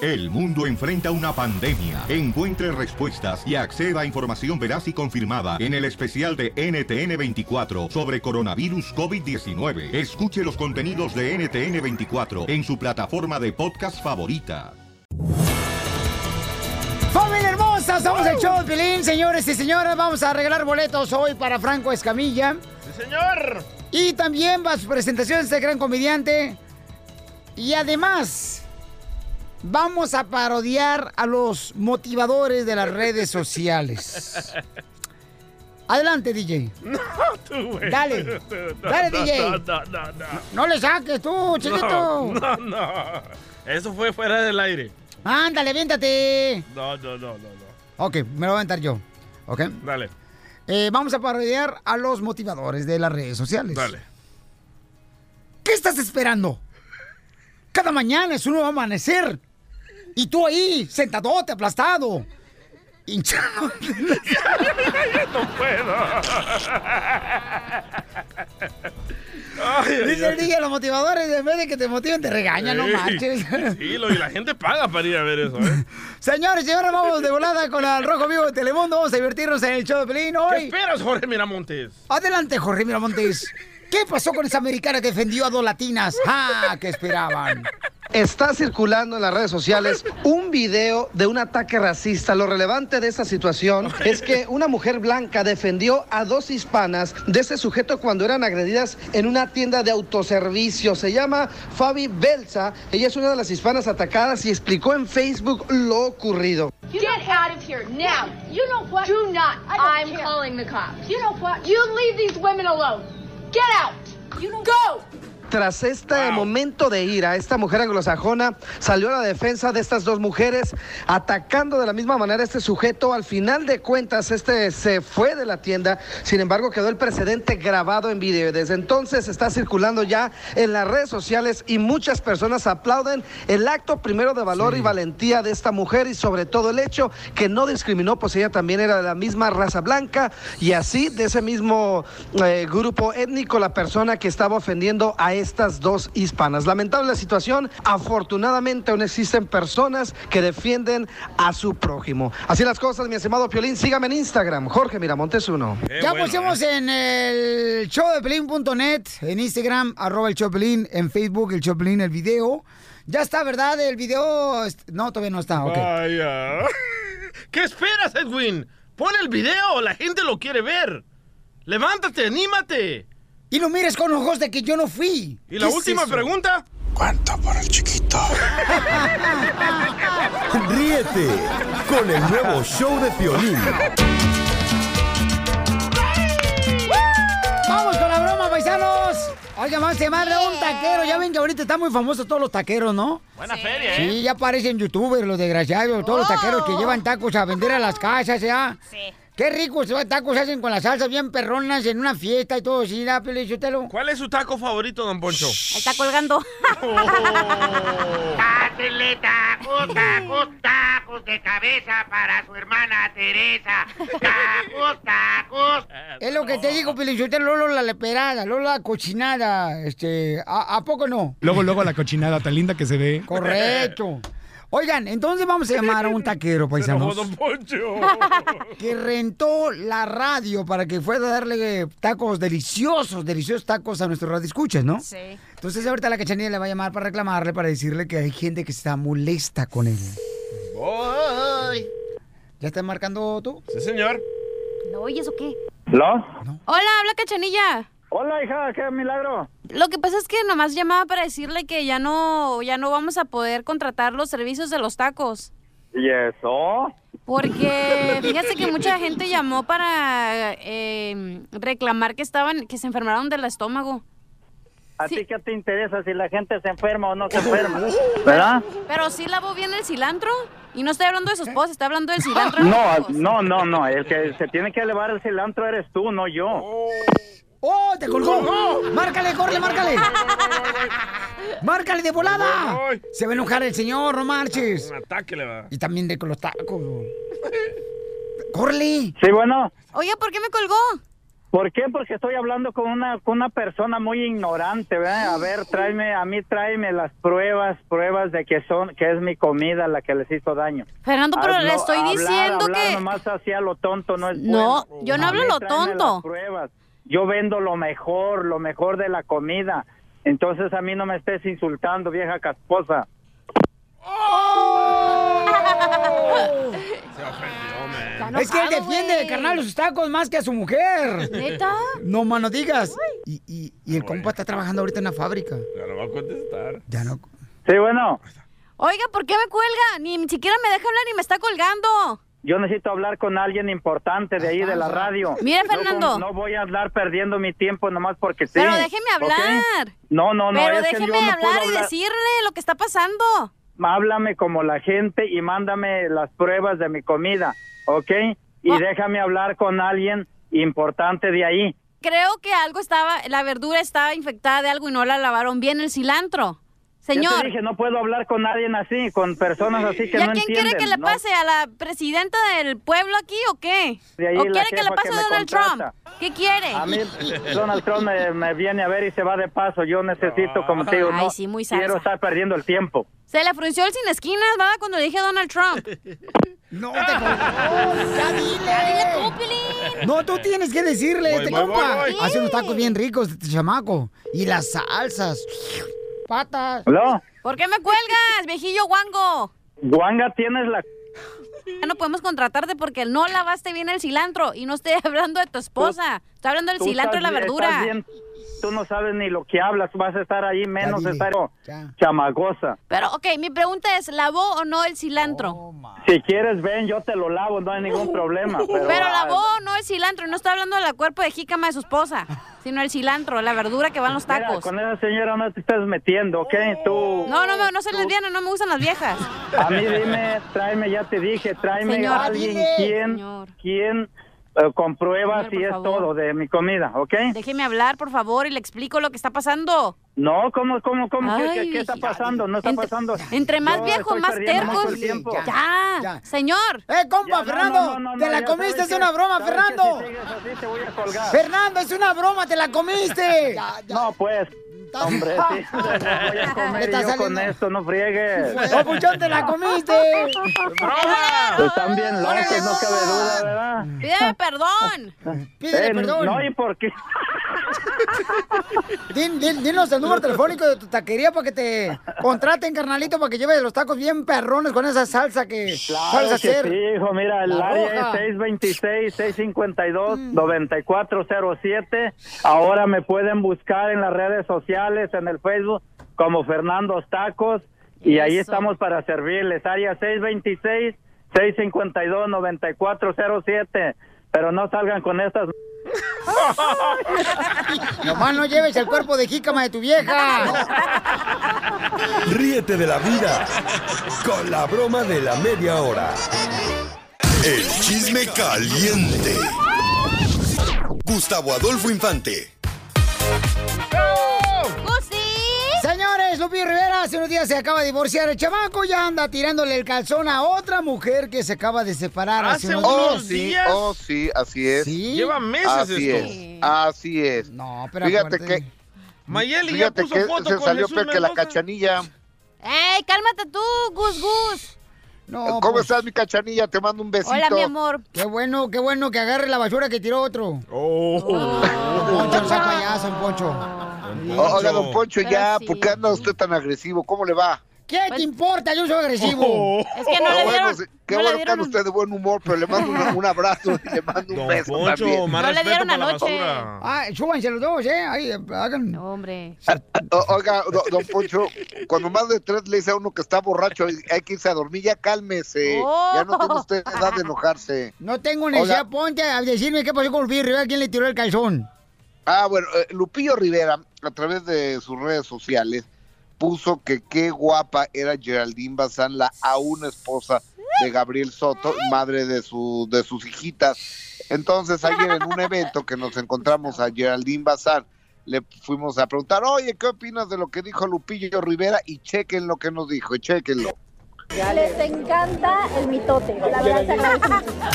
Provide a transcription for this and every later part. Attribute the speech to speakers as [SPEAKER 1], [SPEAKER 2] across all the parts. [SPEAKER 1] El mundo enfrenta una pandemia. Encuentre respuestas y acceda a información veraz y confirmada en el especial de NTN24 sobre coronavirus COVID-19. Escuche los contenidos de NTN24 en su plataforma de podcast favorita.
[SPEAKER 2] ¡Familia hermosa! Somos el show de Pilín, señores y señoras. Vamos a arreglar boletos hoy para Franco Escamilla.
[SPEAKER 3] ¡Sí, señor!
[SPEAKER 2] Y también va a su presentación este gran comediante. Y además, vamos a parodiar a los motivadores de las redes sociales. Adelante, DJ.
[SPEAKER 3] No, tú, güey.
[SPEAKER 2] Dale.
[SPEAKER 3] No, no,
[SPEAKER 2] Dale,
[SPEAKER 3] no,
[SPEAKER 2] DJ.
[SPEAKER 3] No, no, no, no.
[SPEAKER 2] No le saques tú, chiquito.
[SPEAKER 3] No, no, no. Eso fue fuera del aire.
[SPEAKER 2] Ándale, viéntate.
[SPEAKER 3] No, no, no, no, no.
[SPEAKER 2] Ok, me lo voy a aventar yo. Ok.
[SPEAKER 3] Dale,
[SPEAKER 2] Eh, vamos a parodiar a los motivadores de las redes sociales.
[SPEAKER 3] dale.
[SPEAKER 2] ¿Qué estás esperando? Cada mañana es un nuevo amanecer. Y tú ahí, sentadote, aplastado. Hinchado.
[SPEAKER 3] No puedo.
[SPEAKER 2] Dice el DJ, los motivadores, en vez de que te motiven, te regañan, no
[SPEAKER 3] Ey,
[SPEAKER 2] marches.
[SPEAKER 3] Sí, lo, y la gente paga para ir a ver eso, ¿eh?
[SPEAKER 2] Señores, señores, vamos de volada con el Rojo Vivo de Telemundo. Vamos a divertirnos en el show de Pelín
[SPEAKER 3] ¿Qué
[SPEAKER 2] hoy.
[SPEAKER 3] esperas, Jorge Miramontes?
[SPEAKER 2] Adelante, Jorge Miramontes. ¿Qué pasó con esa americana que defendió a dos latinas? ¡Ah! ¿Qué esperaban?
[SPEAKER 4] Está circulando en las redes sociales un video de un ataque racista. Lo relevante de esta situación es que una mujer blanca defendió a dos hispanas de ese sujeto cuando eran agredidas en una tienda de autoservicio. Se llama Fabi Belza. Ella es una de las hispanas atacadas y explicó en Facebook lo ocurrido.
[SPEAKER 5] Get out of here now. You know what? Do not. I am calling the cops. You know what? You leave these women alone. Get out. You don't go.
[SPEAKER 4] Tras este momento de ira, esta mujer anglosajona salió a la defensa de estas dos mujeres, atacando de la misma manera a este sujeto. Al final de cuentas, este se fue de la tienda, sin embargo quedó el precedente grabado en video. Desde entonces está circulando ya en las redes sociales y muchas personas aplauden el acto primero de valor y valentía de esta mujer y sobre todo el hecho que no discriminó, pues ella también era de la misma raza blanca y así de ese mismo eh, grupo étnico la persona que estaba ofendiendo a estas dos hispanas. Lamentable la situación, afortunadamente aún existen personas que defienden a su prójimo. Así las cosas, mi estimado Piolín, sígame en Instagram, Jorge Miramontes uno.
[SPEAKER 3] Qué
[SPEAKER 2] ya
[SPEAKER 3] bueno, ¿eh?
[SPEAKER 2] pusimos en el showdepelín.net, en Instagram, arroba el Chopelín, en Facebook, el Chopelín, el video. Ya está, ¿verdad? El video... est- No, todavía no está, ok.
[SPEAKER 3] Vaya. ah. ¿Qué esperas, Edwin? Pon el video, la gente lo quiere ver. Levántate, anímate.
[SPEAKER 2] Y no mires con ojos de que yo no fui.
[SPEAKER 3] Y la
[SPEAKER 2] ¿Qué es
[SPEAKER 3] última
[SPEAKER 2] eso?
[SPEAKER 3] pregunta.
[SPEAKER 6] ¿Cuánto por el chiquito? Ríete con el nuevo show de Piolín.
[SPEAKER 2] ¡Vamos con la broma, paisanos! Oiga, más se madre un taquero. Ya ven que ahorita están muy famosos todos los taqueros, ¿no?
[SPEAKER 3] Buena feria, ¿eh? Oh.
[SPEAKER 2] Sí, ya aparecen youtubers, los desgraciados, todos los taqueros que llevan tacos a vender a las casas, ¿ya?
[SPEAKER 7] Sí.
[SPEAKER 2] Qué ricos tacos hacen con las salsas bien perronas en una fiesta y todo, sí, la pelichotelo.
[SPEAKER 3] ¿Cuál es su taco favorito, don Poncho?
[SPEAKER 7] Ahí está colgando.
[SPEAKER 8] Pásenle tacos, tacos, tacos de cabeza para su hermana Teresa. Tacos, tacos.
[SPEAKER 2] Es lo que te digo, pelichotelo, Lolo la leperada, Lolo la cochinada, este, ¿a, a poco no?
[SPEAKER 9] Luego, luego la cochinada tan linda que se ve.
[SPEAKER 2] Correcto. Oigan, entonces vamos a llamar a un taquero,
[SPEAKER 3] Se enojó
[SPEAKER 2] paisanos,
[SPEAKER 3] don Poncho.
[SPEAKER 2] que rentó la radio para que fuera a darle eh, tacos deliciosos, deliciosos tacos a nuestro radio escuchas, ¿no?
[SPEAKER 7] Sí.
[SPEAKER 2] Entonces ahorita la cachanilla le va a llamar para reclamarle, para decirle que hay gente que está molesta con él.
[SPEAKER 3] Voy.
[SPEAKER 2] ¿Ya estás marcando tú?
[SPEAKER 3] Sí, señor.
[SPEAKER 7] ¿No oyes o qué?
[SPEAKER 10] ¿Lo?
[SPEAKER 7] Hola, habla Cachanilla.
[SPEAKER 10] Hola, hija, qué milagro.
[SPEAKER 7] Lo que pasa es que nomás llamaba para decirle que ya no, ya no vamos a poder contratar los servicios de los tacos.
[SPEAKER 10] ¿Y eso?
[SPEAKER 7] Porque fíjate que mucha gente llamó para eh, reclamar que estaban, que se enfermaron del estómago.
[SPEAKER 10] ¿A
[SPEAKER 7] Sí.
[SPEAKER 10] ti qué te interesa si la gente se enferma o no se enferma? ¿Verdad?
[SPEAKER 7] Pero sí lavó bien el cilantro. Y no estoy hablando de sus esposa, está hablando del cilantro. de los
[SPEAKER 10] No,
[SPEAKER 7] tacos.
[SPEAKER 10] no, no, no. El que se tiene que elevar el cilantro eres tú, no yo.
[SPEAKER 2] ¡Oh, te colgó! ¡Márcale, corre, márcale! ¡Márcale de volada!
[SPEAKER 3] Voy, voy.
[SPEAKER 2] Se va a enojar el señor, no marches.
[SPEAKER 3] Un ataque le va.
[SPEAKER 2] Y también de con los tacos. ¡Corre!
[SPEAKER 10] Sí, bueno.
[SPEAKER 7] Oiga, ¿por qué me colgó?
[SPEAKER 10] ¿Por qué? Porque estoy hablando con una, con una persona muy ignorante, ¿verdad? A ver, tráeme, a mí tráeme las pruebas, pruebas de que son, que es mi comida la que les hizo daño.
[SPEAKER 7] Fernando, pero
[SPEAKER 10] Ah,
[SPEAKER 7] le estoy
[SPEAKER 10] hablar,
[SPEAKER 7] diciendo
[SPEAKER 10] hablar
[SPEAKER 7] que-
[SPEAKER 10] nomás así a lo tonto no es
[SPEAKER 7] No,
[SPEAKER 10] bueno.
[SPEAKER 7] yo no
[SPEAKER 10] A
[SPEAKER 7] hablo
[SPEAKER 10] mí
[SPEAKER 7] lo
[SPEAKER 10] tráeme las
[SPEAKER 7] tonto.
[SPEAKER 10] pruebas. Yo vendo lo mejor, lo mejor de la comida. Entonces a mí no me estés insultando, vieja casposa.
[SPEAKER 3] Oh.
[SPEAKER 2] es que él defiende, carnal, sus tacos más que a su mujer.
[SPEAKER 7] ¿Neta?
[SPEAKER 2] No, mano, digas. Y, y- y el compa está trabajando ahorita en la fábrica.
[SPEAKER 11] Ya no va a contestar.
[SPEAKER 2] Ya no.
[SPEAKER 10] Sí, bueno.
[SPEAKER 7] Oiga, ¿por qué me cuelga? Ni siquiera me deja hablar y me está colgando.
[SPEAKER 10] Yo necesito hablar con alguien importante de ahí, de la radio.
[SPEAKER 7] Mira,
[SPEAKER 10] No con-
[SPEAKER 7] Fernando.
[SPEAKER 10] No, voy a andar perdiendo mi tiempo nomás porque sí.
[SPEAKER 7] Pero déjeme
[SPEAKER 10] ¿ok?
[SPEAKER 7] hablar.
[SPEAKER 10] No, no, no.
[SPEAKER 7] Pero
[SPEAKER 10] es que yo
[SPEAKER 7] déjeme
[SPEAKER 10] no puedo
[SPEAKER 7] hablar y decirle lo que está pasando.
[SPEAKER 10] Háblame como la gente y mándame las pruebas de mi comida, ¿ok? Y
[SPEAKER 7] Ah.
[SPEAKER 10] déjame hablar con alguien importante de ahí.
[SPEAKER 7] Creo que algo estaba, la verdura estaba infectada de algo y no la lavaron bien el cilantro.
[SPEAKER 10] Ya
[SPEAKER 7] Señor,
[SPEAKER 10] te dije, no puedo hablar con nadie así, con personas así que
[SPEAKER 7] ¿y a
[SPEAKER 10] no
[SPEAKER 7] quién
[SPEAKER 10] entienden.
[SPEAKER 7] quiere que le
[SPEAKER 10] ¿no?
[SPEAKER 7] pase? ¿A la presidenta del pueblo aquí o qué?
[SPEAKER 10] De ahí
[SPEAKER 7] ¿O
[SPEAKER 10] la
[SPEAKER 7] quiere que le
[SPEAKER 10] jefa
[SPEAKER 7] pase
[SPEAKER 10] que
[SPEAKER 7] a
[SPEAKER 10] me
[SPEAKER 7] Donald
[SPEAKER 10] contrata.
[SPEAKER 7] Trump? ¿Qué quiere?
[SPEAKER 10] A mí Donald Trump me, me viene a ver y se va de paso. Yo necesito, como te digo,
[SPEAKER 7] Ay,
[SPEAKER 10] no
[SPEAKER 7] sí, muy salsa.
[SPEAKER 10] quiero estar perdiendo el tiempo.
[SPEAKER 7] Se le frunció el sin esquinas, ¿verdad? Cuando le dije a Donald Trump.
[SPEAKER 2] No te ya dile. No, tú tienes que decirle a
[SPEAKER 7] Voy,
[SPEAKER 2] este
[SPEAKER 7] voy,
[SPEAKER 2] compa.
[SPEAKER 7] voy, voy.
[SPEAKER 2] Hace unos tacos bien ricos este chamaco. Y las salsas. Patas.
[SPEAKER 10] ¿Aló?
[SPEAKER 7] ¿Por qué me cuelgas, viejillo guango?
[SPEAKER 10] Guanga, tienes la...
[SPEAKER 7] Ya no podemos contratarte porque no lavaste bien el cilantro. Y no estoy hablando de tu esposa. Estoy hablando del
[SPEAKER 10] tú
[SPEAKER 7] cilantro y la
[SPEAKER 10] estás bien-
[SPEAKER 7] verdura.
[SPEAKER 10] estás bien- tú no sabes ni lo que hablas. Vas a estar ahí menos
[SPEAKER 7] dile,
[SPEAKER 10] estar chamagosa.
[SPEAKER 7] Pero, ok, mi pregunta es, ¿lavó o no el cilantro?
[SPEAKER 10] Si quieres, ven, yo te lo lavo, no hay ningún problema. Pero, ah,
[SPEAKER 7] Pero, lavó o no el cilantro. Y no estoy hablando del cuerpo de jícama de su esposa, sino el cilantro, la verdura que van los
[SPEAKER 10] Mira,
[SPEAKER 7] tacos.
[SPEAKER 10] con esa señora no te estás metiendo, ¿ok? Tú...
[SPEAKER 7] No, no, no, no soy lesbiana, no me gustan las viejas.
[SPEAKER 10] A mí dime, tráeme, ya te dije, tráeme
[SPEAKER 7] Señor, Ah,
[SPEAKER 10] a alguien
[SPEAKER 7] dile.
[SPEAKER 10] quien, quien eh, comprueba
[SPEAKER 7] Señor,
[SPEAKER 10] si
[SPEAKER 7] por
[SPEAKER 10] es
[SPEAKER 7] favor.
[SPEAKER 10] todo de mi comida, ¿ok?
[SPEAKER 7] Déjeme hablar, por favor, y le explico lo que está pasando.
[SPEAKER 10] No, ¿cómo, cómo, cómo? ¿Qué-
[SPEAKER 7] Ay,
[SPEAKER 10] qué, qué está
[SPEAKER 7] hija,
[SPEAKER 10] pasando? No está
[SPEAKER 7] entre-
[SPEAKER 10] pasando.
[SPEAKER 7] Entre más
[SPEAKER 10] Yo
[SPEAKER 7] viejo,
[SPEAKER 10] estoy
[SPEAKER 7] más
[SPEAKER 10] perdiendo mucho
[SPEAKER 7] tercos.
[SPEAKER 10] el tiempo.
[SPEAKER 7] Ya, señor.
[SPEAKER 2] ¡Eh, compa, Fernando! ¡Te la
[SPEAKER 10] ya
[SPEAKER 2] comiste!
[SPEAKER 10] sabes
[SPEAKER 2] ¡Es una
[SPEAKER 10] que-
[SPEAKER 2] broma,
[SPEAKER 10] sabes que
[SPEAKER 2] Fernando!
[SPEAKER 10] si sigues así te voy a colgar.
[SPEAKER 2] ¡Fernando, es una broma! ¡Te la comiste!
[SPEAKER 10] No, pues. Hombre, sí. te voy a comer
[SPEAKER 2] Está
[SPEAKER 10] yo con
[SPEAKER 2] saliendo.
[SPEAKER 10] esto, no friegues.
[SPEAKER 2] ¡Oh, puchón, te la comiste!
[SPEAKER 10] Están bien locos, no cabe duda, ¿verdad?
[SPEAKER 7] Pídeme perdón.
[SPEAKER 2] Pídele
[SPEAKER 10] Eh,
[SPEAKER 2] perdón.
[SPEAKER 10] No, ¿y por qué?
[SPEAKER 2] Din- din- dinos el número telefónico de tu taquería para que te contraten, carnalito, para que lleves los tacos bien perrones con esa salsa que
[SPEAKER 10] Claro
[SPEAKER 2] sabes
[SPEAKER 10] que
[SPEAKER 2] hacer.
[SPEAKER 10] sí, hijo, mira, el
[SPEAKER 2] La
[SPEAKER 10] área
[SPEAKER 2] roja.
[SPEAKER 10] es
[SPEAKER 2] Mm.
[SPEAKER 10] 626-652-9407. Ahora me pueden buscar en las redes sociales, en el Facebook, como Fernando Tacos. Y ahí
[SPEAKER 12] Eso.
[SPEAKER 10] estamos para servirles. Área 626-652-9407. Pero no salgan con estas...
[SPEAKER 2] Nomás no lleves el cuerpo de jícama de tu vieja.
[SPEAKER 6] Ríete de la vida con la broma de la media hora. El chisme caliente. Gustavo Adolfo Infante.
[SPEAKER 2] ¡Oh, Señores, Lupi Rivera hace unos días se acaba de divorciar. El chamaco ya anda tirándole el calzón a otra mujer que se acaba de separar hace, unos,
[SPEAKER 13] Oh,
[SPEAKER 2] días.
[SPEAKER 13] sí, oh, sí, así es.
[SPEAKER 3] Lleva meses
[SPEAKER 13] así
[SPEAKER 3] esto.
[SPEAKER 13] Es, así es.
[SPEAKER 2] No,
[SPEAKER 3] pero
[SPEAKER 13] Fíjate
[SPEAKER 3] acuérdate.
[SPEAKER 13] que.
[SPEAKER 3] Mayeli ya
[SPEAKER 13] fíjate
[SPEAKER 3] puso
[SPEAKER 13] que
[SPEAKER 3] foto
[SPEAKER 13] se
[SPEAKER 3] con
[SPEAKER 13] salió
[SPEAKER 3] Jesús
[SPEAKER 13] peor que la
[SPEAKER 3] Mendoza.
[SPEAKER 13] cachanilla.
[SPEAKER 7] ¡Ey, cálmate tú, Gus Gus!
[SPEAKER 2] No,
[SPEAKER 13] ¿Cómo
[SPEAKER 2] pues.
[SPEAKER 13] estás, mi cachanilla? Te mando un besito.
[SPEAKER 7] Hola, mi amor.
[SPEAKER 2] Qué bueno, qué bueno que agarre la basura que tiró otro. Oh. Poncho, no sea payaso, don Poncho.
[SPEAKER 13] Oh, Hola, don Poncho, ya, ¿por qué anda usted tan agresivo? ¿Cómo le va?
[SPEAKER 2] ¿Qué te importa? Yo soy agresivo.
[SPEAKER 13] Ah, bueno, sí, Qué bueno que anda usted de buen humor, pero le mando un, un abrazo y le mando un beso
[SPEAKER 3] Poncho,
[SPEAKER 13] también.
[SPEAKER 3] más No le respeto dieron para la anoche. basura.
[SPEAKER 2] Ah, súbanse los dos, ¿eh? Ahí, hagan.
[SPEAKER 7] Hombre.
[SPEAKER 13] O- Oiga, do- don Poncho, cuando más de tres le dice a uno que está borracho, hay- hay que irse a dormir, ya cálmese. Ya no tiene usted edad de enojarse.
[SPEAKER 2] No tengo necesidad, ponte a decirme qué pasó con Lupi Rivera, quién le tiró el calzón.
[SPEAKER 13] Ah, bueno, eh, Lupillo Rivera, a través de sus redes sociales, puso que qué guapa era Geraldine Bazán, la aún esposa de Gabriel Soto, madre de, su, de sus hijitas. Entonces, ayer en un evento que nos encontramos a Geraldine Bazán, le fuimos a preguntar, oye, ¿qué opinas de lo que dijo Lupillo Rivera? Y chequen lo que nos dijo, y chequenlo.
[SPEAKER 14] Les encanta el mitote. La verdad se agradece mucho.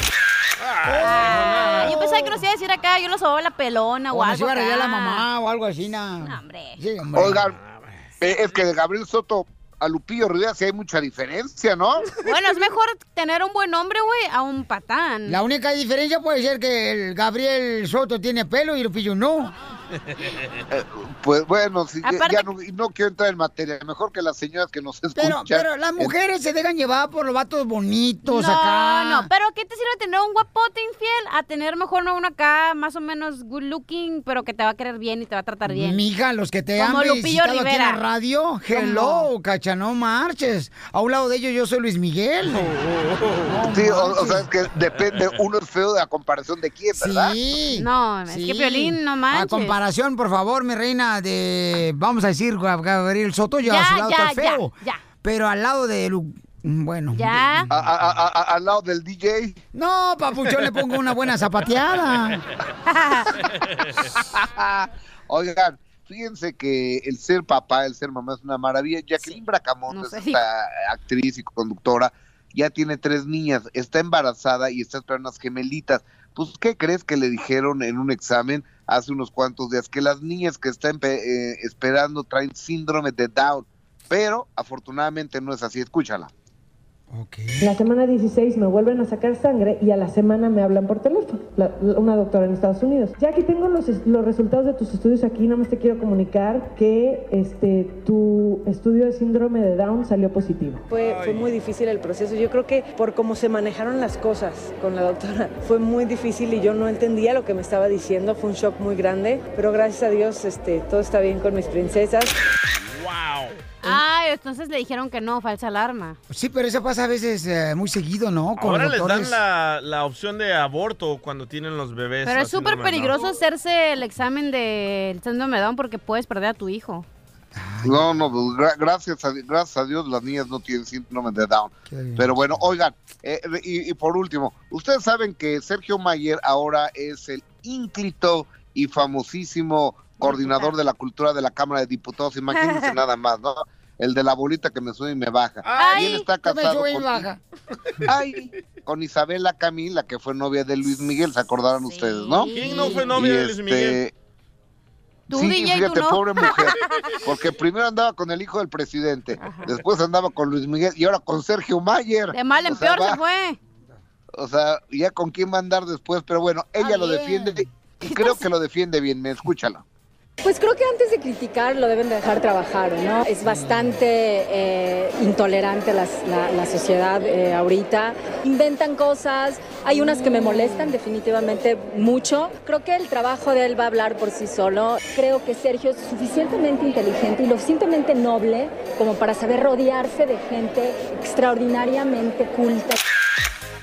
[SPEAKER 7] Ah, yo pensaba que nos iba a decir acá, yo lo sobaba la pelona o,
[SPEAKER 2] O
[SPEAKER 7] algo.
[SPEAKER 2] nos iba a regalar
[SPEAKER 7] acá.
[SPEAKER 2] la mamá o algo así, na.
[SPEAKER 7] Ah. No, hombre.
[SPEAKER 2] Sí, hombre.
[SPEAKER 13] Oigan, eh, es que de Gabriel Soto a Lupillo Rivera sí hay mucha diferencia, ¿no?
[SPEAKER 7] Bueno, es mejor tener un buen hombre, güey, a un patán.
[SPEAKER 2] La única diferencia puede ser que el Gabriel Soto tiene pelo y Lupillo no.
[SPEAKER 13] Eh, Pues bueno, si ya-
[SPEAKER 2] Aparte-
[SPEAKER 13] ya no, no quiero entrar en materia, mejor que las señoras que nos escuchan.
[SPEAKER 2] Pero, pero las mujeres se dejan llevar por los vatos bonitos
[SPEAKER 7] no,
[SPEAKER 2] Pues acá.
[SPEAKER 7] no, pero ¿qué te sirve tener un guapote infiel a tener mejor uno acá más o menos good looking, pero que te va a querer bien y te va a tratar pues bien?
[SPEAKER 2] Mija, los que te
[SPEAKER 7] Como
[SPEAKER 2] han
[SPEAKER 7] Lupillo
[SPEAKER 2] visitado aquí en
[SPEAKER 7] Rivera.
[SPEAKER 2] la radio, hello, cacha, no marches. A un lado de ellos yo soy Luis Miguel.
[SPEAKER 13] Sí, o, o sea, es que depende, uno es feo de la comparación de quién, ¿verdad?
[SPEAKER 2] Sí.
[SPEAKER 7] No, es que Piolín, no manches.
[SPEAKER 2] A comparación, por favor, mi reina, de, vamos a decir, Gabriel Soto, yo a su lado está el feo.
[SPEAKER 7] ya,
[SPEAKER 2] Pero al lado de... Lu- Bueno.
[SPEAKER 7] ya.
[SPEAKER 13] A- a- a- a- al lado del DJ.
[SPEAKER 2] No, papuchón, pues le pongo una buena zapateada.
[SPEAKER 13] Oigan, fíjense que el ser papá, el ser mamá es una maravilla. Jacqueline Bracamontes,
[SPEAKER 7] no sé.
[SPEAKER 13] esta actriz y conductora, ya tiene tres niñas, está embarazada y está esperando unas gemelitas. Pues, ¿qué crees que le dijeron en un examen hace unos cuantos días? Que las niñas que están eh, esperando traen síndrome de Down. Pero afortunadamente no es así, escúchala.
[SPEAKER 11] La semana 16 me vuelven a sacar sangre y a la semana me hablan por teléfono, la- la- una doctora en Estados Unidos. Ya aquí tengo los, es- los resultados de tus estudios aquí, nada más te quiero comunicar que este, tu estudio de síndrome de Down salió positivo. Fue, fue muy difícil el proceso, yo creo que por cómo se manejaron las cosas con la doctora, fue muy difícil y yo no entendía lo que me estaba diciendo, fue un shock muy grande, pero gracias a Dios este, todo está bien con mis princesas.
[SPEAKER 7] Ah, entonces le dijeron que no, falsa alarma.
[SPEAKER 2] Sí, pero eso pasa a veces eh, muy seguido, ¿no? Con
[SPEAKER 3] Ahora les
[SPEAKER 2] doctores.
[SPEAKER 3] dan la, la opción de aborto cuando tienen los bebés.
[SPEAKER 7] Pero es
[SPEAKER 3] así
[SPEAKER 7] súper
[SPEAKER 3] nomás, ¿no?
[SPEAKER 7] peligroso hacerse el examen del síndrome de Down porque puedes perder a tu hijo.
[SPEAKER 13] No, no, pues, gra- gracias, a, gracias a Dios las niñas no tienen síndrome de Down. Pero bueno, oigan, eh, re- y, y por último, ustedes saben que Sergio Mayer ahora es el ínclito y famosísimo coordinador de la cultura de la Cámara de Diputados, imagínense nada más, ¿no? El de la bolita que me sube y me baja. Y él Ah, está
[SPEAKER 2] que me
[SPEAKER 13] casado
[SPEAKER 2] sube y
[SPEAKER 13] con-
[SPEAKER 2] baja.
[SPEAKER 13] Ay, con Isabela Camila, que fue novia de Luis Miguel, se acordaron ustedes, ¿no? este,
[SPEAKER 3] ¿Quién no fue novia de Luis Miguel?
[SPEAKER 7] Tú,
[SPEAKER 13] sí,
[SPEAKER 7] DJ, tú
[SPEAKER 13] fíjate,
[SPEAKER 7] no.
[SPEAKER 13] pobre mujer, porque primero andaba con el hijo del presidente, después andaba con Luis Miguel y ahora con Sergio Mayer.
[SPEAKER 7] De mal en
[SPEAKER 13] O sea,
[SPEAKER 7] peor
[SPEAKER 13] va-
[SPEAKER 7] se fue.
[SPEAKER 13] O sea, ya con quién va a andar después, pero bueno,
[SPEAKER 7] Ah,
[SPEAKER 13] ella lo
[SPEAKER 11] bien.
[SPEAKER 13] defiende y creo que lo defiende bien, me escúchala.
[SPEAKER 11] Pues creo que antes de criticar lo deben de dejar trabajar, ¿no? Es bastante eh, intolerante las- la, la sociedad eh, ahorita. Inventan cosas, hay unas que me molestan definitivamente mucho. Creo que el trabajo de él va a hablar por sí solo. Creo que Sergio es suficientemente inteligente y lo suficientemente noble como para saber rodearse de gente extraordinariamente culta.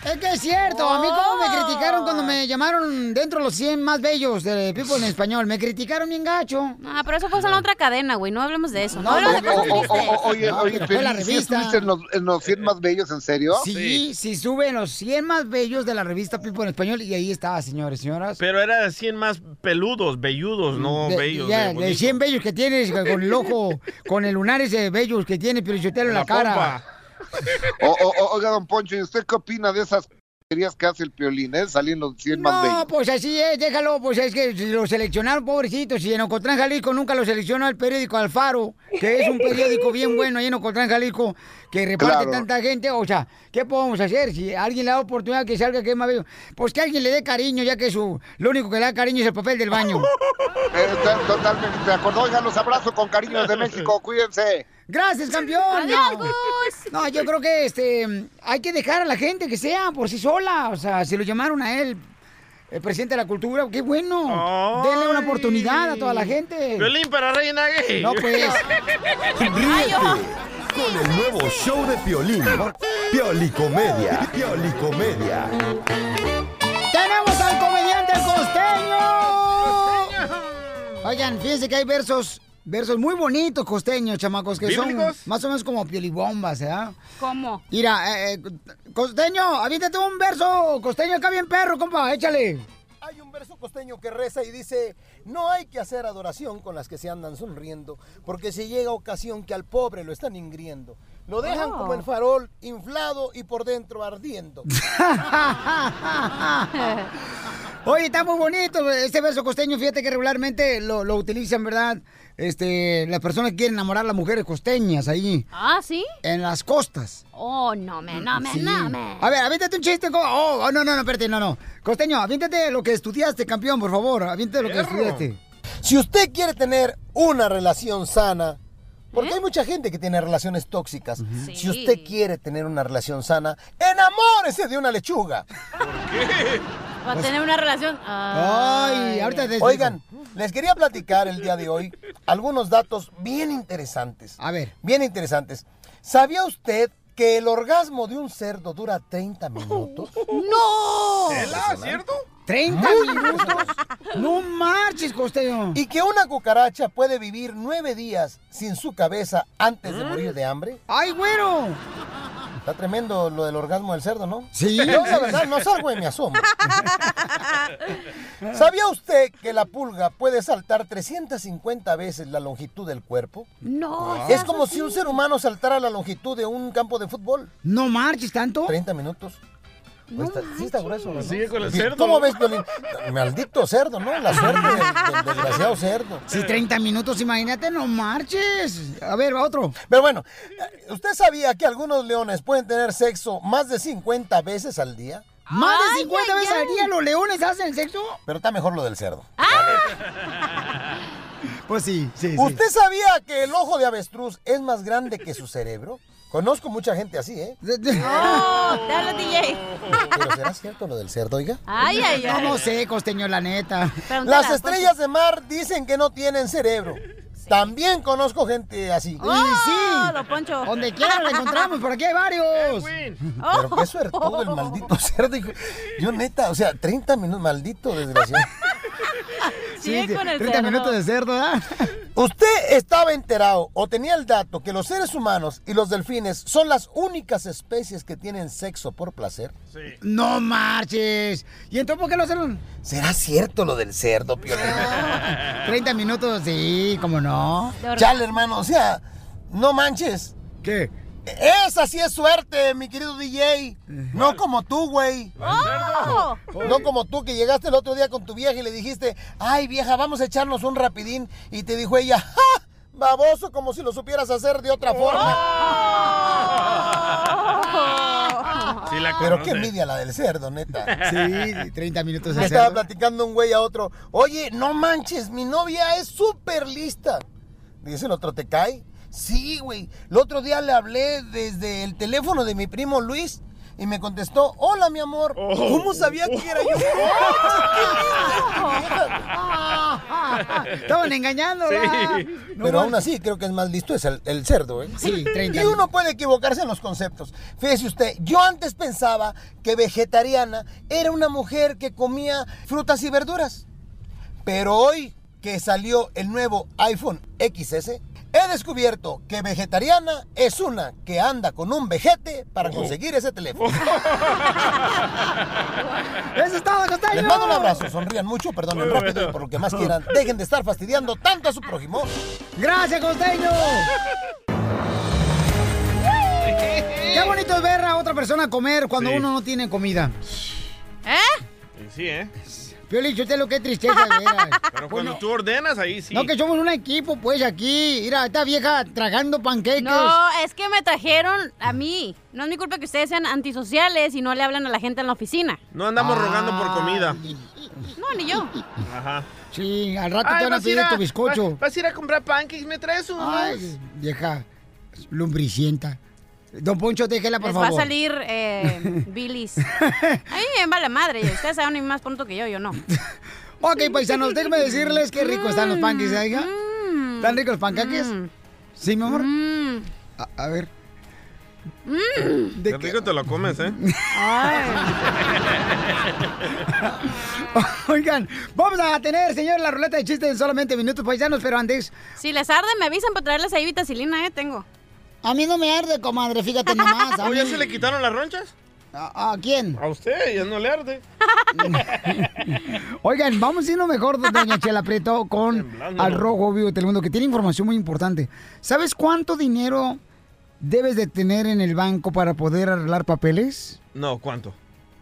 [SPEAKER 2] Es que es cierto, a mí
[SPEAKER 7] Oh.
[SPEAKER 2] como me criticaron cuando me llamaron dentro de los 100 más bellos de People en Español. Me criticaron bien gacho.
[SPEAKER 7] Ah, pero eso fue en la otra cadena, Ah, güey. No hablemos de eso. No, hablemos de
[SPEAKER 13] O-
[SPEAKER 7] cosas
[SPEAKER 13] o- o-
[SPEAKER 7] tristes.
[SPEAKER 13] o- Oye,
[SPEAKER 2] Pues, este, No,
[SPEAKER 13] oye,
[SPEAKER 2] pero fue la
[SPEAKER 13] Piolín, ¿sí
[SPEAKER 2] revista.
[SPEAKER 13] estuviste en los, en los 100 más bellos, en serio?
[SPEAKER 2] Sí, sí, suben los 100 más bellos de la revista People en Español y ahí estaba, señores, señoras.
[SPEAKER 3] Pero era de 100 más peludos, velludos, no
[SPEAKER 2] De-
[SPEAKER 3] bellos. eh,
[SPEAKER 2] ya,
[SPEAKER 3] de
[SPEAKER 2] de
[SPEAKER 3] bonito.
[SPEAKER 2] 100 bellos que tienes con el ojo, con el lunares de bellos que tiene Pirichotero en la,
[SPEAKER 13] La
[SPEAKER 2] cara.
[SPEAKER 13] pompa. O- o- o- oiga, don Poncho, ¿y usted qué opina de esas porquerías que hace el piolín, eh? Salir en los 100 más bellos.
[SPEAKER 2] No, pues así es, déjalo, pues es que lo seleccionaron, pobrecitos, y en Ocotlán, Jalisco nunca lo seleccionó el periódico Alfaro, que es un periódico bien bueno ahí en Ocotlán, Jalisco, que reparte
[SPEAKER 12] Claro.
[SPEAKER 2] tanta gente, o sea, ¿qué podemos hacer? Si alguien le da oportunidad que salga que es más bello, pues que alguien le dé cariño, ya que su, lo único que le da cariño es el papel del baño.
[SPEAKER 13] Eh, to- totalmente de acuerdo. Oigan, los abrazo con cariño desde México, cuídense.
[SPEAKER 2] Gracias, campeón.
[SPEAKER 13] Adiós,
[SPEAKER 2] No. No, yo creo que este hay que dejar a la gente que sea por sí sola. O sea, si lo llamaron a él, el presidente de la cultura, qué bueno. Denle una oportunidad a toda la gente.
[SPEAKER 3] Violín para reina gay.
[SPEAKER 2] No, pues.
[SPEAKER 6] Ríete
[SPEAKER 2] oh.
[SPEAKER 6] con el nuevo show de Piolín. Piolicomedia. Piolicomedia.
[SPEAKER 2] ¡Tenemos al comediante el costeño! Oigan, fíjense que hay versos, versos muy bonitos costeños, chamacos, que son
[SPEAKER 7] ¿Bíblicos?
[SPEAKER 2] más o menos como piolibombas, ¿verdad?
[SPEAKER 7] ¿Cómo?
[SPEAKER 2] eh, Mira, eh, eh, costeño, aviéntate un verso, costeño, acá bien perro, compa, échale.
[SPEAKER 12] hay un verso costeño que reza y dice, no hay que hacer adoración con las que se andan sonriendo, porque si llega ocasión que al pobre lo están ingriendo, lo dejan
[SPEAKER 14] Oh.
[SPEAKER 12] como el farol inflado y por dentro ardiendo.
[SPEAKER 2] Oye, está muy bonito este verso costeño. Fíjate que regularmente lo, lo utilizan, ¿verdad? Este, las personas que quieren enamorar a las mujeres costeñas ahí,
[SPEAKER 7] Ah, ¿sí?
[SPEAKER 2] en las costas.
[SPEAKER 7] Oh, no me, no me,
[SPEAKER 2] Sí.
[SPEAKER 7] no me.
[SPEAKER 2] A ver, aviéntate un chiste. co- Oh, oh, no, no, no, espérate, no, no. Costeño, aviéntate lo que estudiaste, campeón, por favor. Aviéntate lo que estudiaste.
[SPEAKER 12] Si usted quiere tener una relación sana, porque hay mucha gente que tiene relaciones tóxicas, si usted quiere tener una relación sana, enamórese de una lechuga.
[SPEAKER 7] Va
[SPEAKER 2] Pues
[SPEAKER 7] a tener una relación.
[SPEAKER 12] Ay, Oigan, les quería platicar el día de hoy algunos datos bien interesantes.
[SPEAKER 2] A ver.
[SPEAKER 12] Bien interesantes. ¿Sabía usted que el orgasmo de un cerdo dura 30 minutos?
[SPEAKER 2] ¡No!
[SPEAKER 12] cierto?
[SPEAKER 2] 30 minutos. No marches, costeño.
[SPEAKER 12] ¿Y que una cucaracha puede vivir nueve días sin su cabeza antes de morir de hambre?
[SPEAKER 2] ¡Ay, güero!
[SPEAKER 12] Está tremendo lo del orgasmo del cerdo, ¿no?
[SPEAKER 2] Sí.
[SPEAKER 12] Yo, la verdad, no salgo de mi asombro. ¿Sabía usted que la pulga puede saltar 350 veces la longitud del cuerpo?
[SPEAKER 2] Ah.
[SPEAKER 7] No.
[SPEAKER 12] Es como si un ser humano saltara la longitud de un campo de fútbol.
[SPEAKER 2] No marches tanto.
[SPEAKER 12] 30 minutos. Pues está- sí está grueso. ¿no?
[SPEAKER 3] Sigue con el
[SPEAKER 12] Sí,
[SPEAKER 3] cerdo,
[SPEAKER 12] ¿Cómo
[SPEAKER 3] ¿no?
[SPEAKER 12] ves, Piolín? Maldito cerdo, ¿no? La suerte del, del desgraciado cerdo.
[SPEAKER 2] Sí, 30 minutos, imagínate, no marches. A ver, va otro.
[SPEAKER 12] Pero bueno, eh, ¿usted sabía que algunos leones pueden tener sexo más de 50 veces al día?
[SPEAKER 2] Más de 50 veces al día los leones hacen sexo.
[SPEAKER 12] Pero está mejor lo del cerdo.
[SPEAKER 2] Pues sí, sí, sí.
[SPEAKER 12] ¿Usted sabía que el ojo de avestruz es más grande que su cerebro? Conozco mucha gente así, ¿eh?
[SPEAKER 7] Oh, dale, DJ.
[SPEAKER 12] Pero ¿será cierto lo del cerdo, oiga?
[SPEAKER 7] Ay, ay, ay.
[SPEAKER 2] No sé, costeño, la neta.
[SPEAKER 12] Las estrellas de mar dicen que no tienen cerebro. También conozco gente así.
[SPEAKER 2] Y sí. Donde quiera la encontramos, por aquí hay varios.
[SPEAKER 12] Pero qué suertudo
[SPEAKER 2] Oh.
[SPEAKER 12] el maldito cerdo. hijo. Yo neta, o sea, 30 minutos, maldito desgraciado.
[SPEAKER 2] Sigue Sí, con el 30 cerdo. minutos de cerdo, ¿verdad?
[SPEAKER 12] ¿ah? ¿Usted estaba enterado o tenía el dato que los seres humanos y los delfines son las únicas especies que tienen sexo por placer?
[SPEAKER 2] No marches. ¿Y entonces por qué lo hacen?
[SPEAKER 12] ¿Será cierto lo del cerdo, Piolín?
[SPEAKER 2] 30 minutos, sí, cómo no.
[SPEAKER 12] Chale, hermano, o sea, no manches.
[SPEAKER 2] ¿Qué?
[SPEAKER 12] Esa sí es suerte, mi querido DJ. No como tú, güey. No como tú que llegaste el otro día con tu vieja y le dijiste, ay vieja, vamos a echarnos un rapidín. Y te dijo ella, ¡ja! Baboso, como si lo supieras hacer de otra forma.
[SPEAKER 3] Sí la
[SPEAKER 12] Pero
[SPEAKER 3] conoce.
[SPEAKER 12] qué envidia la del cerdo, neta.
[SPEAKER 2] Sí, 30 minutos
[SPEAKER 12] Me
[SPEAKER 2] de
[SPEAKER 12] estaba
[SPEAKER 2] cerdo.
[SPEAKER 12] platicando un güey a otro. Oye, no manches, mi novia es súper lista. Dice el otro, ¿te cae? Sí, güey. El otro día le hablé desde el teléfono de mi primo Luis y me contestó, hola, mi amor.
[SPEAKER 2] Oh.
[SPEAKER 12] ¿Cómo sabía que era yo?
[SPEAKER 2] Estaban engañándola. Sí. No
[SPEAKER 12] Pero
[SPEAKER 2] manches.
[SPEAKER 12] aún así creo que es más listo es el, el cerdo, ¿eh?
[SPEAKER 2] Sí, 30
[SPEAKER 12] Y uno puede equivocarse en los conceptos. Fíjese usted, yo antes pensaba que vegetariana era una mujer que comía frutas y verduras. Pero hoy que salió el nuevo iPhone XS, he descubierto que vegetariana es una que anda con un vejete para conseguir ese teléfono.
[SPEAKER 2] Eso es todo, Costeño.
[SPEAKER 12] Les mando un abrazo, sonrían mucho, perdonen rápido y por lo que más quieran. Dejen de estar fastidiando tanto a su prójimo.
[SPEAKER 2] Gracias, Costeño. Qué bonito es ver a otra persona comer cuando
[SPEAKER 3] Sí.
[SPEAKER 2] uno no tiene comida.
[SPEAKER 7] ¿Eh?
[SPEAKER 3] Y Sí, ¿eh?
[SPEAKER 2] Piolín, yo te lo que tristeza, de veras.
[SPEAKER 3] Pero cuando tú ordenas, ahí sí.
[SPEAKER 2] No, que somos un equipo, pues, aquí. Mira, esta vieja tragando panqueques.
[SPEAKER 7] No, es que me trajeron a mí. No es mi culpa que ustedes sean antisociales y no le hablan a la gente en la oficina.
[SPEAKER 3] No andamos
[SPEAKER 2] Ah,
[SPEAKER 3] rogando por comida.
[SPEAKER 7] No, ni yo.
[SPEAKER 3] Ajá.
[SPEAKER 2] Sí, al rato te van a
[SPEAKER 3] vas
[SPEAKER 2] pedir
[SPEAKER 3] ir
[SPEAKER 2] tu bizcocho.
[SPEAKER 3] Vas, vas a ir a comprar pancakes, me traes unos.
[SPEAKER 2] Ay, vieja lumbricienta. Don Poncho, déjela, Ah, por
[SPEAKER 7] Les va a
[SPEAKER 2] favor.
[SPEAKER 7] salir eh, bilis. A mí me va la madre. y Ustedes saben más pronto que yo, yo no.
[SPEAKER 2] Ok, paisanos, déjenme decirles qué ricos están los panqueques, ¿eh, hija? ¿Están ricos los panqueques? Sí, mi amor. A, a ver.
[SPEAKER 3] Qué rico te lo comes, ¿eh?
[SPEAKER 2] Oigan, vamos a tener, señor, la ruleta de chistes en solamente minutos, paisanos, pero antes.
[SPEAKER 7] Si les arde, me avisan para traerles ahí vitacilina, eh, tengo.
[SPEAKER 2] A mí no me arde, comadre, fíjate nomás.
[SPEAKER 3] ¿O ya se le quitaron las ronchas?
[SPEAKER 2] ¿A, a quién?
[SPEAKER 3] A usted, ya no le arde.
[SPEAKER 2] Oigan, vamos a irnos mejor, doña Chela Prieto, con
[SPEAKER 3] Temblando.
[SPEAKER 2] al Rojo Vivo de Telemundo, que tiene información muy importante. ¿Sabes cuánto dinero debes de tener en el banco para poder arreglar papeles?
[SPEAKER 3] No, ¿cuánto?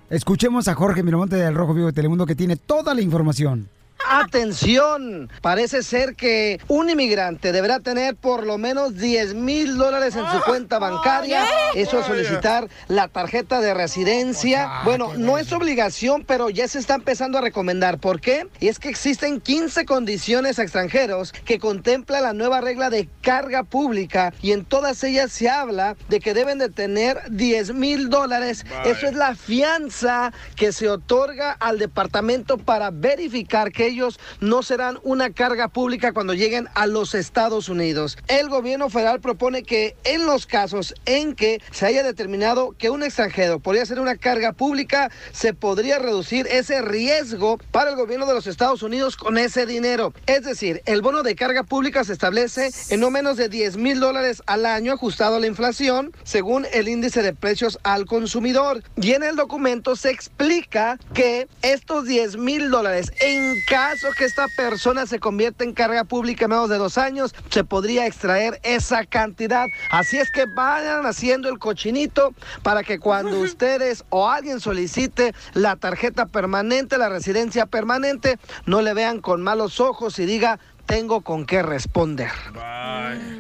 [SPEAKER 2] Escuchemos a Jorge Miramonte del Rojo Vivo de Telemundo, que tiene toda la información.
[SPEAKER 4] Atención, parece ser que un inmigrante deberá tener por lo menos 10 mil dólares en su cuenta bancaria. Eso es solicitar la tarjeta de residencia. Bueno, no es obligación, pero ya se está empezando a recomendar. ¿Por qué? Y es que existen 15 condiciones a extranjeros que contempla la nueva regla de carga pública y en todas ellas se habla de que deben de tener 10 mil dólares. Eso es la fianza que se otorga al departamento para verificar que ellos no serán una carga pública cuando lleguen a los Estados Unidos. El gobierno federal propone que en los casos en que se haya determinado que un extranjero podría ser una carga pública, se podría reducir ese riesgo para el gobierno de los Estados Unidos con ese dinero. Es decir, el bono de carga pública se establece en no menos de 10 mil dólares al año ajustado a la inflación según el índice de precios al consumidor. Y en el documento se explica que estos 10 mil dólares, en caso que esta persona se convierta en carga pública en menos de dos años, se podría extraer esa cantidad. Así es que vayan haciendo el cochinito para que cuando ustedes o alguien solicite la tarjeta permanente, la residencia permanente, no le vean con malos ojos y diga, tengo con qué responder.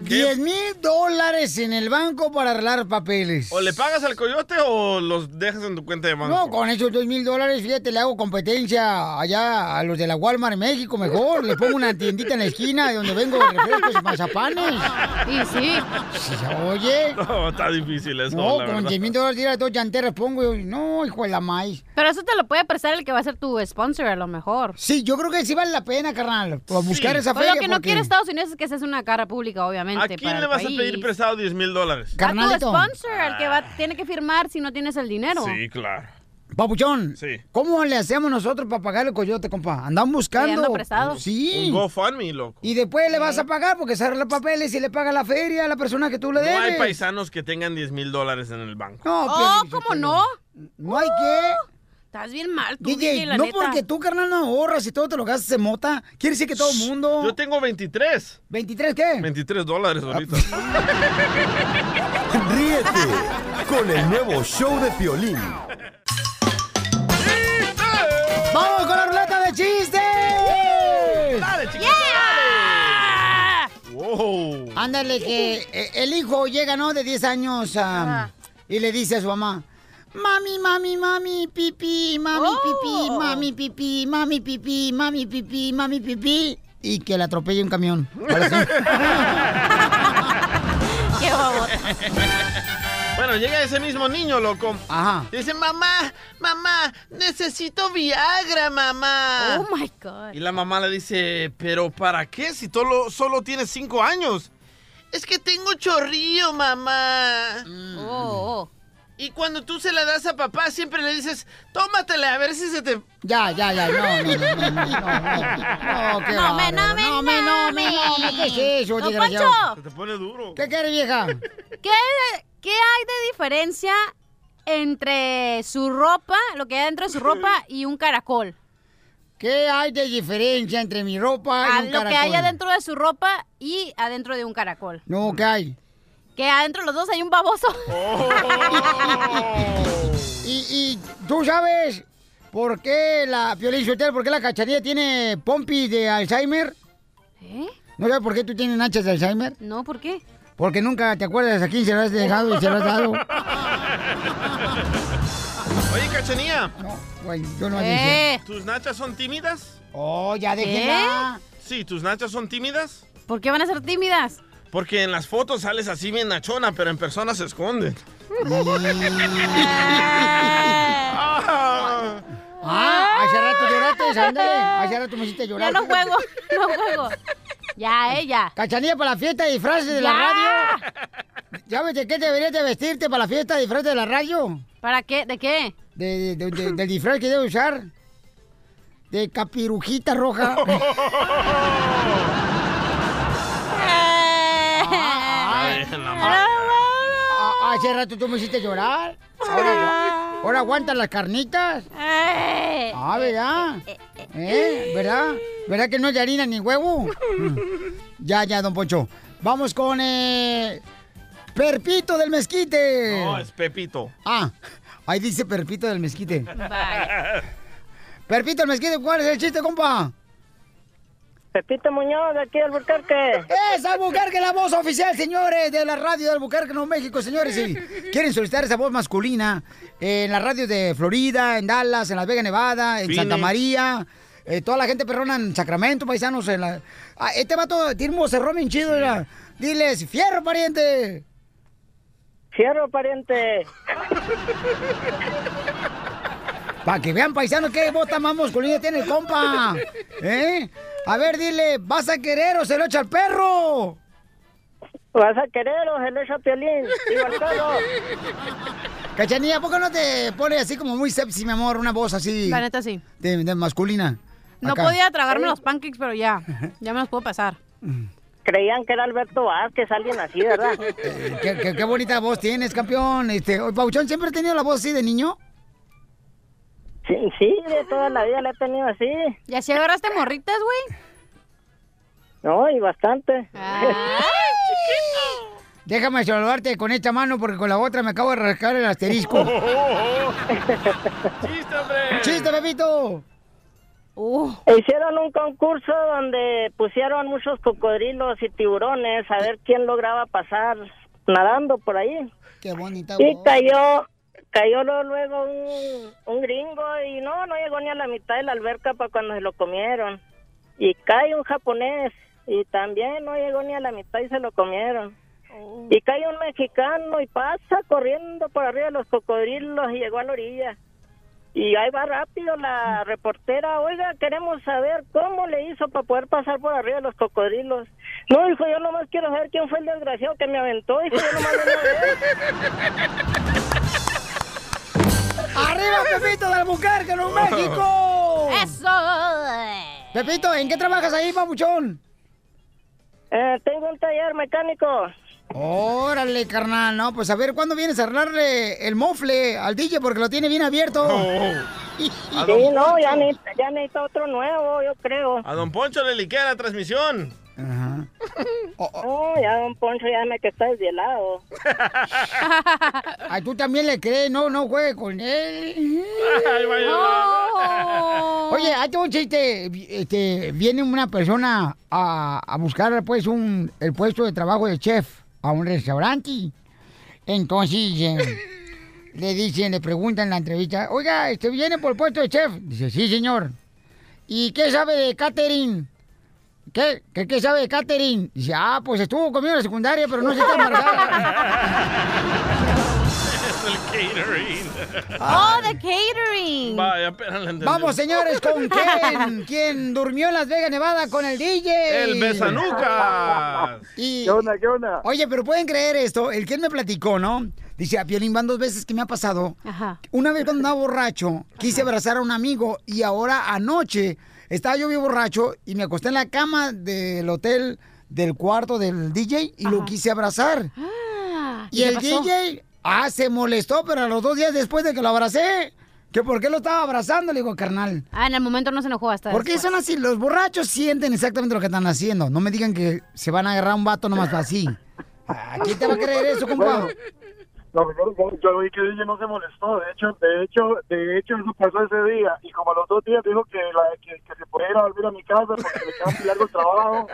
[SPEAKER 2] 10 mil dólares en el banco para arreglar papeles.
[SPEAKER 3] O le pagas al coyote o los dejas en tu cuenta de banco.
[SPEAKER 2] No, con esos dos mil dólares, fíjate, le hago competencia allá a los de la Walmart en México mejor. Le pongo una tiendita en la esquina de donde vengo de refrescos y mazapanes.
[SPEAKER 7] Y sí.
[SPEAKER 2] Oye.
[SPEAKER 3] No, está difícil eso,
[SPEAKER 2] No,
[SPEAKER 3] la
[SPEAKER 2] con
[SPEAKER 3] verdad.
[SPEAKER 2] 10 mil dólares ir a dos llanteras pongo. y- No, hijo de la maíz.
[SPEAKER 7] Pero eso te lo puede prestar el que va a ser tu sponsor, a lo mejor.
[SPEAKER 2] Sí, yo creo que sí vale la pena, carnal, por buscar esa
[SPEAKER 7] Pues
[SPEAKER 2] feria.
[SPEAKER 7] Lo que no
[SPEAKER 2] porque-
[SPEAKER 7] quiere Estados Unidos es que seas una cara pública, obviamente.
[SPEAKER 3] ¿A quién
[SPEAKER 7] para
[SPEAKER 3] le
[SPEAKER 7] el
[SPEAKER 3] vas
[SPEAKER 7] país.
[SPEAKER 3] a pedir prestado 10 mil dólares?
[SPEAKER 7] A tu sponsor, al que va, tiene que firmar si no tienes el dinero.
[SPEAKER 3] Sí, claro.
[SPEAKER 2] Papuchón, ¿cómo le hacemos nosotros para pagar el coyote, compa? Andamos buscando.
[SPEAKER 7] Pidiendo prestado.
[SPEAKER 2] Sí.
[SPEAKER 3] Un GoFundMe, loco.
[SPEAKER 2] Y después le vas a pagar porque se arregla papeles y le paga la feria a la persona que tú le
[SPEAKER 3] No
[SPEAKER 2] debes.
[SPEAKER 3] hay paisanos que tengan 10 mil dólares en el banco.
[SPEAKER 2] No,
[SPEAKER 7] Oh, ¿cómo no?
[SPEAKER 2] No hay que.
[SPEAKER 7] Estás bien mal, Uh, tú,
[SPEAKER 2] DJ,
[SPEAKER 7] DJ, la
[SPEAKER 2] no
[SPEAKER 7] neta.
[SPEAKER 2] porque tú, carnal, no ahorras y todo te lo gastas en mota. Quiere decir que todo el
[SPEAKER 7] Oh.
[SPEAKER 2] mundo. Yo
[SPEAKER 3] tengo 23.
[SPEAKER 2] ¿23 qué? Ah.
[SPEAKER 3] 23 dólares ahorita.
[SPEAKER 6] Ríete con el nuevo show de Piolín.
[SPEAKER 2] ¡Vamos con la ruleta de chistes!
[SPEAKER 3] ¡Dale, chiquito! ¡Wow!
[SPEAKER 2] Ándale, que eh, el hijo llega, ¿no? De 10 años am, y le dice a su mamá: Mami, mami, mami, pipi, mami, pipi,
[SPEAKER 7] Oh.
[SPEAKER 2] mami, pipi, mami, pipi, mami, pipi, mami, pipi. Y que le atropelle un camión. Ahora sí.
[SPEAKER 7] Qué bobo.
[SPEAKER 3] Bueno, llega ese mismo niño, loco.
[SPEAKER 2] Ajá.
[SPEAKER 3] Dice, mamá, mamá, necesito Viagra, mamá.
[SPEAKER 7] Oh my God.
[SPEAKER 3] Y la mamá le dice, pero ¿para qué si tolo- solo tienes cinco años? Es que tengo chorrillo, mamá.
[SPEAKER 2] Oh,
[SPEAKER 3] Y cuando tú se la das a papá, siempre le dices, tómatela, a ver si se te...
[SPEAKER 2] Ya, ya, ya, no, no, no, no, no, no, no, qué
[SPEAKER 3] No me, no
[SPEAKER 2] bárbaro.
[SPEAKER 3] me,
[SPEAKER 2] no, me, no, me, no, me, ¿qué es eso,
[SPEAKER 7] Don
[SPEAKER 2] desgraciado?
[SPEAKER 7] Poncho.
[SPEAKER 3] Se te pone duro.
[SPEAKER 2] ¿Qué quiere, vieja?
[SPEAKER 7] ¿Qué, qué hay de diferencia entre su ropa, lo que hay dentro de su ropa y un caracol?
[SPEAKER 2] ¿Qué hay de diferencia entre mi ropa y
[SPEAKER 7] Ah,
[SPEAKER 2] un
[SPEAKER 7] lo que hay
[SPEAKER 2] caracol?
[SPEAKER 7] adentro de su ropa y adentro de un caracol.
[SPEAKER 2] No, ¿qué hay?
[SPEAKER 7] Que adentro de los dos hay un baboso.
[SPEAKER 3] Oh.
[SPEAKER 2] Y, y tú sabes por qué la Piolín Sotelo, por qué la cacharilla tiene pompis de Alzheimer?
[SPEAKER 7] ¿Eh?
[SPEAKER 2] ¿No sabes por qué tú tienes nachas de Alzheimer?
[SPEAKER 7] No, ¿por qué?
[SPEAKER 2] Porque nunca te acuerdas a quién se lo has dejado y se lo has dado.
[SPEAKER 3] Oye, Cachanía.
[SPEAKER 2] Güey, yo no dije.
[SPEAKER 3] ¿Tus nachas son tímidas?
[SPEAKER 2] Oh, ya déjenla.
[SPEAKER 3] Sí, ¿tus nachas son tímidas?
[SPEAKER 7] ¿Por qué van a ser tímidas?
[SPEAKER 3] Porque en las fotos sales así bien nachona, pero en persona se esconden.
[SPEAKER 7] Ah,
[SPEAKER 2] hace rato lloraste, ándale. Hace rato me hiciste llorar.
[SPEAKER 7] Ya no juego, no juego. Ya, eh, ya.
[SPEAKER 2] Cachanilla para la fiesta de disfraces de
[SPEAKER 7] Ya.
[SPEAKER 2] la radio. ¿Sabes de qué deberías de vestirte para la fiesta de disfraces de la radio?
[SPEAKER 7] ¿Para qué? ¿De qué?
[SPEAKER 2] De, de- de- del disfraz que debe usar. De capirujita roja. Ah, ah, Hace rato tú me hiciste llorar. Ahora, Ahora aguantan las carnitas. Ah, ¿verdad? ¿Eh? ¿Verdad? ¿Verdad que no es de harina ni huevo? Mm. Ya, ya, don Poncho. Vamos con eh, Perpito del Mezquite.
[SPEAKER 3] No, es Pepito.
[SPEAKER 2] Ah, ahí dice Perpito del Mezquite. Perpito del Mezquite, ¿cuál es el chiste, compa?
[SPEAKER 14] Pepito Muñoz, de aquí del Bucarque.
[SPEAKER 2] Es Albuquerque la voz oficial, señores, de la radio de Albuquerque, Nuevo México, señores. Si quieren solicitar esa voz masculina eh, en la radio de Florida, en Dallas, en Las Vegas, Nevada, en
[SPEAKER 15] Phoenix.
[SPEAKER 2] Santa María. eh, toda la gente perrona en Sacramento, paisanos. En la... Ah, este vato tiene un vocerrón bien chido. mira. Diles, fierro, pariente.
[SPEAKER 14] Fierro, pariente.
[SPEAKER 2] Para que vean, paisanos, qué voz tan más masculina tiene el compa. ¿Eh? A ver, dile, ¿vas a querer o se lo echa al perro?
[SPEAKER 14] ¿Vas a querer o se lo echa Piolín? Digo, al perro.
[SPEAKER 2] Cachanilla, ¿por qué no te pone así como muy sexy, mi amor? Una voz así.
[SPEAKER 7] La neta sí.
[SPEAKER 2] De, de masculina.
[SPEAKER 7] No
[SPEAKER 2] Acá.
[SPEAKER 7] podía tragarme los pancakes, pero ya. Ya me los puedo pasar.
[SPEAKER 14] Creían que era Alberto Vázquez, alguien así, ¿verdad?
[SPEAKER 2] Eh, Qué, qué- qué bonita voz tienes, campeón. Este, oye, Pauchón, ¿siempre has tenido la voz así de niño?
[SPEAKER 14] Sí, sí, de toda la vida la he tenido así.
[SPEAKER 7] ¿Y así agarraste morritas, güey?
[SPEAKER 14] No, y bastante.
[SPEAKER 7] Ah.
[SPEAKER 2] Déjame saludarte con esta mano porque con la otra me acabo de rascar el asterisco. ¡Chiste, Pepito!
[SPEAKER 7] Uh.
[SPEAKER 14] Hicieron un concurso donde pusieron muchos cocodrilos y tiburones a ver quién lograba pasar nadando por ahí.
[SPEAKER 2] Qué bonita
[SPEAKER 14] Y cayó, cayó luego, luego un, un gringo y no, no llegó ni a la mitad de la alberca para cuando se lo comieron. Y cae un japonés y también no llegó ni a la mitad y se lo comieron. Y cae un mexicano y pasa corriendo por arriba de los cocodrilos y llegó a la orilla. Y ahí va rápido la reportera, oiga, queremos saber cómo le hizo para poder pasar por arriba de los cocodrilos. No, hijo, yo nomás quiero saber quién fue el desgraciado que me aventó, hijo, yo nomás vengo a
[SPEAKER 2] ¡Arriba, Pepito de Albuquerque, Nuevo México!
[SPEAKER 7] ¡Eso!
[SPEAKER 2] Pepito, ¿en qué trabajas ahí, papuchón?
[SPEAKER 14] Eh, tengo un taller mecánico.
[SPEAKER 2] Órale, carnal. No, pues a ver, ¿cuándo vienes a arreglarle el mofle al DJ? Porque lo tiene bien abierto.
[SPEAKER 3] A don
[SPEAKER 14] Sí, no, ya
[SPEAKER 3] Poncho.
[SPEAKER 14] necesita, ya necesita otro nuevo, yo creo.
[SPEAKER 3] A don Poncho le liquea la transmisión.
[SPEAKER 2] Oh,
[SPEAKER 14] No, ya don Poncho ya me que está desvielado.
[SPEAKER 2] Ay, tú también le crees, no, no juegue con él.
[SPEAKER 14] Ay, va a llorar.
[SPEAKER 2] Oye, ahí tengo un chiste. Este, viene una persona a, a buscar pues un el puesto de trabajo de chef a un restaurante. Entonces eh, le dicen, le preguntan en la entrevista, oiga, este viene por el puesto de chef. Dice, sí, señor. ¿Y qué sabe de catering? ¿Qué? ¿Qué, qué sabe de catering? Dice, ah, pues estuvo conmigo en la secundaria, pero no se está embarazada.
[SPEAKER 3] el catering.
[SPEAKER 7] ¡Oh, the catering!
[SPEAKER 3] Vaya, apenas la entendí.
[SPEAKER 2] Vamos, señores, con Ken, quien durmió en Las Vegas, Nevada, con el DJ.
[SPEAKER 3] El Besanucas.
[SPEAKER 2] Y-
[SPEAKER 3] ¿Qué onda,
[SPEAKER 14] qué onda?
[SPEAKER 2] Oye, pero pueden creer esto, el Ken me platicó, ¿no? Dice, a Piolín van dos veces que me ha pasado. Una vez cuando andaba borracho, quise abrazar a un amigo y ahora anoche estaba yo bien borracho y me acosté en la cama del hotel del cuarto del DJ y lo quise abrazar. Y, el DJ, ah, se molestó, pero a los dos días después de que lo abracé, que por qué lo estaba abrazando, le digo, carnal.
[SPEAKER 7] Ah, en el momento no se enojó hasta
[SPEAKER 2] ¿Por qué
[SPEAKER 7] después.
[SPEAKER 2] son así? Los borrachos sienten exactamente lo que están haciendo. No me digan que se van a agarrar un vato nomás así. ¿A quién te va a creer eso, compa?
[SPEAKER 16] Bueno, No, yo, yo- yo vi que ella no se molestó. De hecho, de hecho, de hecho, eso pasó ese día. Y como a los dos días dijo que, la- que, que se podía ir a dormir a mi casa porque me quedaba muy largo el trabajo.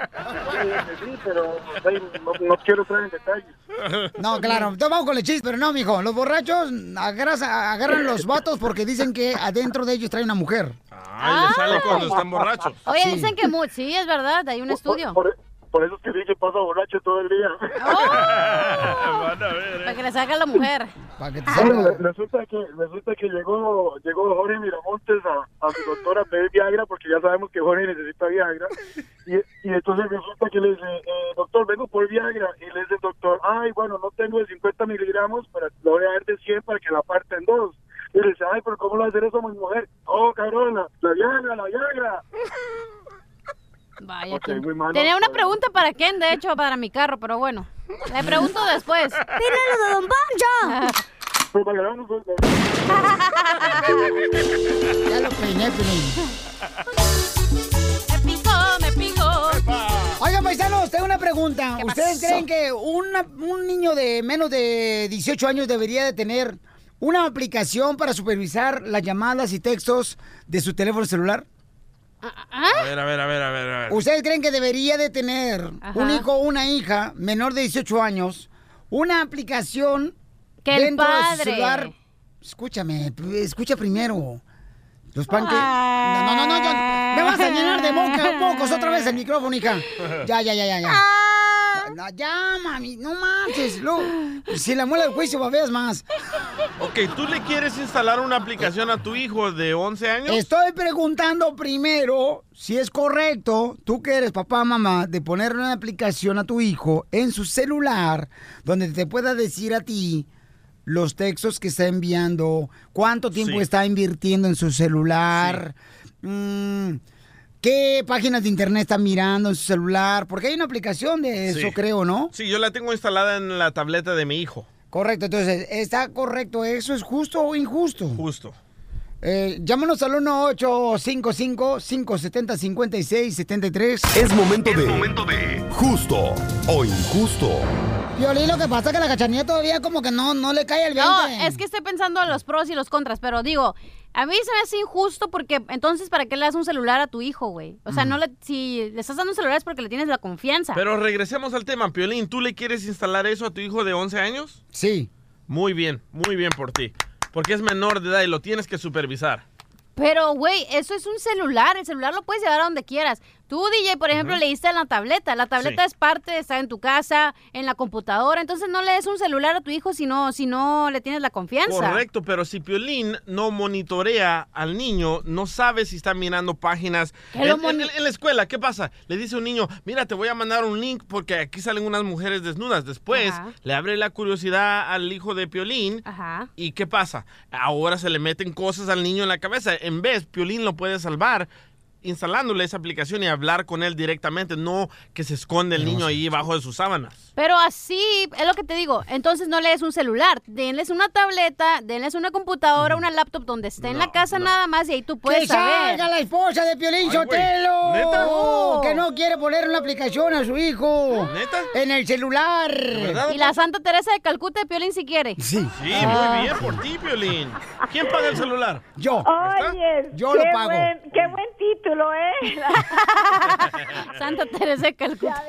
[SPEAKER 16] Yo le dije que sí, pero o sea, no, no quiero entrar en detalles.
[SPEAKER 2] No, claro. Entonces vamos con el chiste, pero no, mijo. Los borrachos agarras- agarran los vatos porque dicen que adentro de ellos trae una mujer.
[SPEAKER 3] Ay, le
[SPEAKER 2] Ah.
[SPEAKER 3] sale cuando están borrachos.
[SPEAKER 7] Ah. Oye, dicen que mu- sí, es verdad, hay un estudio.
[SPEAKER 16] Por eso es que dije, pasa borracho todo el día.
[SPEAKER 3] Van a ver.
[SPEAKER 7] Para que le saque a la mujer.
[SPEAKER 16] Bueno, re- resulta que resulta que llegó llegó Jorge Miramontes a, a su doctora a pedir Viagra porque ya sabemos que Jorge necesita Viagra y, y entonces resulta que le dice eh, doctor vengo por Viagra y le dice el doctor ay bueno no tengo de 50 miligramos pero lo voy a dar de 100 para que la parten en dos y le dice ay pero cómo lo va a hacer eso mi mujer oh cabrón la, la Viagra la Viagra
[SPEAKER 7] Vaya.
[SPEAKER 16] Ok,
[SPEAKER 7] Ken.
[SPEAKER 16] muy malo. pues.
[SPEAKER 7] Tenía una pregunta para Ken, de hecho, para mi carro, pero bueno. Le pregunto después. ¡Tíralo de Don Poncho!
[SPEAKER 16] Pues Valderrama no soy-
[SPEAKER 2] Ya lo peiné, Piolín.
[SPEAKER 7] me picó.
[SPEAKER 2] Oigan, paisanos, tengo una pregunta.
[SPEAKER 7] ¿Qué
[SPEAKER 2] ¿Ustedes
[SPEAKER 7] pasó?
[SPEAKER 2] creen que una- un niño de menos de 18 años debería de tener una aplicación para supervisar las llamadas y textos de su teléfono celular?
[SPEAKER 3] A ver, a ver, a ver, a ver, a ver.
[SPEAKER 2] ¿Ustedes creen que debería de tener
[SPEAKER 3] Ajá.
[SPEAKER 2] un hijo o una hija menor de 18 años una aplicación
[SPEAKER 7] Que el
[SPEAKER 2] dentro de su
[SPEAKER 7] padre.
[SPEAKER 2] celular? Escúchame, p- escucha primero. Los panques.
[SPEAKER 7] Ah.
[SPEAKER 2] No, no, no, no, yo- Me vas a llenar de moca, mocos otra vez el micrófono, hija. Ya, ya, ya, ya, ya.
[SPEAKER 7] Ah.
[SPEAKER 2] No, ya, mami, no manches. Luego, si la muela del juicio babeas más.
[SPEAKER 3] Ok, ¿tú le quieres instalar una aplicación a tu hijo de 11 años?
[SPEAKER 2] Estoy preguntando primero si es correcto, tú que eres papá, mamá, de poner una aplicación a tu hijo en su celular donde te pueda decir a ti los textos que está enviando, cuánto tiempo
[SPEAKER 15] Sí.
[SPEAKER 2] está invirtiendo en su celular, mm, qué páginas de internet está mirando en su celular, porque hay una aplicación de eso,
[SPEAKER 3] Sí.
[SPEAKER 2] creo, ¿no?
[SPEAKER 3] Sí, yo la tengo instalada en la tableta de mi hijo.
[SPEAKER 2] Correcto, entonces, ¿está correcto eso? ¿Es justo o injusto?
[SPEAKER 3] Justo.
[SPEAKER 2] Eh, llámanos al 1-855-570-5673.
[SPEAKER 6] Es momento de. Justo o injusto.
[SPEAKER 2] Violín, lo que pasa es que la cachanilla todavía como que no, no le cae el
[SPEAKER 7] No,
[SPEAKER 2] 20.
[SPEAKER 7] es que estoy pensando en los pros y los contras, pero digo, a mí se me hace injusto porque entonces, ¿para qué le das un celular a tu hijo, güey? O
[SPEAKER 2] Mm.
[SPEAKER 7] sea, no le, si le estás dando un celular es porque le tienes la confianza.
[SPEAKER 3] Pero regresemos al tema, Piolín. ¿Tú le quieres instalar eso a tu hijo de 11 años?
[SPEAKER 2] Sí.
[SPEAKER 3] Muy bien, muy bien por ti. Porque es menor de edad y lo tienes que supervisar.
[SPEAKER 7] Pero, güey, eso es un celular. El celular lo puedes llevar a donde quieras. Tú, DJ, por ejemplo, le diste en la tableta. La tableta
[SPEAKER 3] Sí.
[SPEAKER 7] es parte, está en tu casa, en la computadora. Entonces, no le des un celular a tu hijo si no, si no le tienes la confianza.
[SPEAKER 3] Correcto, pero si Piolín no monitorea al niño, no sabe si está mirando páginas.
[SPEAKER 7] Que
[SPEAKER 3] En,
[SPEAKER 7] lo
[SPEAKER 3] en-
[SPEAKER 7] moni-
[SPEAKER 3] en la escuela, ¿qué pasa? Le dice un niño, mira, te voy a mandar un link porque aquí salen unas mujeres desnudas. Después
[SPEAKER 7] Ajá.
[SPEAKER 3] le abre la curiosidad al hijo de Piolín.
[SPEAKER 7] Ajá.
[SPEAKER 3] ¿Y qué pasa? Ahora se le meten cosas al niño en la cabeza. En vez, Piolín lo puede salvar instalándole esa aplicación y hablar con él directamente, no que se esconde el niño ahí bajo de sus sábanas.
[SPEAKER 7] Pero así, es lo que te digo, entonces no le des un celular, denles una tableta, denles una
[SPEAKER 3] Mm.
[SPEAKER 7] computadora, una laptop donde esté en la casa nada más y ahí tú puedes
[SPEAKER 2] ¡Que
[SPEAKER 7] saber.
[SPEAKER 2] salga la esposa de Piolín
[SPEAKER 7] Ay, güey.
[SPEAKER 2] Sotelo!
[SPEAKER 7] ¿Neta?
[SPEAKER 2] Oh, Que no quiere poner una aplicación a su hijo. ¿Neta? En el celular.
[SPEAKER 7] Y la Santa Teresa de Calcuta de Piolín si quiere.
[SPEAKER 2] Sí.
[SPEAKER 3] Sí,
[SPEAKER 7] Ah.
[SPEAKER 3] muy bien por ti, Piolín. ¿Quién paga el celular?
[SPEAKER 2] Yo.
[SPEAKER 14] Oye,
[SPEAKER 3] Yo lo
[SPEAKER 14] qué
[SPEAKER 3] pago.
[SPEAKER 14] buen- qué buen título, ¿eh?
[SPEAKER 7] Santa Teresa de Calcuta.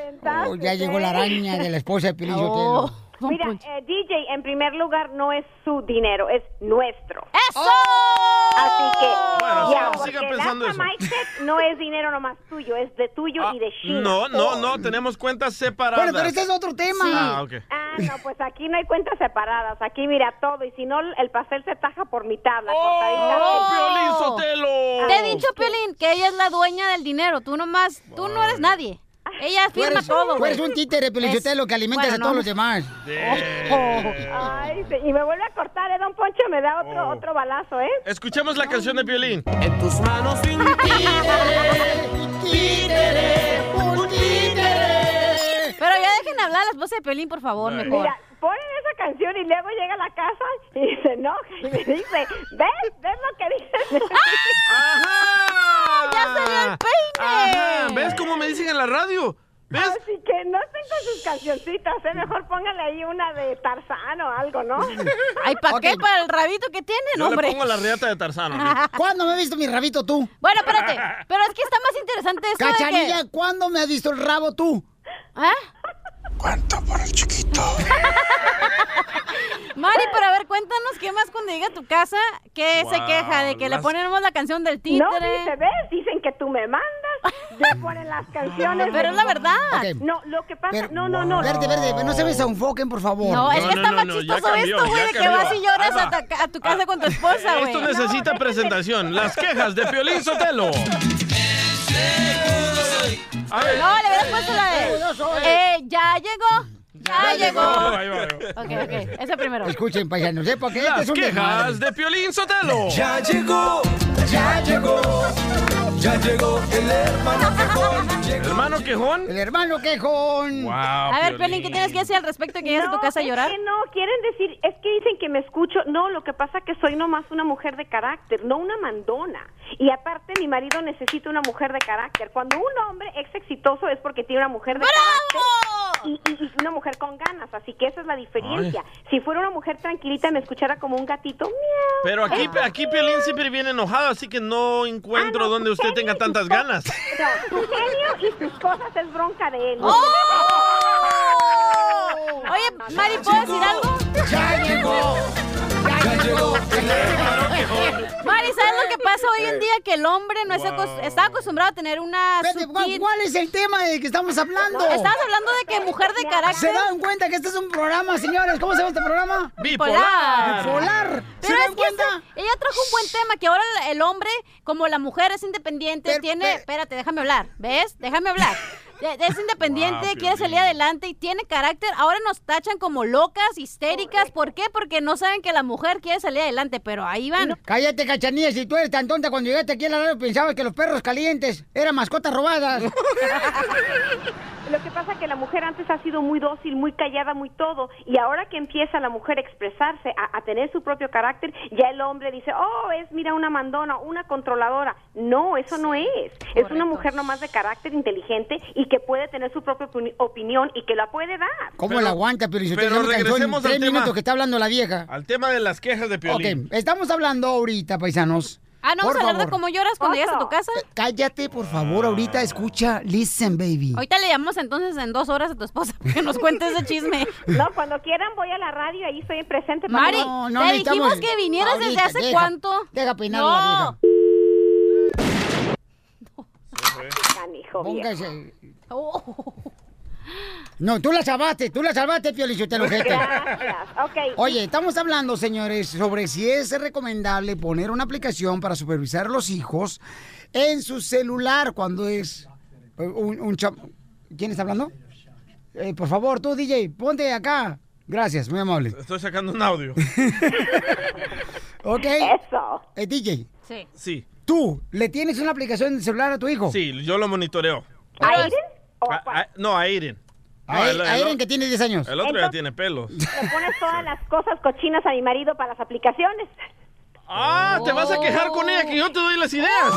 [SPEAKER 2] Oh, ya llegó la araña de la esposa de Piolín
[SPEAKER 14] Oh.
[SPEAKER 2] Sotelo.
[SPEAKER 14] ¿eh? Mira, eh, DJ, en primer lugar, no es su dinero, es nuestro.
[SPEAKER 7] ¡Eso!
[SPEAKER 14] Así que,
[SPEAKER 3] Bueno,
[SPEAKER 14] ya,
[SPEAKER 3] siga- siga
[SPEAKER 14] porque
[SPEAKER 3] pensando
[SPEAKER 14] la
[SPEAKER 3] eso. Ah,
[SPEAKER 14] Jamaica no es dinero nomás tuyo, es de tuyo y de China. Oh,
[SPEAKER 3] No, no, no, tenemos cuentas separadas.
[SPEAKER 14] Bueno, pero ese es
[SPEAKER 2] otro tema.
[SPEAKER 3] Ah, ok.
[SPEAKER 14] Ah, no, pues aquí no hay cuentas separadas. Aquí mira todo. Y si no, el pastel se taja por mitad. La cortadita.
[SPEAKER 7] ¡Oh,
[SPEAKER 3] Sotelo!
[SPEAKER 7] Te he dicho, Piolín, que ella es la dueña del dinero, tú nomás, tú no eres nadie. Ella
[SPEAKER 2] Tú
[SPEAKER 7] firma
[SPEAKER 2] eres,
[SPEAKER 14] pues.
[SPEAKER 7] todo.
[SPEAKER 2] tú eres un títere, Piolín
[SPEAKER 7] Es-
[SPEAKER 2] Sotelo, que alimentas
[SPEAKER 7] bueno,
[SPEAKER 2] a
[SPEAKER 7] no,
[SPEAKER 2] todos
[SPEAKER 7] no.
[SPEAKER 2] los demás.
[SPEAKER 14] Ay, sí, y me vuelve a cortar, ¿eh, don Poncho? Me da otro, otro balazo, ¿eh?
[SPEAKER 3] Escuchemos la canción de Piolín.
[SPEAKER 8] En tus manos
[SPEAKER 7] Eh. Pero ya dejen hablar a la esposa de Piolín, por favor, mejor.
[SPEAKER 14] Mira, ponen esa canción y luego llega a la casa y se enoja y me dice, ¿ves? ¿Ves lo que dices?
[SPEAKER 7] ¡Ah!
[SPEAKER 3] ¡Ajá!
[SPEAKER 14] ¡Ya salió el peine!
[SPEAKER 3] Ajá, ¿ves cómo me dicen en la radio? ¿Ves?
[SPEAKER 14] Así que no estén con sus cancioncitas, ¿eh? Mejor póngale ahí una de Tarzán o algo, ¿no?
[SPEAKER 7] Ay, ¿para qué? ¿Para el rabito que tienen,
[SPEAKER 3] Yo
[SPEAKER 7] hombre?
[SPEAKER 3] le pongo la reata de Tarzán. ahorita.
[SPEAKER 7] Ah,
[SPEAKER 2] ¿Cuándo me has visto mi rabito tú?
[SPEAKER 7] Bueno, espérate, pero es que está más interesante esto
[SPEAKER 2] Cachanilla,
[SPEAKER 7] de
[SPEAKER 2] ¿cuándo me has visto el rabo tú?
[SPEAKER 7] ¿Ah? que... Mari, pero a ver, cuéntanos qué más cuando llega a tu casa, que se
[SPEAKER 14] Wow,
[SPEAKER 7] queja de que le
[SPEAKER 14] las-
[SPEAKER 7] ponemos la canción del títere.
[SPEAKER 14] No, dice, ¿ves? Dicen que tú me mandas, ya ponen las canciones.
[SPEAKER 7] Pero es la verdad.
[SPEAKER 2] Ok.
[SPEAKER 14] No, lo que pasa...
[SPEAKER 2] Pero-
[SPEAKER 14] no, no, no.
[SPEAKER 2] Verde, verde, no se desenfoquen, por favor.
[SPEAKER 7] No, es que está más chistoso esto, güey, de que vas y lloras
[SPEAKER 3] Ahí
[SPEAKER 7] a, ta- a tu casa con tu esposa, güey.
[SPEAKER 3] Esto necesita presentación. Las quejas de Piolín Sotelo.
[SPEAKER 7] No, le hubieras puesto la de... Eh, ya llegó, ya llegó. Ok, ok, ese primero.
[SPEAKER 2] Escuchen, paisanos, ¿eh? Porque este
[SPEAKER 3] Las
[SPEAKER 2] es un
[SPEAKER 3] quejas
[SPEAKER 2] desmadre.
[SPEAKER 3] de Piolín Sotelo.
[SPEAKER 2] Ya llegó, ya llegó, Ya llegó el E. hermano quejón.
[SPEAKER 3] ¿Hermano quejón?
[SPEAKER 2] El hermano quejón.
[SPEAKER 7] A ver, Pelín, ¿qué tienes que decir al respecto que llegas a tu casa a
[SPEAKER 17] Es
[SPEAKER 7] llorar?
[SPEAKER 17] que no, quieren decir, es que dicen que me escucho. No, lo que pasa que soy nomás una mujer de carácter, no una mandona. Y aparte, mi marido necesita una mujer de carácter. Cuando un hombre es exitoso es porque tiene una mujer de carácter y, y- y una mujer con ganas. Así que esa es la diferencia. Si fuera una mujer tranquilita, me escuchara como un gatito. miau.
[SPEAKER 3] Pero aquí, aquí Piolín siempre viene enojado, así que no encuentro donde usted tenga tantas ganas.
[SPEAKER 17] No, su genio y sus cosas es bronca de él.
[SPEAKER 7] ¡Oh! Oye, Mari, ¿puedo decir algo?
[SPEAKER 2] Ya llegó. Ya llegó el E. hermano
[SPEAKER 7] Mari, ¿sabes lo que pasa
[SPEAKER 2] Eh.
[SPEAKER 7] hoy en día? Que el hombre no es acos- está acostumbrado a tener una...
[SPEAKER 2] Espérate, ¿cuál- ¿Cuál es el tema del que estamos hablando?
[SPEAKER 7] No, estabas hablando de que mujer de carácter-
[SPEAKER 2] ¿Se dan cuenta que este es un programa, señores? ¿Cómo se llama este programa?
[SPEAKER 7] Bipolar.
[SPEAKER 2] Bipolar. ¿Se
[SPEAKER 7] Pero es
[SPEAKER 2] dan
[SPEAKER 7] que
[SPEAKER 2] cuenta?
[SPEAKER 7] esa- ella trajo un buen tema, que ahora el hombre, como la mujer es independiente, tiene... Espérate, déjame hablar, ¿ves? Déjame hablar. Ya- ya Es independiente,
[SPEAKER 15] Guau,
[SPEAKER 7] quiere salir adelante y tiene carácter. Ahora nos tachan como locas, histéricas. ¿Por qué? Porque no saben que la mujer quiere salir adelante, pero ahí van.
[SPEAKER 2] Cállate, cachanilla, si tú eres tan tonta cuando llegaste aquí a la radio pensabas que los perros calientes eran mascotas robadas.
[SPEAKER 17] Lo que pasa que la mujer antes ha sido muy dócil, muy callada, muy todo, y ahora que empieza la mujer a expresarse, a, a tener su propio carácter, ya el hombre dice, oh, es, mira, una mandona, una controladora. No, eso no es. Es una mujer nomás de carácter inteligente y que puede tener su propia opini- opinión y que la puede dar.
[SPEAKER 2] ¿Cómo la aguanta, pero si
[SPEAKER 3] pero regresemos al
[SPEAKER 2] tres
[SPEAKER 3] tema.
[SPEAKER 2] minutos que está hablando la vieja?
[SPEAKER 3] Al tema de las quejas de
[SPEAKER 2] Ok,
[SPEAKER 3] Piolín.
[SPEAKER 2] estamos hablando ahorita, paisanos.
[SPEAKER 7] Ah, no,
[SPEAKER 2] Por
[SPEAKER 7] vamos a hablar de
[SPEAKER 2] favor. Eh,
[SPEAKER 7] cómo lloras cuando llegas a tu casa.
[SPEAKER 2] Cállate, por favor, ahorita escucha, listen, baby.
[SPEAKER 7] Ahorita le llamamos entonces en dos horas a tu esposa para que nos cuente ese chisme.
[SPEAKER 17] No, cuando quieran voy a la radio, ahí estoy presente. para
[SPEAKER 7] Mari,
[SPEAKER 17] que-
[SPEAKER 7] te dijimos que vinieras desde
[SPEAKER 17] Ahorita,
[SPEAKER 7] hace
[SPEAKER 17] deja-
[SPEAKER 7] cuánto.
[SPEAKER 2] Deja peinar
[SPEAKER 7] no.
[SPEAKER 2] la vieja.
[SPEAKER 17] Canijo,
[SPEAKER 2] Póngase.
[SPEAKER 7] Oh.
[SPEAKER 2] No, tú la salvaste, tú la salvaste, Piolichotelo,
[SPEAKER 17] Gracias. Ok.
[SPEAKER 2] Oye, estamos hablando, señores, sobre si es recomendable poner una aplicación para supervisar a los hijos en su celular cuando es eh, un, un cha- ¿Quién está hablando? Eh, por favor, tú, DJ, ponte acá. Gracias, muy amable.
[SPEAKER 3] Estoy sacando un audio.
[SPEAKER 2] ¿Ok?
[SPEAKER 17] Eso.
[SPEAKER 2] Eh, DJ,
[SPEAKER 7] Sí.
[SPEAKER 3] Sí,
[SPEAKER 2] ¿tú le tienes una aplicación de celular a tu hijo?
[SPEAKER 3] sí, yo lo monitoreo.
[SPEAKER 17] ¿A Aiden?
[SPEAKER 3] A- a- no, a Irene.
[SPEAKER 2] A
[SPEAKER 3] No,
[SPEAKER 2] I-
[SPEAKER 3] el-
[SPEAKER 2] a
[SPEAKER 3] el-
[SPEAKER 2] Irene, que tiene 10 años.
[SPEAKER 3] El otro ya tiene pelos.
[SPEAKER 17] Le pones todas las cosas cochinas a mi marido para las aplicaciones.
[SPEAKER 3] Ah, te vas a quejar con ella que yo te doy las ideas.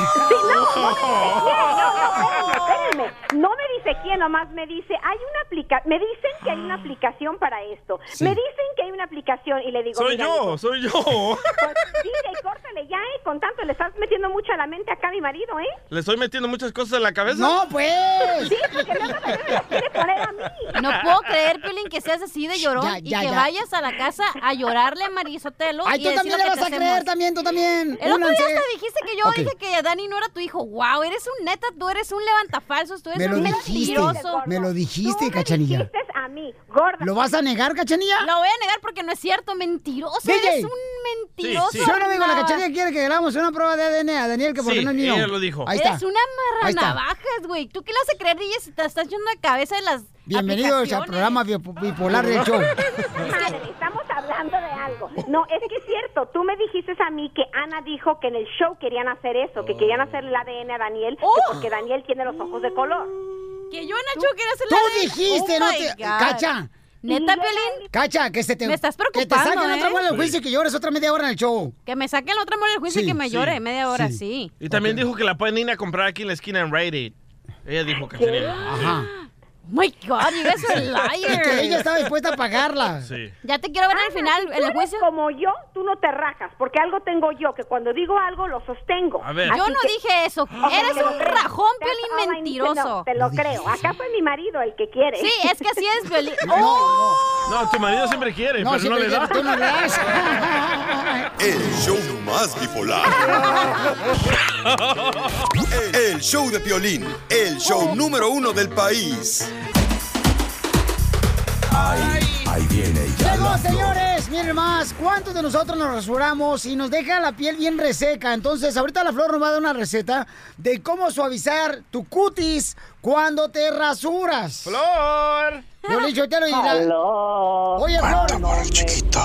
[SPEAKER 17] Espérenme, Oh. no me dice quién, nomás me dice, hay una aplica me dicen que hay una aplicación para esto. Me dicen que hay una aplicación y le digo,
[SPEAKER 3] Soy
[SPEAKER 17] "Mira,
[SPEAKER 3] yo,
[SPEAKER 17] hijo,
[SPEAKER 3] soy yo.
[SPEAKER 17] pues, DJ, córtale ya, ¿eh? Con tanto le estás metiendo mucho a la mente acá a mi marido, ¿eh?
[SPEAKER 3] ¿Le estoy metiendo muchas cosas en la cabeza?
[SPEAKER 2] No, pues.
[SPEAKER 17] Sí, porque luego también me lo quiere poner a mí.
[SPEAKER 7] No puedo creer, Piolín, que seas así de llorón
[SPEAKER 2] Ya, ya,
[SPEAKER 7] y que
[SPEAKER 2] ya.
[SPEAKER 7] vayas a la casa a llorarle a Marisotelo.
[SPEAKER 2] Ay,
[SPEAKER 7] y
[SPEAKER 2] tú
[SPEAKER 7] decir
[SPEAKER 2] también le
[SPEAKER 7] lo que
[SPEAKER 2] vas
[SPEAKER 7] te
[SPEAKER 2] a creer,
[SPEAKER 7] hacemos.
[SPEAKER 2] también, tú también.
[SPEAKER 7] El otro día
[SPEAKER 2] Únanse.
[SPEAKER 7] hasta dijiste que yo
[SPEAKER 2] Ok.
[SPEAKER 7] dije que Dani no era tu hijo. Wow, eres un neta, tú eres un levantafalsos, tú eres
[SPEAKER 2] Me lo
[SPEAKER 7] un
[SPEAKER 2] dijiste,
[SPEAKER 7] mentiroso.
[SPEAKER 2] me lo dijiste, cachanilla.
[SPEAKER 17] Dices a mí, gorda.
[SPEAKER 2] ¿Lo vas a negar, cachanilla?
[SPEAKER 7] Lo voy a negar porque no es cierto, mentiroso.
[SPEAKER 2] DJ.
[SPEAKER 7] Eres un mentiroso.
[SPEAKER 2] Si un amigo de la
[SPEAKER 7] nada.
[SPEAKER 2] cachanilla quiere que hagamos una prueba de ADN a Daniel, que porque
[SPEAKER 3] Sí,
[SPEAKER 2] no es mío.
[SPEAKER 3] ella lo dijo.
[SPEAKER 2] Ahí está.
[SPEAKER 7] Eres una
[SPEAKER 2] Ahí está.
[SPEAKER 7] marranavajas, güey. ¿Tú qué le vas a creer, DJ, si te estás echando de cabeza de las
[SPEAKER 2] Bienvenidos al
[SPEAKER 7] aplicaciones?
[SPEAKER 2] programa bi- bipolar del show.
[SPEAKER 17] Madre, estamos hablando de algo. No, es que es cierto. Tú me dijiste a mí que Ana dijo que en el show querían hacer eso,
[SPEAKER 3] Oh.
[SPEAKER 17] que querían hacer el ADN a Daniel, que porque Daniel tiene los ojos de color.
[SPEAKER 7] Que yo, Nacho, quería hacer
[SPEAKER 2] Tú
[SPEAKER 7] la de-
[SPEAKER 2] dijiste,
[SPEAKER 7] Oh
[SPEAKER 2] no
[SPEAKER 7] my
[SPEAKER 2] te...
[SPEAKER 7] God.
[SPEAKER 2] Cacha.
[SPEAKER 7] Neta, Pelín,
[SPEAKER 2] Cacha, que se te...
[SPEAKER 7] Me estás
[SPEAKER 2] Que te
[SPEAKER 7] preocupando,
[SPEAKER 2] saquen otra
[SPEAKER 7] ¿eh?
[SPEAKER 2] hora del juicio y que llores otra media hora en el show.
[SPEAKER 7] que me saquen la otra mujer del juicio
[SPEAKER 2] Sí,
[SPEAKER 7] y que me
[SPEAKER 2] sí,
[SPEAKER 7] llore media hora, sí.
[SPEAKER 3] Y también dijo que la pueden ir a comprar aquí en la esquina en Rite Aid. Ella dijo que quería.
[SPEAKER 2] Ajá.
[SPEAKER 7] Oh my God, you guys are liars.
[SPEAKER 2] Y que ella estaba dispuesta a pagarla.
[SPEAKER 3] Sí.
[SPEAKER 7] Ya te quiero ver
[SPEAKER 17] Ah,
[SPEAKER 7] al final, en el juicio.
[SPEAKER 17] Como yo, tú no te rajas, porque algo tengo yo, que cuando digo algo lo sostengo.
[SPEAKER 3] A ver.
[SPEAKER 17] Así
[SPEAKER 7] Yo no
[SPEAKER 17] que-
[SPEAKER 7] dije eso.
[SPEAKER 17] Ok,
[SPEAKER 7] Eres
[SPEAKER 17] te lo
[SPEAKER 7] un
[SPEAKER 17] creo.
[SPEAKER 7] rajón,
[SPEAKER 17] Te- oh,
[SPEAKER 7] Pelín
[SPEAKER 17] ay,
[SPEAKER 7] mentiroso.
[SPEAKER 17] no, te lo creo. Acá fue mi marido el que quiere.
[SPEAKER 7] Sí, es que así es, Pelín.
[SPEAKER 17] Oh.
[SPEAKER 3] No, tu marido siempre quiere,
[SPEAKER 6] No,
[SPEAKER 3] pero no
[SPEAKER 6] siempre
[SPEAKER 3] le da.
[SPEAKER 6] quiere, tú no le das. El show más bipolar. El show de Piolín, el show número uno del país. Ahí, ahí viene ya
[SPEAKER 2] Llegó,
[SPEAKER 6] la flor.
[SPEAKER 2] señores, miren más, ¿cuántos de nosotros nos rasuramos y nos deja la piel bien reseca? Entonces, ahorita la flor nos va a dar una receta de cómo suavizar tu cutis cuando te rasuras.
[SPEAKER 3] ¡Flor!
[SPEAKER 2] Yo le yo te lo dirá. Oye, Flor.
[SPEAKER 6] chiquito.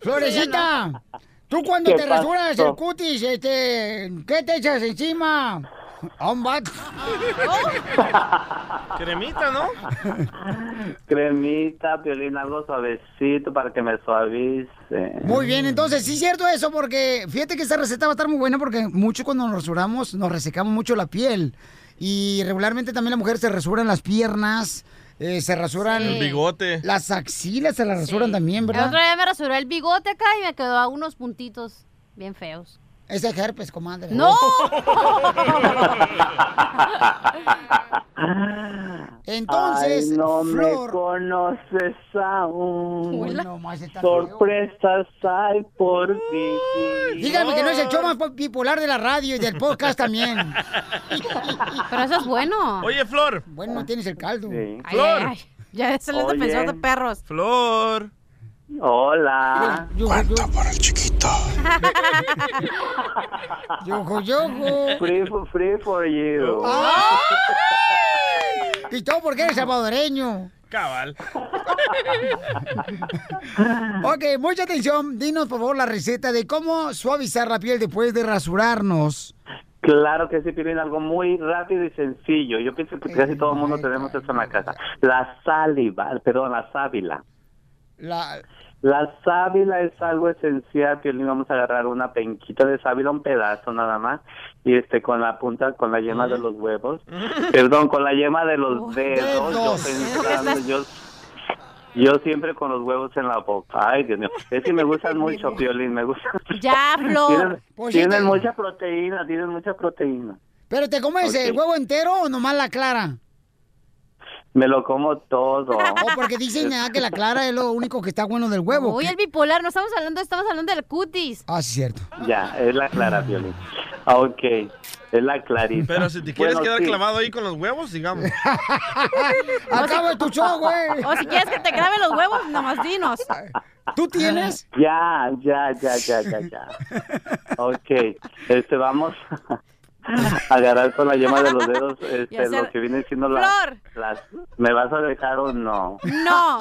[SPEAKER 2] Florecita, Tú cuando
[SPEAKER 8] ¿Qué
[SPEAKER 2] te rasuras
[SPEAKER 8] pasó?
[SPEAKER 2] el cutis, este, ¿qué te echas encima? A un bat.
[SPEAKER 3] Cremita, ¿no?
[SPEAKER 18] Cremita, violín, algo suavecito para que me suavice.
[SPEAKER 2] Muy bien, entonces sí es cierto eso, porque fíjate que esta receta va a estar muy buena porque mucho cuando nos rasuramos nos resecamos mucho la piel. Y regularmente también las mujeres se rasuran las piernas, eh, se rasuran...
[SPEAKER 7] Sí. El
[SPEAKER 3] bigote.
[SPEAKER 2] Las axilas se las rasuran también,
[SPEAKER 7] El otro
[SPEAKER 2] ¿verdad?
[SPEAKER 7] día me rasuré el bigote acá y me quedó a unos puntitos bien feos.
[SPEAKER 2] Ese herpes, comadre.
[SPEAKER 7] ¡No!
[SPEAKER 2] Entonces,
[SPEAKER 18] Ay, no
[SPEAKER 2] Flor-
[SPEAKER 18] me conoces aún.
[SPEAKER 2] Uy, no, más está
[SPEAKER 18] Sorpresas hay por ti.
[SPEAKER 2] Dígame que no es el show más popular de la radio y del podcast también.
[SPEAKER 7] Pero eso es bueno.
[SPEAKER 3] Oye, Flor.
[SPEAKER 2] Bueno, no tienes el caldo.
[SPEAKER 7] Ay,
[SPEAKER 3] Flor.
[SPEAKER 7] ay, ay. Ya se les
[SPEAKER 3] Oye.
[SPEAKER 7] defensor de perros.
[SPEAKER 3] Flor.
[SPEAKER 18] Hola.
[SPEAKER 7] para el chiquito.
[SPEAKER 2] Yojo, yojo. Ah.
[SPEAKER 18] Free for, free for you.
[SPEAKER 2] Y todo porque eres salvadoreño.
[SPEAKER 3] Cabal.
[SPEAKER 2] Ok, mucha atención. Dinos, por favor, la receta de cómo suavizar la piel después de rasurarnos.
[SPEAKER 18] Claro que sí, Piolín, algo muy rápido y sencillo. Yo pienso que
[SPEAKER 2] Eh,
[SPEAKER 18] casi todo el mundo tenemos eso en la casa. La saliva, perdón, la sábila.
[SPEAKER 2] La...
[SPEAKER 18] La sábila es algo esencial, Piolín. Vamos a agarrar una penquita de sábila, un pedazo nada más, y este con la punta, con la yema de los huevos. Perdón, con la yema de los dedos. Yo
[SPEAKER 8] dedos.
[SPEAKER 18] pensando, yo, yo siempre con los huevos en la boca. Ay, Dios mío. Es que me gustan mucho, Piolín, me gustan.
[SPEAKER 7] Ya,
[SPEAKER 18] Tienen,
[SPEAKER 7] Flor.
[SPEAKER 2] Pues
[SPEAKER 18] tienen mucha proteína, tienen mucha proteína.
[SPEAKER 2] ¿Pero te comes el
[SPEAKER 18] Ok.
[SPEAKER 2] huevo entero o nomás la clara?
[SPEAKER 18] Me lo como todo.
[SPEAKER 2] O porque dicen ah, que la clara es lo único que está bueno del huevo.
[SPEAKER 7] Uy, el bipolar, no estamos hablando, estamos hablando del cutis.
[SPEAKER 2] Ah, sí, cierto.
[SPEAKER 18] Ya, es la clara, Piolín. Ah, Ok, es la clarita.
[SPEAKER 3] Pero si te quieres
[SPEAKER 18] Bueno,
[SPEAKER 3] quedar
[SPEAKER 18] sí.
[SPEAKER 3] clavado ahí con los huevos, digamos.
[SPEAKER 2] Acabo de tu show, güey.
[SPEAKER 7] O si quieres que te graben los huevos, nomás dinos.
[SPEAKER 2] ¿Tú tienes?
[SPEAKER 18] Ya, ya, ya, ya, ya, ya. Ok, este, vamos a agarrar con la yema de los dedos
[SPEAKER 7] Ya
[SPEAKER 18] este,
[SPEAKER 7] sé.
[SPEAKER 18] lo que viene siendo la,
[SPEAKER 7] Flor,
[SPEAKER 18] las... ¿Me vas a dejar o no?
[SPEAKER 7] no.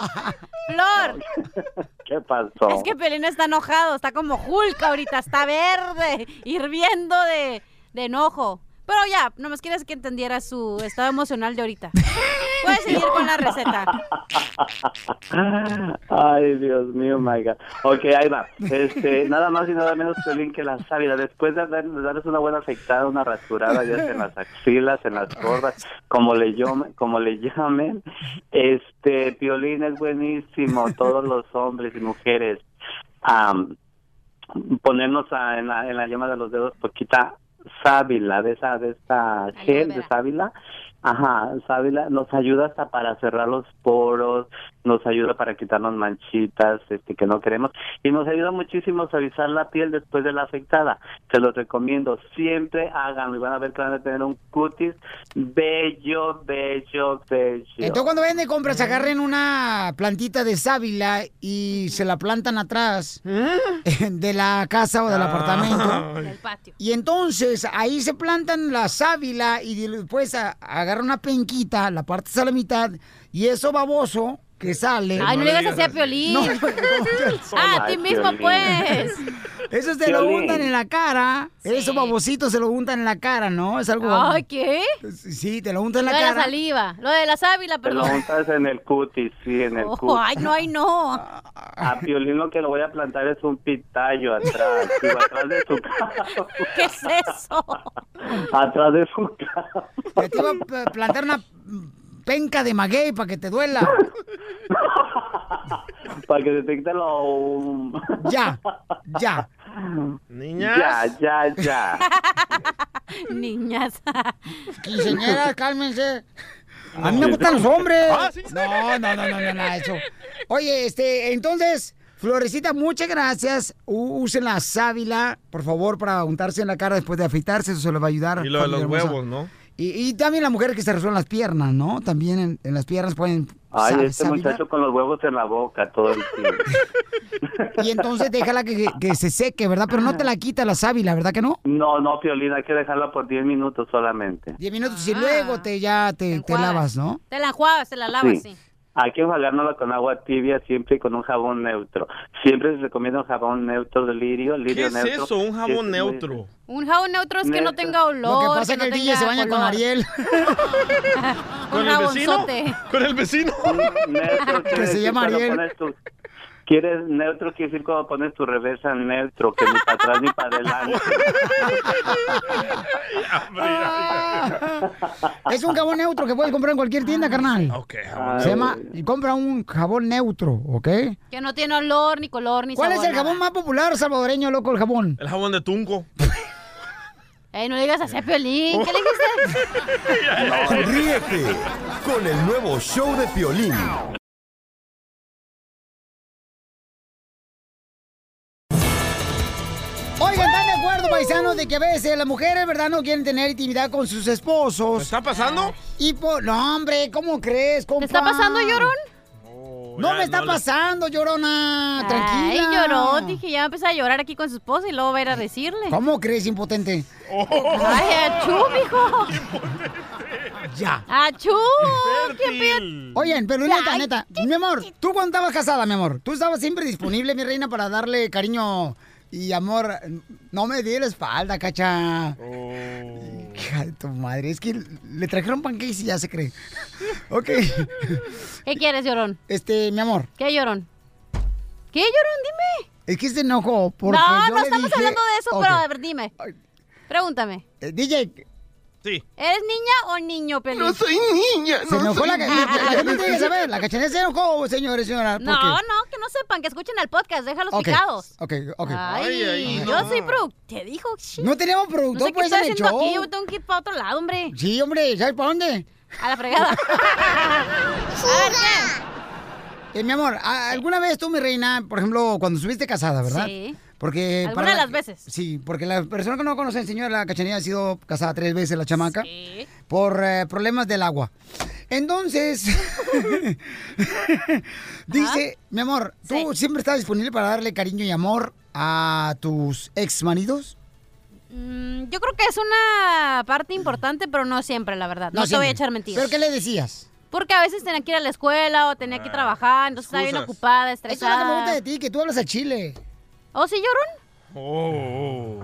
[SPEAKER 7] Flor,
[SPEAKER 18] ¿Qué pasó?
[SPEAKER 7] es que Pelín está enojado, está como Hulk ahorita, está verde, hirviendo de, de enojo. Pero ya, nomás quieres que entendiera su estado emocional de ahorita. Puedes seguir con la receta.
[SPEAKER 18] Ay, Dios mío, my God. Ok, ahí va. Este, nada más y nada menos Piolín, que la sábila. Después de dar- de darles una buena afectada, una rasurada, ya sea en las axilas, en las gordas, como le, llamen, como le llamen, este, Piolín es buenísimo. Todos los hombres y mujeres, am, ponernos a- en, la, en la yema de los dedos poquita sábila, de esa, de esta gel de sábila. Ajá, sábila nos ayuda hasta para cerrar los poros, nos ayuda para quitarnos manchitas este, que no queremos y nos ayuda muchísimo a suavizar la piel después de la afectada. Se los recomiendo, siempre háganlo y van a ver que van a tener un cutis bello, bello, bello.
[SPEAKER 2] Entonces Eh, cuando vayan de compras, agarren una plantita de sábila y se la plantan atrás de la casa o del apartamento.
[SPEAKER 7] ¿Eh? Ah. Del patio.
[SPEAKER 2] Y entonces ahí se plantan la sábila y después a- agarran una penquita, la parte a la mitad y eso baboso que sale.
[SPEAKER 7] Ay, no le digas así a Piolín.
[SPEAKER 2] eh, No,
[SPEAKER 7] ah, a ti mismo, pues.
[SPEAKER 2] Eso se lo
[SPEAKER 7] Piolín.
[SPEAKER 2] untan en la cara. Eso babosito se lo untan en la cara, ¿no? Es algo.
[SPEAKER 7] Ay, ¿qué?
[SPEAKER 2] Sí, te lo untan en
[SPEAKER 7] Lo
[SPEAKER 2] la
[SPEAKER 7] de la
[SPEAKER 2] cara.
[SPEAKER 7] saliva, lo de la sábila,
[SPEAKER 18] Te lo
[SPEAKER 7] perdón.
[SPEAKER 18] untas en el cutis, sí, en el
[SPEAKER 7] Ojo,
[SPEAKER 18] cutis.
[SPEAKER 7] Oh, ay, no, ay, no.
[SPEAKER 18] A Piolín lo que lo voy a plantar es un pitayo atrás, digo, atrás de su
[SPEAKER 7] ¿Qué es eso?
[SPEAKER 18] atrás de su
[SPEAKER 2] Que te iba a pl- plantar una penca de maguey para que te duela.
[SPEAKER 18] para que detecte lo
[SPEAKER 2] Ya, ya.
[SPEAKER 18] Ya, ya, ya.
[SPEAKER 7] Niñas.
[SPEAKER 2] Quinceañeras, cálmense. A mí me gustan los hombres.
[SPEAKER 3] Ah,
[SPEAKER 2] No, no, no, no, no, nada de eso. Oye, este, entonces, Florecita, muchas gracias. U- Usen la sábila, por favor, para untarse en la cara después de afeitarse. Eso se les va a ayudar.
[SPEAKER 3] Y lo de los
[SPEAKER 2] familia hermosa.
[SPEAKER 3] huevos, ¿no?
[SPEAKER 2] Y, y también las mujeres que se resuelven las piernas, ¿no? También en, en las piernas pueden...
[SPEAKER 18] Ay,
[SPEAKER 2] sa-
[SPEAKER 18] este
[SPEAKER 2] sábila.
[SPEAKER 18] muchacho con los huevos en la boca todo el tiempo.
[SPEAKER 2] Y entonces déjala que, que- que se seque, ¿verdad? Pero no te la quita la sábila, ¿verdad que no?
[SPEAKER 18] No, no, Piolín, hay que dejarla por 10 minutos solamente.
[SPEAKER 2] Diez minutos y luego te ya te, te lavas, ¿no?
[SPEAKER 7] Te la enjuagas, te la lavas, sí.
[SPEAKER 18] Sí. Hay que enjuagárnosla con agua tibia siempre y con un jabón neutro. Siempre se recomienda un jabón neutro de lirio,
[SPEAKER 3] ¿Qué
[SPEAKER 18] lirio
[SPEAKER 3] es
[SPEAKER 18] neutro.
[SPEAKER 3] eso? Un
[SPEAKER 18] Sí, es
[SPEAKER 3] jabón
[SPEAKER 18] muy-
[SPEAKER 3] neutro.
[SPEAKER 7] Un jabón neutro es que no
[SPEAKER 18] Neta.
[SPEAKER 7] tenga
[SPEAKER 2] Lo
[SPEAKER 7] olor.
[SPEAKER 2] que pasa es
[SPEAKER 7] no
[SPEAKER 2] que el DJ se
[SPEAKER 7] tenga
[SPEAKER 2] baña con
[SPEAKER 7] color.
[SPEAKER 2] Ariel.
[SPEAKER 7] Un
[SPEAKER 3] ¿Con el vecino?
[SPEAKER 7] jabonzote.
[SPEAKER 3] ¿Con el vecino?
[SPEAKER 18] Neutro quiere decir cuando pones tu- Quieres neutro, quiere decir cuando pones tu reversa en neutro, que ni para atrás ni para adelante.
[SPEAKER 2] Es un jabón neutro que puedes comprar en cualquier tienda, carnal.
[SPEAKER 7] Ah.
[SPEAKER 8] Ah,
[SPEAKER 18] jabón
[SPEAKER 2] Se
[SPEAKER 18] neutro.
[SPEAKER 2] llama, compra un jabón neutro, ¿ok?
[SPEAKER 7] Que no tiene olor, ni color, ni
[SPEAKER 2] ¿Cuál es
[SPEAKER 7] sabor,
[SPEAKER 2] el jabón
[SPEAKER 7] nada.
[SPEAKER 2] más popular salvadoreño, loco, el jabón?
[SPEAKER 3] El jabón de tunco.
[SPEAKER 7] Ey, no le digas a Piolín. ¿Qué le dijiste?
[SPEAKER 6] Ríete con el nuevo show de Piolín.
[SPEAKER 2] Oigan, ¿están de acuerdo, paisanos, de que a veces las mujeres, ¿verdad?, no quieren tener intimidad con sus esposos. Ah,
[SPEAKER 3] está pasando?
[SPEAKER 2] Y por... No, hombre, ¿cómo crees, compa?
[SPEAKER 7] está pasando, llorón?
[SPEAKER 2] No me está pasando, llorona. Ah, Tranquila.
[SPEAKER 7] Ay, lloró. Dije, ya va a empezar a llorar aquí con su esposa y luego va a ir a decirle.
[SPEAKER 2] ¿Cómo crees, impotente?
[SPEAKER 7] Ay, achú, mijo.
[SPEAKER 2] Ya.
[SPEAKER 7] Achú.
[SPEAKER 2] Oigan, pero neta, neta, mi amor, tú cuando estabas casada, mi amor, tú estabas siempre disponible, mi reina, para darle cariño y amor. No me di la espalda, cacha. Hija de tu madre, es que le trajeron pancakes y ya se cree. ok.
[SPEAKER 7] ¿Qué quieres, llorón?
[SPEAKER 2] Este, mi amor.
[SPEAKER 7] ¿Qué llorón? ¿Qué llorón? Dime.
[SPEAKER 2] Es que se enojó porque
[SPEAKER 7] no,
[SPEAKER 2] yo
[SPEAKER 7] no
[SPEAKER 2] le
[SPEAKER 7] estamos
[SPEAKER 2] dije-
[SPEAKER 7] hablando de eso,
[SPEAKER 2] Ok.
[SPEAKER 7] pero a ver, dime. Pregúntame.
[SPEAKER 2] Eh, DJ,
[SPEAKER 7] ¿Eres niña o niño, Pelín?
[SPEAKER 2] No soy niña,
[SPEAKER 7] no
[SPEAKER 2] se enojó
[SPEAKER 7] soy
[SPEAKER 2] la ca-
[SPEAKER 7] niña.
[SPEAKER 2] la gente tiene que saber, la cachanilla se enojó, señores, señora.
[SPEAKER 7] No, no, que no sepan, que escuchen al podcast, déjalos
[SPEAKER 2] Ok,
[SPEAKER 7] picados.
[SPEAKER 2] ok, ok.
[SPEAKER 7] Ay, yo soy productor. Te dijo, shit.
[SPEAKER 2] No tenemos productor,
[SPEAKER 7] No sé qué
[SPEAKER 2] pues,
[SPEAKER 7] estoy
[SPEAKER 2] en el
[SPEAKER 7] haciendo
[SPEAKER 2] show.
[SPEAKER 7] aquí, yo tengo que ir para otro lado, hombre.
[SPEAKER 2] Sí, hombre, ¿sabes para dónde?
[SPEAKER 7] A la fregada.
[SPEAKER 2] Eh, mi amor, ¿a- ¿alguna vez tú, mi reina, por ejemplo, cuando estuviste casada, verdad?
[SPEAKER 7] Sí.
[SPEAKER 2] Porque
[SPEAKER 7] Alguna
[SPEAKER 2] para
[SPEAKER 7] de las veces.
[SPEAKER 2] Sí, porque la persona que no conoce el señor, la cachanilla, ha sido casada tres veces, la chamaca, por eh, problemas del agua. Entonces, dice, mi amor, ¿tú siempre estás disponible para darle cariño y amor a tus ex maridos?
[SPEAKER 7] Mm, yo creo que es una parte importante, pero no siempre, la verdad. No, te voy a echar mentiras.
[SPEAKER 2] ¿Pero qué le decías?
[SPEAKER 7] Porque a veces tenía que ir a la escuela o tenía que trabajar, entonces estaba bien
[SPEAKER 2] excusas.
[SPEAKER 7] ocupada,
[SPEAKER 2] Eso es lo que me
[SPEAKER 7] estresada.
[SPEAKER 2] gusta de ti, que tú hablas a Chile.
[SPEAKER 7] ¿O sí llorón?
[SPEAKER 3] Oh.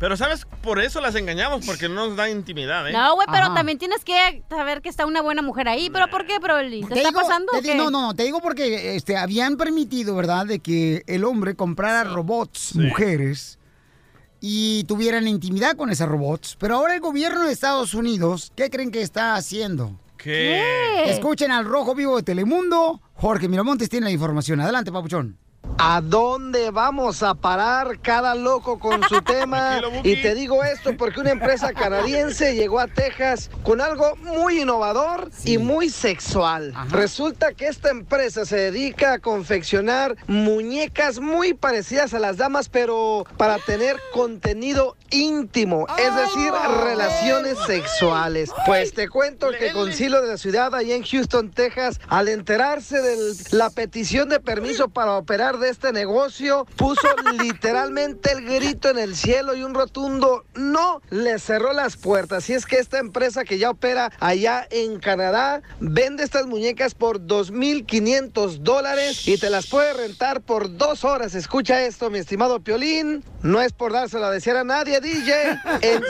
[SPEAKER 3] Pero sabes, por eso las engañamos, porque no nos da intimidad, ¿eh?
[SPEAKER 7] No, güey, pero también tienes que saber que está una buena mujer ahí. ¿Pero por qué, Broly? ¿Te, está
[SPEAKER 2] digo-
[SPEAKER 7] pasando
[SPEAKER 2] te
[SPEAKER 7] o
[SPEAKER 2] di-
[SPEAKER 7] qué?
[SPEAKER 2] No, no, no, te digo porque este, habían permitido, ¿verdad?, de que el hombre comprara robots, mujeres, y tuvieran intimidad con esas robots. Pero ahora el gobierno de Estados Unidos, ¿qué creen que está haciendo?
[SPEAKER 3] ¿Qué?
[SPEAKER 2] Escuchen al Rojo Vivo de Telemundo. Jorge Miramontes tiene la información. Adelante, papuchón.
[SPEAKER 4] ¿A dónde vamos a parar cada loco con su tema? Y te digo esto porque una empresa canadiense llegó a Texas con algo muy innovador y muy sexual. Resulta que esta empresa se dedica a confeccionar muñecas muy parecidas a las damas, pero para tener contenido íntimo, es decir, relaciones sexuales. Pues te cuento que Concilio de la Ciudad, allá en Houston, Texas, al enterarse de la petición de permiso para operar de este negocio, puso literalmente el grito en el cielo y un rotundo no le cerró las puertas. Y es que esta empresa que ya opera allá en Canadá vende estas muñecas por 2.500 dólares y te las puede rentar por dos horas. Escucha esto, mi estimado Piolín. No es por dárselo a decir a nadie, DJ. En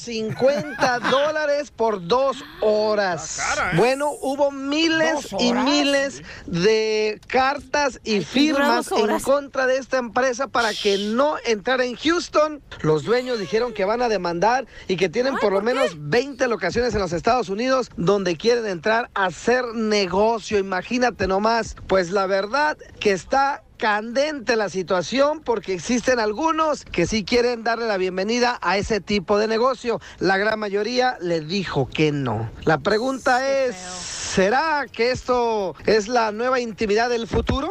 [SPEAKER 4] 150 dólares por dos horas. Bueno, hubo miles
[SPEAKER 12] ¿eh? Dos
[SPEAKER 4] y
[SPEAKER 12] horas.
[SPEAKER 4] miles de cartas y
[SPEAKER 12] duran
[SPEAKER 4] firmas
[SPEAKER 12] dos
[SPEAKER 4] en
[SPEAKER 12] horas.
[SPEAKER 4] contra de esta empresa para que no entrara en Houston. Los dueños dijeron que van a demandar y que tienen por lo menos 20 locaciones en los Estados Unidos donde quieren entrar a hacer negocio. Imagínate nomás. Pues la verdad que está candente la situación porque existen algunos que sí quieren darle la bienvenida a ese tipo de negocio. La gran mayoría le dijo que no. La pregunta es, ¿será que esto es la nueva intimidad del futuro?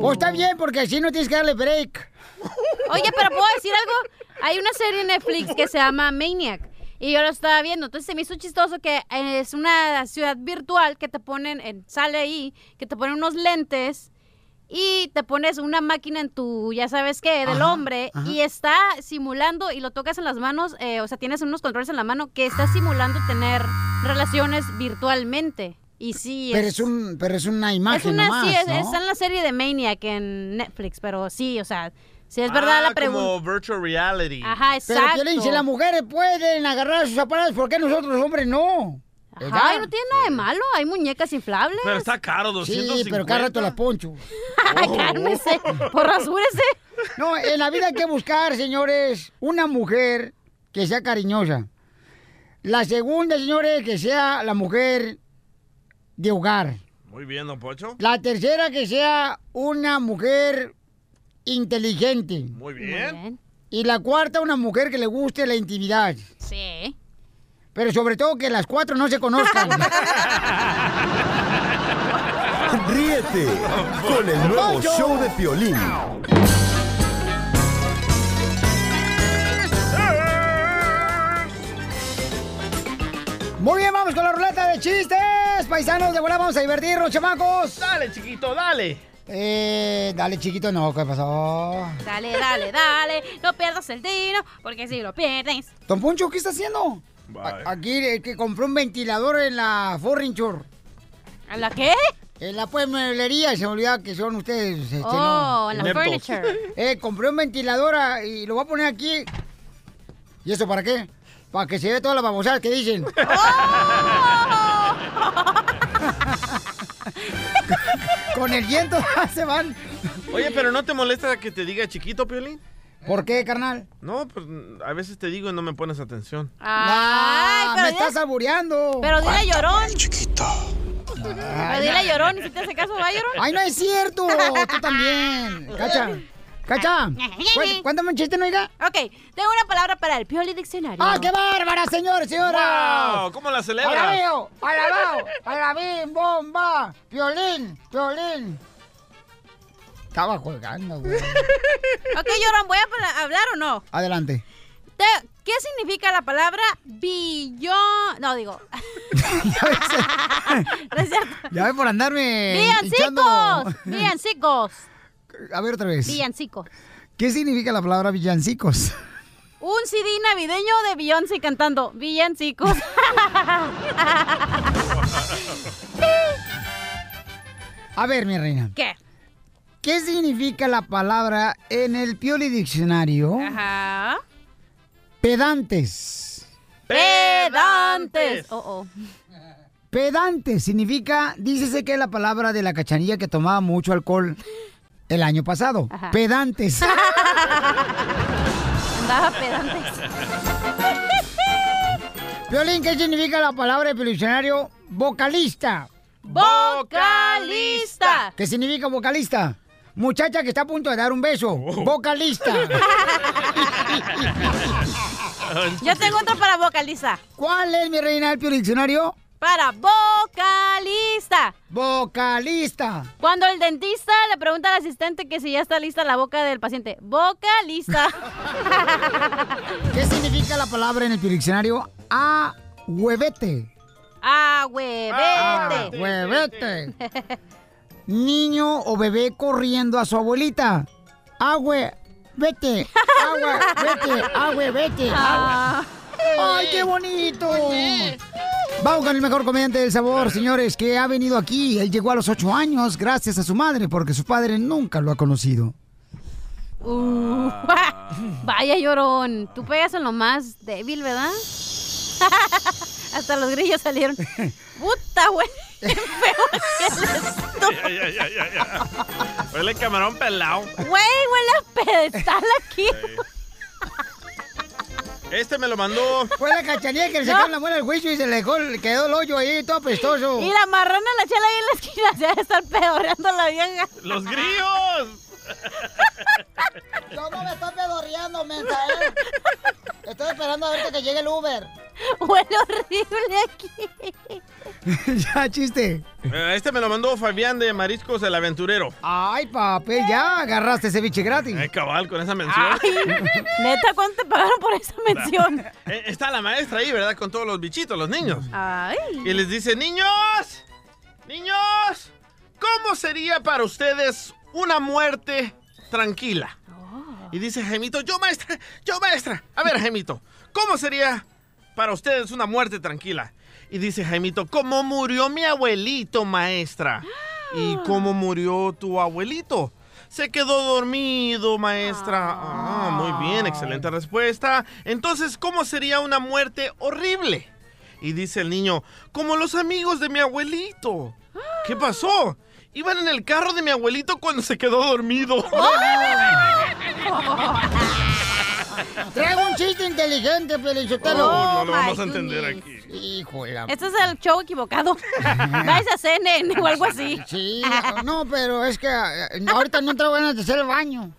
[SPEAKER 2] Pues está bien, porque así no tienes que darle break.
[SPEAKER 7] Oye, pero ¿puedo decir algo? Hay una serie en Netflix que se llama Maniac. Y yo lo estaba viendo, entonces se me hizo chistoso que eh, es una ciudad virtual que te ponen, en- sale ahí, que te ponen unos lentes y te pones una máquina en tu, ya sabes qué, del
[SPEAKER 19] Ajá,
[SPEAKER 7] hombre
[SPEAKER 19] ajá.
[SPEAKER 7] y está simulando y lo tocas en las manos, eh, o sea, tienes unos controles en la mano que está simulando tener relaciones virtualmente. Y Y sí.
[SPEAKER 2] Pero es, un, pero es una imagen
[SPEAKER 7] es una,
[SPEAKER 2] nomás,
[SPEAKER 7] sí, es-
[SPEAKER 2] ¿no?
[SPEAKER 7] está en la serie de Maniac en Netflix, pero sí, o sea, sí es verdad
[SPEAKER 3] Ah,
[SPEAKER 7] la pregunta.
[SPEAKER 3] Como virtual reality.
[SPEAKER 7] Ajá,
[SPEAKER 2] Pero
[SPEAKER 7] exacto.
[SPEAKER 2] Piolín, si las mujeres pueden agarrar sus aparatos, ¿por qué nosotros los hombres no?
[SPEAKER 7] Ajá, y no tiene nada de malo, hay muñecas inflables.
[SPEAKER 3] Pero Oh. está caro, 250.
[SPEAKER 2] Sí, pero cada rato la poncho.
[SPEAKER 7] Cálmese, por rasúrese.
[SPEAKER 2] No, en la vida hay que buscar, señores, una mujer que sea cariñosa. La segunda, señores, que sea la mujer de hogar.
[SPEAKER 3] Muy bien, don Pocho.
[SPEAKER 2] La tercera, que sea una mujer inteligente.
[SPEAKER 3] Muy bien.
[SPEAKER 2] Y la cuarta, una mujer que le guste la intimidad.
[SPEAKER 7] Sí.
[SPEAKER 2] Pero sobre todo que las cuatro no se conozcan.
[SPEAKER 6] Ríete con el nuevo show de Piolín.
[SPEAKER 2] Muy bien, vamos con la ruleta de chistes. Paisanos, de volada vamos a divertirnos, chamacos.
[SPEAKER 3] Dale, chiquito, dale.
[SPEAKER 2] Eh, dale, chiquito, no, ¿qué pasó?
[SPEAKER 7] Dale, dale, dale, no pierdas el tiro, porque si lo pierdes.
[SPEAKER 2] Don Poncho, ¿qué está haciendo? A- Aquí el que compró un ventilador en la Forringer.
[SPEAKER 7] ¿En la qué?
[SPEAKER 2] En la pues mueblería, se me olvidaba que son ustedes. este,
[SPEAKER 7] Oh,
[SPEAKER 2] no.
[SPEAKER 7] en la Ineptos. furniture.
[SPEAKER 2] Eh, compré un ventilador ah, y lo voy a poner aquí. ¿Y eso para qué? Para que se vea toda la babosada que dicen. Con el viento se van.
[SPEAKER 3] Oye, pero ¿no te molesta que te diga chiquito, Piolín?
[SPEAKER 2] ¿Por qué, carnal?
[SPEAKER 3] No, pues a veces te digo y no me pones atención.
[SPEAKER 7] Ay, pero
[SPEAKER 2] me
[SPEAKER 7] dile-
[SPEAKER 2] estás albureando.
[SPEAKER 7] Pero dile llorón.
[SPEAKER 3] Chiquito.
[SPEAKER 2] Ah.
[SPEAKER 7] Pero dile llorón, si te hace caso, va llorón.
[SPEAKER 2] Ay, no es cierto. Tú también. Cacha. Cacha. cué- Cuéntame un chiste, no oiga.
[SPEAKER 7] Ok, tengo una palabra para el Pioli Diccionario.
[SPEAKER 2] ¡Ah, qué bárbara, señor, señora!
[SPEAKER 3] ¡Wow! ¿Cómo la celebras?
[SPEAKER 2] ¡Alabeo! ¡Alabao! ¡Alabín! ¡Bomba! ¡Violín! ¡Violín! Estaba jugando, güey.
[SPEAKER 7] Ok, llorón, ¿voy a pala- hablar o no?
[SPEAKER 2] Adelante.
[SPEAKER 7] Te- ¿Qué significa la palabra billón? No, digo. no es cierto.
[SPEAKER 2] Ya ve por andarme.
[SPEAKER 7] Villancicos.
[SPEAKER 2] hinchando.
[SPEAKER 7] Villancicos.
[SPEAKER 2] A ver otra vez.
[SPEAKER 7] Villancicos.
[SPEAKER 2] ¿Qué significa la palabra villancicos?
[SPEAKER 7] Un CD navideño de Beyoncé cantando Villancicos.
[SPEAKER 2] A ver, mi reina.
[SPEAKER 7] ¿Qué?
[SPEAKER 2] ¿Qué significa la palabra en el Pioli Diccionario?
[SPEAKER 7] Ajá.
[SPEAKER 2] Pedantes.
[SPEAKER 7] Pedantes. Oh, oh.
[SPEAKER 2] Pedante significa, dícese que es la palabra de la cachanilla que tomaba mucho alcohol el año pasado.
[SPEAKER 7] Ajá.
[SPEAKER 2] Pedantes.
[SPEAKER 7] Andaba pedantes.
[SPEAKER 2] Violín, ¿qué significa la palabra del diccionario? Vocalista.
[SPEAKER 7] Vocalista.
[SPEAKER 2] ¿Qué significa vocalista? Muchacha que está a punto de dar un beso. Vocalista.
[SPEAKER 7] Yo tengo otro para vocalista.
[SPEAKER 2] ¿Cuál es mi reina del Pioli diccionario?
[SPEAKER 7] Para vocalista.
[SPEAKER 2] Vocalista.
[SPEAKER 7] Cuando el dentista le pregunta al asistente que si ya está lista la boca del paciente. Vocalista.
[SPEAKER 2] ¿Qué significa la palabra en el Pioli diccionario? A huevete.
[SPEAKER 7] Ah,
[SPEAKER 2] Ah,
[SPEAKER 7] huevete.
[SPEAKER 2] huevete. Niño o bebé corriendo a su abuelita. Agüe, vete. Agua, vete. Agüe, Ah, vete.
[SPEAKER 7] Ah.
[SPEAKER 2] Agua. ¡Ay, qué bonito! Vamos con el mejor comediante del sabor, señores, que ha venido aquí. Él llegó a los ocho años gracias a su madre, porque su padre nunca lo ha conocido.
[SPEAKER 7] Uh, vaya llorón. Tú pegas en lo más débil, ¿verdad? Hasta los grillos salieron. Puta, güey. Qué feo que les-
[SPEAKER 3] Ay, ay, ay, ay, ay. Huele camarón pelado.
[SPEAKER 7] Güey, huele a pedestal aquí.
[SPEAKER 3] Este me lo mandó.
[SPEAKER 2] Fue la cachanilla que le sacaron la muela al juicio y se le dejó, le quedó el hoyo ahí, todo apestoso.
[SPEAKER 7] Y la marrana la chela ahí en la esquina. Se va a estar pedoreando la vieja.
[SPEAKER 3] ¡Los grillos!
[SPEAKER 2] Yo no me estoy pedorreando, mensa, ¿eh? Estoy esperando a ver que llegue el Uber.
[SPEAKER 7] Huele horrible aquí.
[SPEAKER 2] ya, chiste.
[SPEAKER 3] Eh, Este me lo mandó Fabián de Mariscos el Aventurero.
[SPEAKER 2] Ay, papel, ya agarraste ese biche gratis.
[SPEAKER 3] Eh, cabal, con esa mención.
[SPEAKER 7] Neta, ¿cuánto te pagaron por esa mención?
[SPEAKER 3] Eh, Está la maestra ahí, ¿verdad? Con todos los bichitos, los niños.
[SPEAKER 7] Ay.
[SPEAKER 3] Y les dice, niños, niños, ¿cómo sería para ustedes una muerte tranquila?
[SPEAKER 7] Oh.
[SPEAKER 3] Y dice Jaimito, yo maestra, yo maestra. A ver, Jaimito, ¿cómo sería para ustedes una muerte tranquila? Y dice Jaimito, ¿cómo murió mi abuelito, maestra? ¿Y cómo murió tu abuelito? Se quedó dormido, maestra. Ah, muy bien, excelente respuesta. Entonces, ¿cómo sería una muerte horrible? Y dice el niño, como los amigos de mi abuelito. ¿Qué pasó? Iban en el carro de mi abuelito cuando se quedó dormido.
[SPEAKER 7] Oh.
[SPEAKER 3] "Oh".
[SPEAKER 2] Traigo un chiste inteligente, Pelichotelo.
[SPEAKER 3] Oh, no lo vamos a entender aquí.
[SPEAKER 2] Hijo de la...
[SPEAKER 7] Este es el show equivocado. Vais a CNN o algo así.
[SPEAKER 2] Sí, no, pero es que eh, ahorita no traigo ganas de hacer el baño.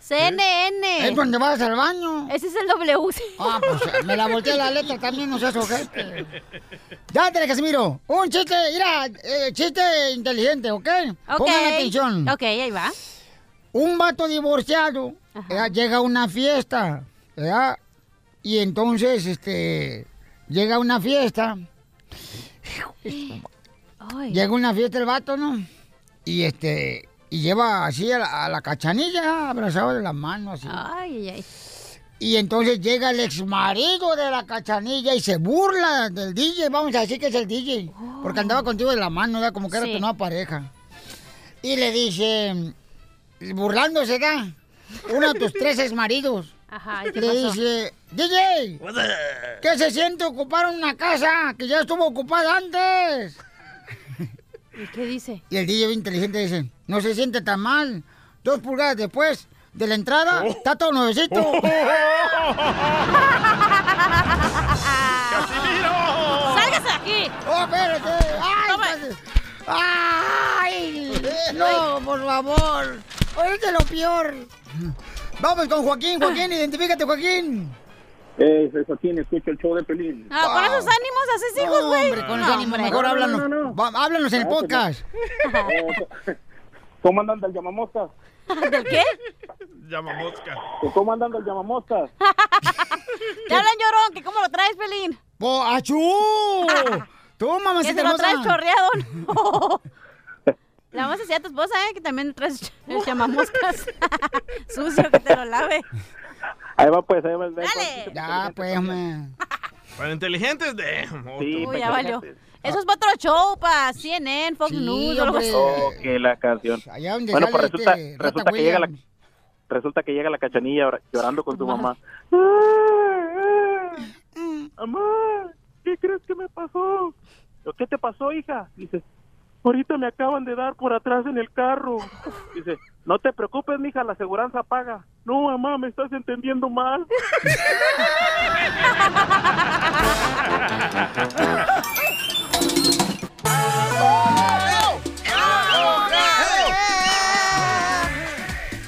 [SPEAKER 7] CNN.
[SPEAKER 2] Es donde vas al baño.
[SPEAKER 7] Ese es el WC.
[SPEAKER 2] Ah, pues me la volteé la letra también, no seas ojete. Dátele, Casimiro. Un chiste, mira, eh, chiste inteligente, ¿ok?
[SPEAKER 7] Ok.
[SPEAKER 2] Pongan atención.
[SPEAKER 7] Ok, ahí va.
[SPEAKER 2] Un vato divorciado ¿verdad? llega a una fiesta, ¿verdad? Y entonces, este, llega a una fiesta, llega a una fiesta el vato, ¿no? Y este, y lleva así a la, a la cachanilla, abrazado de la mano, así.
[SPEAKER 7] Ay, ay, ay.
[SPEAKER 2] Y entonces llega el exmarido de la cachanilla y se burla del DJ, vamos a decir que es el DJ, porque andaba contigo de la mano, ¿verdad? como que era
[SPEAKER 7] Oh. Sí.
[SPEAKER 2] tu nueva pareja. Y le dice, burlándose, ¿da? Uno de tus tres exmaridos.
[SPEAKER 7] Ajá, ¿y qué
[SPEAKER 2] Le
[SPEAKER 7] pasó?
[SPEAKER 2] dice, DJ, ¿qué se siente ocupar una casa que ya estuvo ocupada antes?
[SPEAKER 7] ¿Y qué dice?
[SPEAKER 2] Y el DJ bien inteligente dice, no se siente tan mal. Dos pulgadas después de la entrada,
[SPEAKER 7] Oh.
[SPEAKER 2] está todo nuevecito.
[SPEAKER 7] ¡Sálgase de aquí!
[SPEAKER 2] ¡Oh, espérate! ¡Ay! espérate! ¡Ay! ¡No, por favor! ¡Oíste lo peor! Vamos con Joaquín, Joaquín, identifícate, Joaquín.
[SPEAKER 19] Eh, Joaquín, escucha el show de Pelín.
[SPEAKER 7] Ah, con esos ánimos haces hijos,
[SPEAKER 2] No,
[SPEAKER 7] güey.
[SPEAKER 2] hombre, con los
[SPEAKER 7] No,
[SPEAKER 2] ánimos,
[SPEAKER 7] hombre.
[SPEAKER 2] mejor háblanos. Va- háblanos en el
[SPEAKER 19] Ah, pues,
[SPEAKER 2] podcast.
[SPEAKER 19] ¿Cómo andan del llamamoscas?
[SPEAKER 7] ¿Del qué?
[SPEAKER 3] Llamamosca.
[SPEAKER 19] ¿Cómo andan del llamamoscas?
[SPEAKER 7] Te hablan llorón, que cómo lo traes, Pelín.
[SPEAKER 2] ¡Po, achú! ¡Tú, mamacita
[SPEAKER 7] Que te lo
[SPEAKER 2] hermosa.
[SPEAKER 7] traes chorreado, no. La vamos a decir a tu esposa, ¿eh? Que también traes el llamamoscas. Sucio, que te lo lave.
[SPEAKER 19] Ahí va pues, ahí va el
[SPEAKER 2] Ya, pues, man.
[SPEAKER 3] Para inteligentes de...
[SPEAKER 19] Sí, pues,
[SPEAKER 7] Uy, ya valió. Eso es para otro show, para CNN, Fox News, o algo así.
[SPEAKER 19] Oh, que la canción.
[SPEAKER 2] Allá donde
[SPEAKER 19] Bueno, pues
[SPEAKER 2] sale
[SPEAKER 19] resulta,
[SPEAKER 2] este Rata
[SPEAKER 19] resulta que llega la...
[SPEAKER 2] William.
[SPEAKER 19] Resulta que llega la cachanilla llor- llorando con su mamá.
[SPEAKER 2] Mm.
[SPEAKER 19] Mamá, ¡Eh, ¿qué crees que me pasó? ¿Qué te pasó, hija? Dice, ahorita me acaban de dar por atrás en el carro. Dice, no te preocupes, mija, la aseguranza paga. No, mamá, me estás entendiendo mal.
[SPEAKER 2] ¡Eh!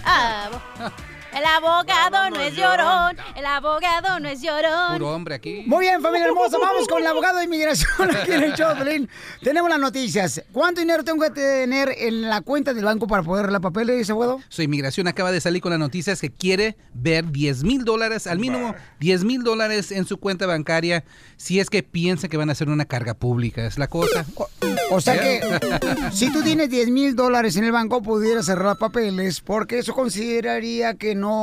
[SPEAKER 7] Ah, bo- El abogado no es llorón. El abogado no es llorón.
[SPEAKER 20] Puro hombre aquí.
[SPEAKER 2] Muy bien, familia hermosa, vamos con el abogado de inmigración aquí en el show, Pelín. Tenemos las noticias. ¿Cuánto dinero tengo que tener en la cuenta del banco para poder la papeles, abogado?
[SPEAKER 20] Su inmigración acaba de salir con las noticias que quiere ver 10 mil dólares, al mínimo 10 mil dólares en su cuenta bancaria, si es que piensa que van a hacer una carga pública. Es la cosa. ¿Eh?
[SPEAKER 2] O sea
[SPEAKER 20] Ya.
[SPEAKER 2] que si tú tienes 10 mil dólares en el banco, pudieras cerrar papeles, porque eso consideraría que no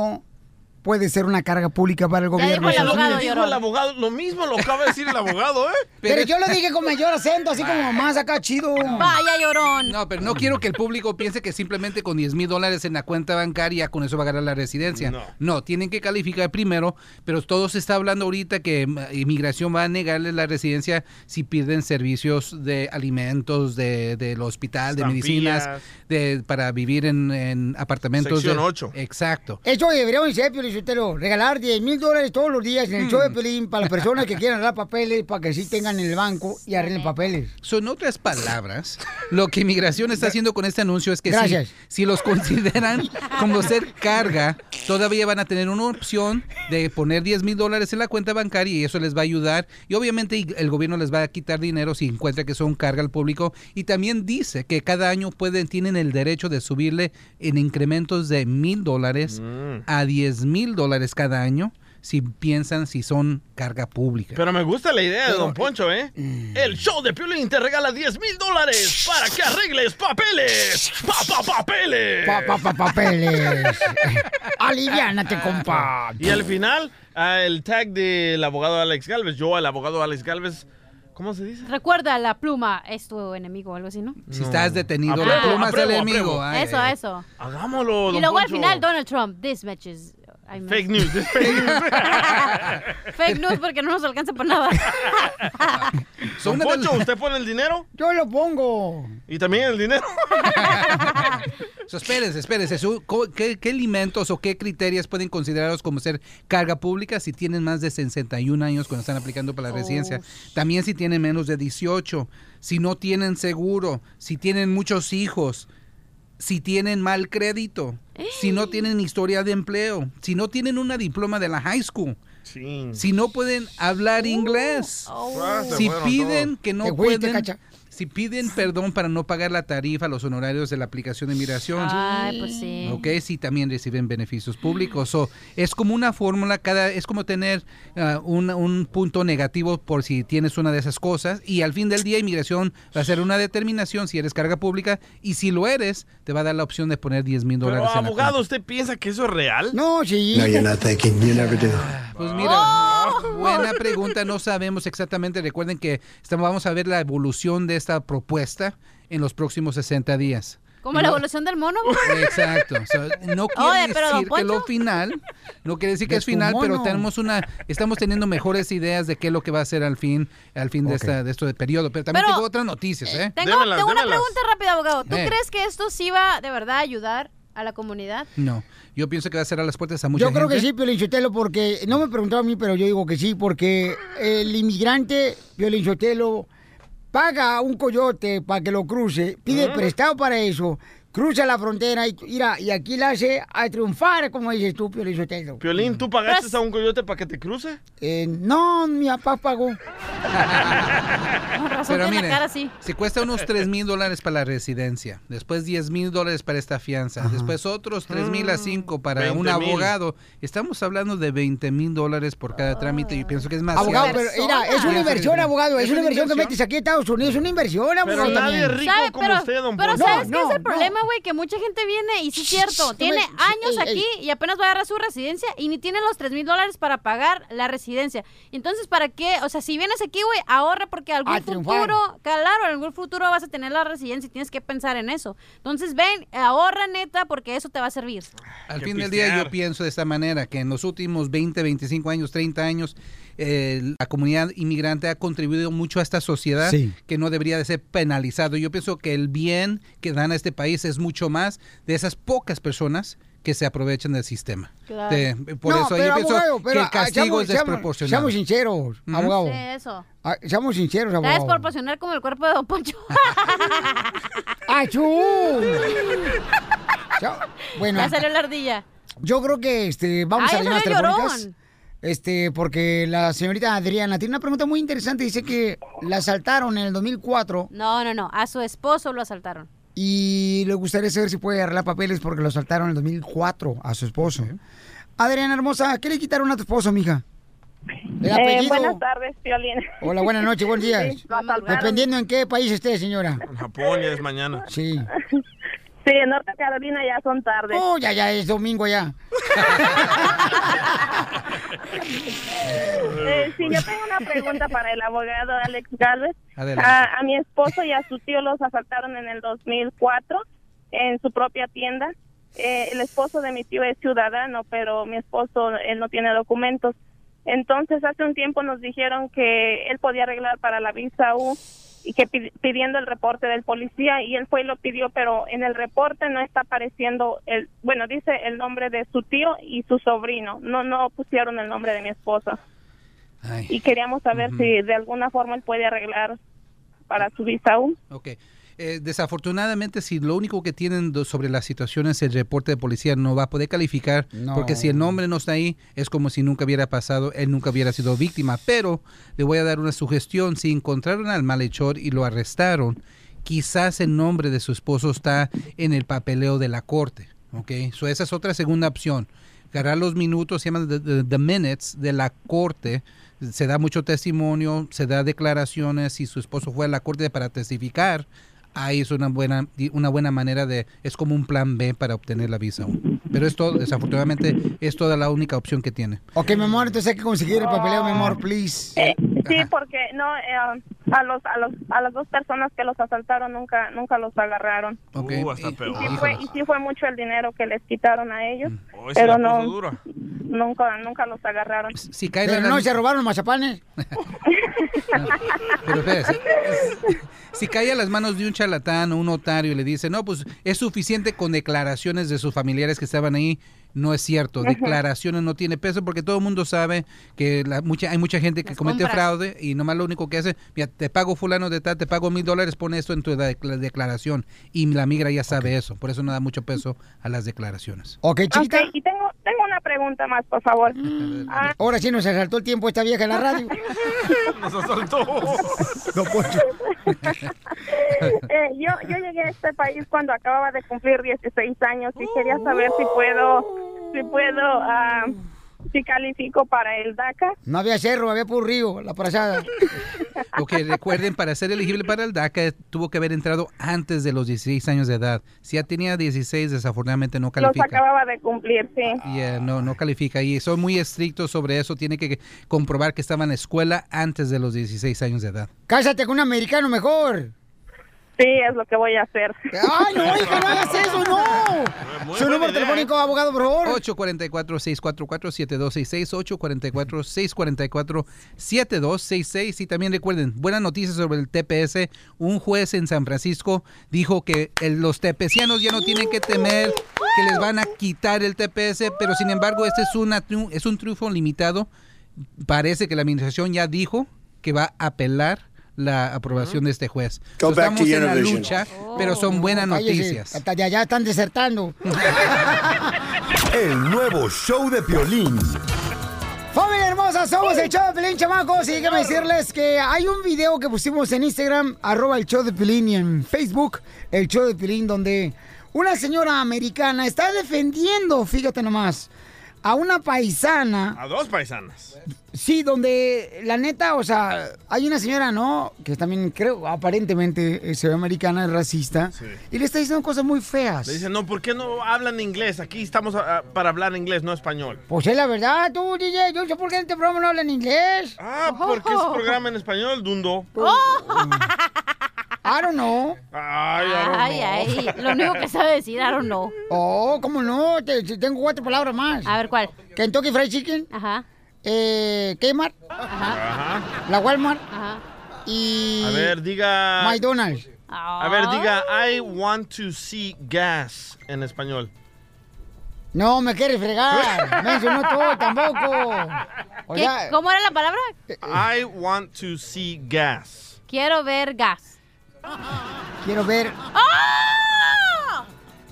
[SPEAKER 2] puede ser una carga pública para el gobierno. de
[SPEAKER 3] Oye,
[SPEAKER 2] Estados
[SPEAKER 3] lo que
[SPEAKER 2] Unidos.
[SPEAKER 3] dijo el abogado, lo mismo lo acaba de decir el abogado, ¿eh?
[SPEAKER 2] Pero yo lo dije con mayor acento, así como más acá chido.
[SPEAKER 7] Vaya llorón.
[SPEAKER 20] No, pero no quiero que el público piense que simplemente con 10 mil dólares en la cuenta bancaria con eso va a ganar la residencia. No. tienen que calificar primero, pero todo se está hablando ahorita que mm, inmigración va a negarles la residencia si pierden servicios de alimentos, de, del hospital, de medicinas, de, para vivir en, en apartamentos.
[SPEAKER 3] Sección
[SPEAKER 20] de-
[SPEAKER 3] ocho.
[SPEAKER 20] Exacto.
[SPEAKER 2] Eso deberíamos hacer, Pio Lizotero, regalar 10 mil dólares todos los días
[SPEAKER 3] Mm.
[SPEAKER 2] en el show de Pelín para las personas que quieran dar papeles, para que sí tengan en el banco y arreglen papeles.
[SPEAKER 20] Son otras palabras. Lo que inmigración está haciendo con este anuncio es que si-
[SPEAKER 2] Gracias.
[SPEAKER 20] si los consideran como ser carga, todavía van a tener una opción de poner 10 mil dólares en la cuenta bancaria y eso les va a ayudar. Y obviamente y- el gobierno les va a quitar dinero si encuentra que son carga al público. Y también dice que cada año pueden, tienen el derecho de subirle en incrementos de mil dólares a 10 mil dólares cada año si piensan si son carga pública.
[SPEAKER 3] Pero me gusta la idea de Don Poncho, ¿eh?
[SPEAKER 19] Mm.
[SPEAKER 3] El show de Piolín te regala 10 mil dólares para que arregles papeles. Pa, pa, papeles.
[SPEAKER 2] Pa, pa, pa, papeles. Aliviánate, compa.
[SPEAKER 3] Y al final, ah, el tag del abogado Alex Galvez, yo al abogado Alex Galvez, ¿Cómo se dice?
[SPEAKER 7] Recuerda, la pluma es tu enemigo o algo así, ¿no?
[SPEAKER 20] Si estás detenido,
[SPEAKER 3] Apruebo,
[SPEAKER 20] la pluma es el
[SPEAKER 3] apruebo,
[SPEAKER 20] enemigo.
[SPEAKER 3] apruebo.
[SPEAKER 20] Ay,
[SPEAKER 7] eso,
[SPEAKER 20] ay.
[SPEAKER 7] eso.
[SPEAKER 3] Hagámoslo,
[SPEAKER 7] y
[SPEAKER 3] don
[SPEAKER 7] luego al
[SPEAKER 3] Poncho.
[SPEAKER 7] final, Donald Trump, this match is... I mean,
[SPEAKER 3] Fake news. es fake news.
[SPEAKER 7] fake news porque no nos alcanza para nada.
[SPEAKER 3] Don Poncho, ¿usted pone el dinero?
[SPEAKER 2] Yo lo pongo.
[SPEAKER 3] ¿Y también el dinero?
[SPEAKER 20] So, espérense, espérense. Su- co- ¿Qué, qué alimentos o qué criterios pueden considerarlos como ser carga pública si tienen más de 61 años cuando están aplicando para la
[SPEAKER 7] Oh,
[SPEAKER 20] residencia? También si tienen menos de 18, si no tienen seguro, si tienen muchos hijos, si tienen mal crédito, si no tienen historia de empleo, si no tienen una diploma de la high school. Si no pueden hablar
[SPEAKER 7] Uh,
[SPEAKER 20] inglés,
[SPEAKER 3] Oh.
[SPEAKER 20] si
[SPEAKER 3] Se fueron
[SPEAKER 20] piden
[SPEAKER 3] todos.
[SPEAKER 20] que no
[SPEAKER 3] Te fuiste,
[SPEAKER 20] pueden,
[SPEAKER 3] cacha.
[SPEAKER 20] si piden perdón para no pagar la tarifa, los honorarios de la aplicación de migración.
[SPEAKER 7] Ay, pues sí.
[SPEAKER 20] Ok, sí, también reciben beneficios públicos. So, es como una fórmula, cada es como tener ah, un, un punto negativo por si tienes una de esas cosas. Y al fin del día, inmigración va a hacer una determinación si eres carga pública. Y si lo eres, te va a dar la opción de poner 10 mil
[SPEAKER 3] Pero,
[SPEAKER 20] dólares en la
[SPEAKER 3] abogado, ¿usted piensa que eso es real?
[SPEAKER 2] No, sí.
[SPEAKER 20] No, you're
[SPEAKER 6] not thinking. You never do.
[SPEAKER 20] Pues mira,
[SPEAKER 7] ¡Oh!
[SPEAKER 20] buena pregunta, no sabemos exactamente. Recuerden que estamos, vamos a ver la evolución de esta propuesta en los próximos 60 días.
[SPEAKER 7] Como la evolución del mono.
[SPEAKER 20] Exacto. So, no quiere
[SPEAKER 7] Oye, pero, don
[SPEAKER 20] decir que
[SPEAKER 7] Poncho.
[SPEAKER 20] lo final, no quiere decir que
[SPEAKER 7] De
[SPEAKER 20] es
[SPEAKER 7] tu
[SPEAKER 20] final, pero
[SPEAKER 7] mono.
[SPEAKER 20] tenemos una, estamos teniendo mejores ideas de qué es lo que va a ser al fin, al fin de esta, de esto de periodo. Pero también
[SPEAKER 7] Pero,
[SPEAKER 20] tengo otras noticias, ¿eh?
[SPEAKER 7] Tengo, tengo una pregunta rápida, abogado. ¿Tú
[SPEAKER 20] Eh.
[SPEAKER 7] crees que esto sí va de verdad a ayudar a la comunidad?
[SPEAKER 20] No, yo pienso que va a cerrar las puertas a mucha
[SPEAKER 2] Yo creo que
[SPEAKER 20] gente.
[SPEAKER 2] sí, Piolín Sotelo, porque no me preguntó a mí, pero yo digo que sí, porque el inmigrante, Piolín Sotelo, paga a un coyote para que lo cruce, pide
[SPEAKER 3] Mm.
[SPEAKER 20] Ah.
[SPEAKER 2] prestado para eso, cruza la frontera y, mira, y aquí la hace a triunfar, como dices tú, Piolín Sotelo.
[SPEAKER 3] Piolín, ¿tú pagaste a un coyote para que te cruce?
[SPEAKER 2] Eh, no, mi papá pagó.
[SPEAKER 20] Pero
[SPEAKER 2] tiene la
[SPEAKER 20] miren,
[SPEAKER 2] cara así.
[SPEAKER 20] si cuesta unos 3 mil dólares para la residencia, después 10 mil dólares para esta fianza, después otros 3 mil a 5 para
[SPEAKER 21] 20,000.
[SPEAKER 20] un abogado, estamos hablando de 20 mil dólares por cada trámite. Yo pienso que es más.
[SPEAKER 2] Abogado, pero mira, es una inversión, abogado, es, una inversión que metes aquí a Estados Unidos, es una inversión, abogado. también.
[SPEAKER 7] ¿Sabe? pero, pero
[SPEAKER 2] No,
[SPEAKER 7] ¿sabes qué
[SPEAKER 2] no,
[SPEAKER 7] es el
[SPEAKER 2] no.
[SPEAKER 7] problema, güey? Que mucha gente viene y sí es cierto,
[SPEAKER 2] Shh,
[SPEAKER 7] tiene
[SPEAKER 2] no me-
[SPEAKER 7] años
[SPEAKER 2] ey,
[SPEAKER 7] aquí y apenas va a agarrar su residencia y ni tiene los 3 mil dólares para pagar la residencia. Entonces, ¿para qué? O sea, si vienes aquí, güey, ahorra porque algún
[SPEAKER 2] A triunfar.
[SPEAKER 7] futuro, claro, en algún futuro vas a tener la residencia y tienes que pensar en eso. Entonces, ven, ahorra neta porque eso te va a servir.
[SPEAKER 20] Al
[SPEAKER 21] Que
[SPEAKER 20] fin del día
[SPEAKER 21] pistear.
[SPEAKER 20] yo pienso de esta manera, que en los últimos 20, 25 años, 30 años, eh, la comunidad inmigrante ha contribuido mucho a esta sociedad
[SPEAKER 21] Sí.
[SPEAKER 20] que no debería de ser penalizado. Yo pienso que el bien que dan a este país es mucho más de esas pocas personas que se aprovechan del sistema.
[SPEAKER 7] Claro.
[SPEAKER 20] De- Este, por
[SPEAKER 2] No,
[SPEAKER 20] eso
[SPEAKER 2] pero,
[SPEAKER 20] yo pienso
[SPEAKER 2] abogado, pero,
[SPEAKER 20] que
[SPEAKER 2] ah,
[SPEAKER 20] el castigo
[SPEAKER 2] seamos-
[SPEAKER 20] es
[SPEAKER 2] seamos-
[SPEAKER 20] desproporcionado.
[SPEAKER 2] Seamos sinceros,
[SPEAKER 20] Ujú.
[SPEAKER 2] abogado.
[SPEAKER 7] Sí, eso.
[SPEAKER 2] Ah, Seamos sinceros,
[SPEAKER 7] Te va a
[SPEAKER 2] abogado.
[SPEAKER 7] desproporcionar como el cuerpo de Don Poncho.
[SPEAKER 2] ¡Achú! Ya- bueno,
[SPEAKER 7] Ya salió la ardilla.
[SPEAKER 2] yo creo que este, vamos
[SPEAKER 7] Ay,
[SPEAKER 2] a
[SPEAKER 7] Ah, eso
[SPEAKER 2] leer unas
[SPEAKER 7] era llorón.
[SPEAKER 2] telefónicas. Este, porque la señorita Adriana tiene una pregunta muy interesante. Dice que la asaltaron en el 2004
[SPEAKER 7] No, no, no. A su esposo lo asaltaron.
[SPEAKER 2] y le gustaría saber si puede arreglar papeles porque lo asaltaron en el 2004 a su esposo. Adriana hermosa, ¿qué le quitaron a tu esposo, mija? El
[SPEAKER 14] Eh,
[SPEAKER 2] apellido.
[SPEAKER 14] buenas tardes, Piolín.
[SPEAKER 2] Hola, buenas noches, buenos días.
[SPEAKER 14] Sí, lo asaltaron.
[SPEAKER 2] Dependiendo en qué país esté, señora.
[SPEAKER 3] Japón ya es mañana.
[SPEAKER 2] Sí.
[SPEAKER 14] Sí, en Norte Carolina ya son tardes.
[SPEAKER 2] Oh, ya, ya, es domingo ya.
[SPEAKER 14] Eh, sí, yo tengo una pregunta para el abogado Alex Galvez.
[SPEAKER 20] Adelante.
[SPEAKER 14] A, a mi esposo y a su tío los asaltaron en el 2004 en su propia tienda. Eh, el esposo de mi tío es ciudadano, pero mi esposo él no tiene documentos. Entonces hace un tiempo nos dijeron que él podía arreglar para la visa U y que pi- pidiendo el reporte del policía y él fue y lo pidió, pero en el reporte no está apareciendo el bueno dice el nombre de su tío y su sobrino, no no pusieron el nombre de mi esposa y queríamos saber si de alguna forma él puede arreglar para su visa U.
[SPEAKER 20] Ok. Eh, desafortunadamente, si lo único que tienen do- sobre la situación es el reporte de policía, no va a poder calificar,
[SPEAKER 21] No.
[SPEAKER 20] porque si el nombre no está ahí, es como si nunca hubiera pasado, él nunca hubiera sido víctima. Pero le voy a dar una sugestión, si encontraron al malhechor y lo arrestaron, quizás el nombre de su esposo está en el papeleo de la corte. Ok, so esa es otra segunda opción. Agarrar los minutos, se llaman the, the- the minutes de la corte. Se da mucho testimonio, se da declaraciones. Si su esposo fue a la corte para testificar, ahí es una buena, una buena manera de. Es como un plan B para obtener la visa. aún. Pero esto, desafortunadamente, es toda la única opción que tiene.
[SPEAKER 2] Ok, mi amor, entonces hay que conseguir el papeleo, mi amor, please.
[SPEAKER 14] Sí, porque no, eh,
[SPEAKER 15] a los a los a las dos personas que los asaltaron nunca nunca los agarraron.
[SPEAKER 20] Ok. Y-
[SPEAKER 15] Y sí fue y sí fue mucho el dinero que les quitaron a ellos,
[SPEAKER 20] Oh, esa
[SPEAKER 15] pero
[SPEAKER 20] la puso
[SPEAKER 15] no
[SPEAKER 20] dura.
[SPEAKER 15] nunca nunca los agarraron.
[SPEAKER 20] Si cae
[SPEAKER 2] Pero
[SPEAKER 20] la
[SPEAKER 2] no
[SPEAKER 20] lana-
[SPEAKER 2] se robaron los mazapanes.
[SPEAKER 20] Pero espérate, si, si cae a las manos de un charlatán o un notario y le dice, no, pues es suficiente con declaraciones de sus familiares que estaban ahí, no es cierto.
[SPEAKER 15] Ujú.
[SPEAKER 20] Declaraciones no tiene peso porque todo el mundo sabe que la, mucha, hay mucha gente que comete
[SPEAKER 15] compras.
[SPEAKER 20] fraude y nomás lo único que hace, mira, te pago fulano de tal, te pago mil dólares, pone esto en tu de- la declaración. Y la migra ya sabe eso, por eso no da mucho peso a las declaraciones.
[SPEAKER 2] Ok, chiquita.
[SPEAKER 15] Ok, y tengo tengo una pregunta más, por favor. Ah,
[SPEAKER 2] Ahora sí nos asaltó el tiempo esta vieja en la radio.
[SPEAKER 15] Nos asaltó.
[SPEAKER 2] No, Poncho.
[SPEAKER 15] Eh, yo, yo llegué a este país cuando acababa de cumplir 16 años y quería saber si puedo, si puedo, ah, si califico para el DACA.
[SPEAKER 2] No había cerro, había puro río, la prazada.
[SPEAKER 20] Ok, recuerden, para ser elegible para el DACA tuvo que haber entrado antes de los 16 años de edad. Si ya tenía 16, desafortunadamente no
[SPEAKER 15] Los
[SPEAKER 20] califica.
[SPEAKER 15] acababa de cumplir, sí.
[SPEAKER 20] Yeah, no, no califica. Y son muy estrictos sobre eso. Tiene que comprobar que estaba en la escuela antes de los 16 años de edad.
[SPEAKER 2] Cásate con un americano mejor.
[SPEAKER 15] Sí, es lo que voy a hacer.
[SPEAKER 2] ¡Ay, no, hija, no hagas eso, no! Su número
[SPEAKER 20] ¿eh?
[SPEAKER 2] telefónico, abogado, por favor.
[SPEAKER 20] 844-644-7266, 844-644-7266. Y también recuerden, buena noticia sobre el TPS. Un juez en San Francisco dijo que el- los tepecianos ya no tienen que temer que les van a quitar el TPS, pero sin embargo este es, una triun- es un triunfo limitado. Parece que la administración ya dijo que va a apelar la aprobación de este juez.
[SPEAKER 21] Go
[SPEAKER 20] So,
[SPEAKER 21] back
[SPEAKER 20] estamos
[SPEAKER 21] to
[SPEAKER 20] en la
[SPEAKER 21] Univision.
[SPEAKER 20] lucha,
[SPEAKER 2] Oh.
[SPEAKER 20] pero son buenas
[SPEAKER 2] Cállese,
[SPEAKER 20] noticias.
[SPEAKER 2] Hasta de allá están desertando.
[SPEAKER 6] El nuevo show de Piolín.
[SPEAKER 2] Familia hermosa, somos el show de Pelín, chamacos. Y déjenme decirles que hay un video que pusimos en Instagram, arroba el show de Pelín, y en Facebook, el show de Pelín, donde una señora americana está defendiendo, fíjate nomás, a una paisana.
[SPEAKER 3] A dos paisanas.
[SPEAKER 2] Sí, donde la neta, o sea, hay una señora, ¿no? Que también creo, aparentemente, eh, se ve americana, es racista. Y le está diciendo cosas muy feas.
[SPEAKER 3] Le dicen, no, ¿por qué no hablan inglés? Aquí estamos ah, ah, para hablar inglés, no español.
[SPEAKER 2] Pues es la verdad, tú, DJ, yo no sé por qué en este programa no hablan inglés. Oh.
[SPEAKER 3] Ah,
[SPEAKER 7] Oh.
[SPEAKER 3] ¿Por qué es programa en español, Dundo?
[SPEAKER 2] I don't know.
[SPEAKER 3] Ay,
[SPEAKER 7] Ay, ay, lo único que sabe decir, I don't know.
[SPEAKER 2] Oh, ¿cómo no? Te- te- tengo cuatro palabras más. A ver, ¿cuál? Kentucky Fried Chicken. Ajá. Eh, Kmart.
[SPEAKER 3] Ajá.
[SPEAKER 2] La Walmart. Ajá. Y...
[SPEAKER 3] A ver, diga.
[SPEAKER 2] McDonald's.
[SPEAKER 3] A ver, diga, I want to see gas en español.
[SPEAKER 2] No, me quieres fregar. Menso, Ah, no tú, tampoco. O
[SPEAKER 7] ¿Qué?
[SPEAKER 2] sea,
[SPEAKER 7] ¿Cómo era la palabra?
[SPEAKER 3] I want to see gas.
[SPEAKER 7] Quiero ver gas.
[SPEAKER 2] quiero ver...
[SPEAKER 3] ¡Ah!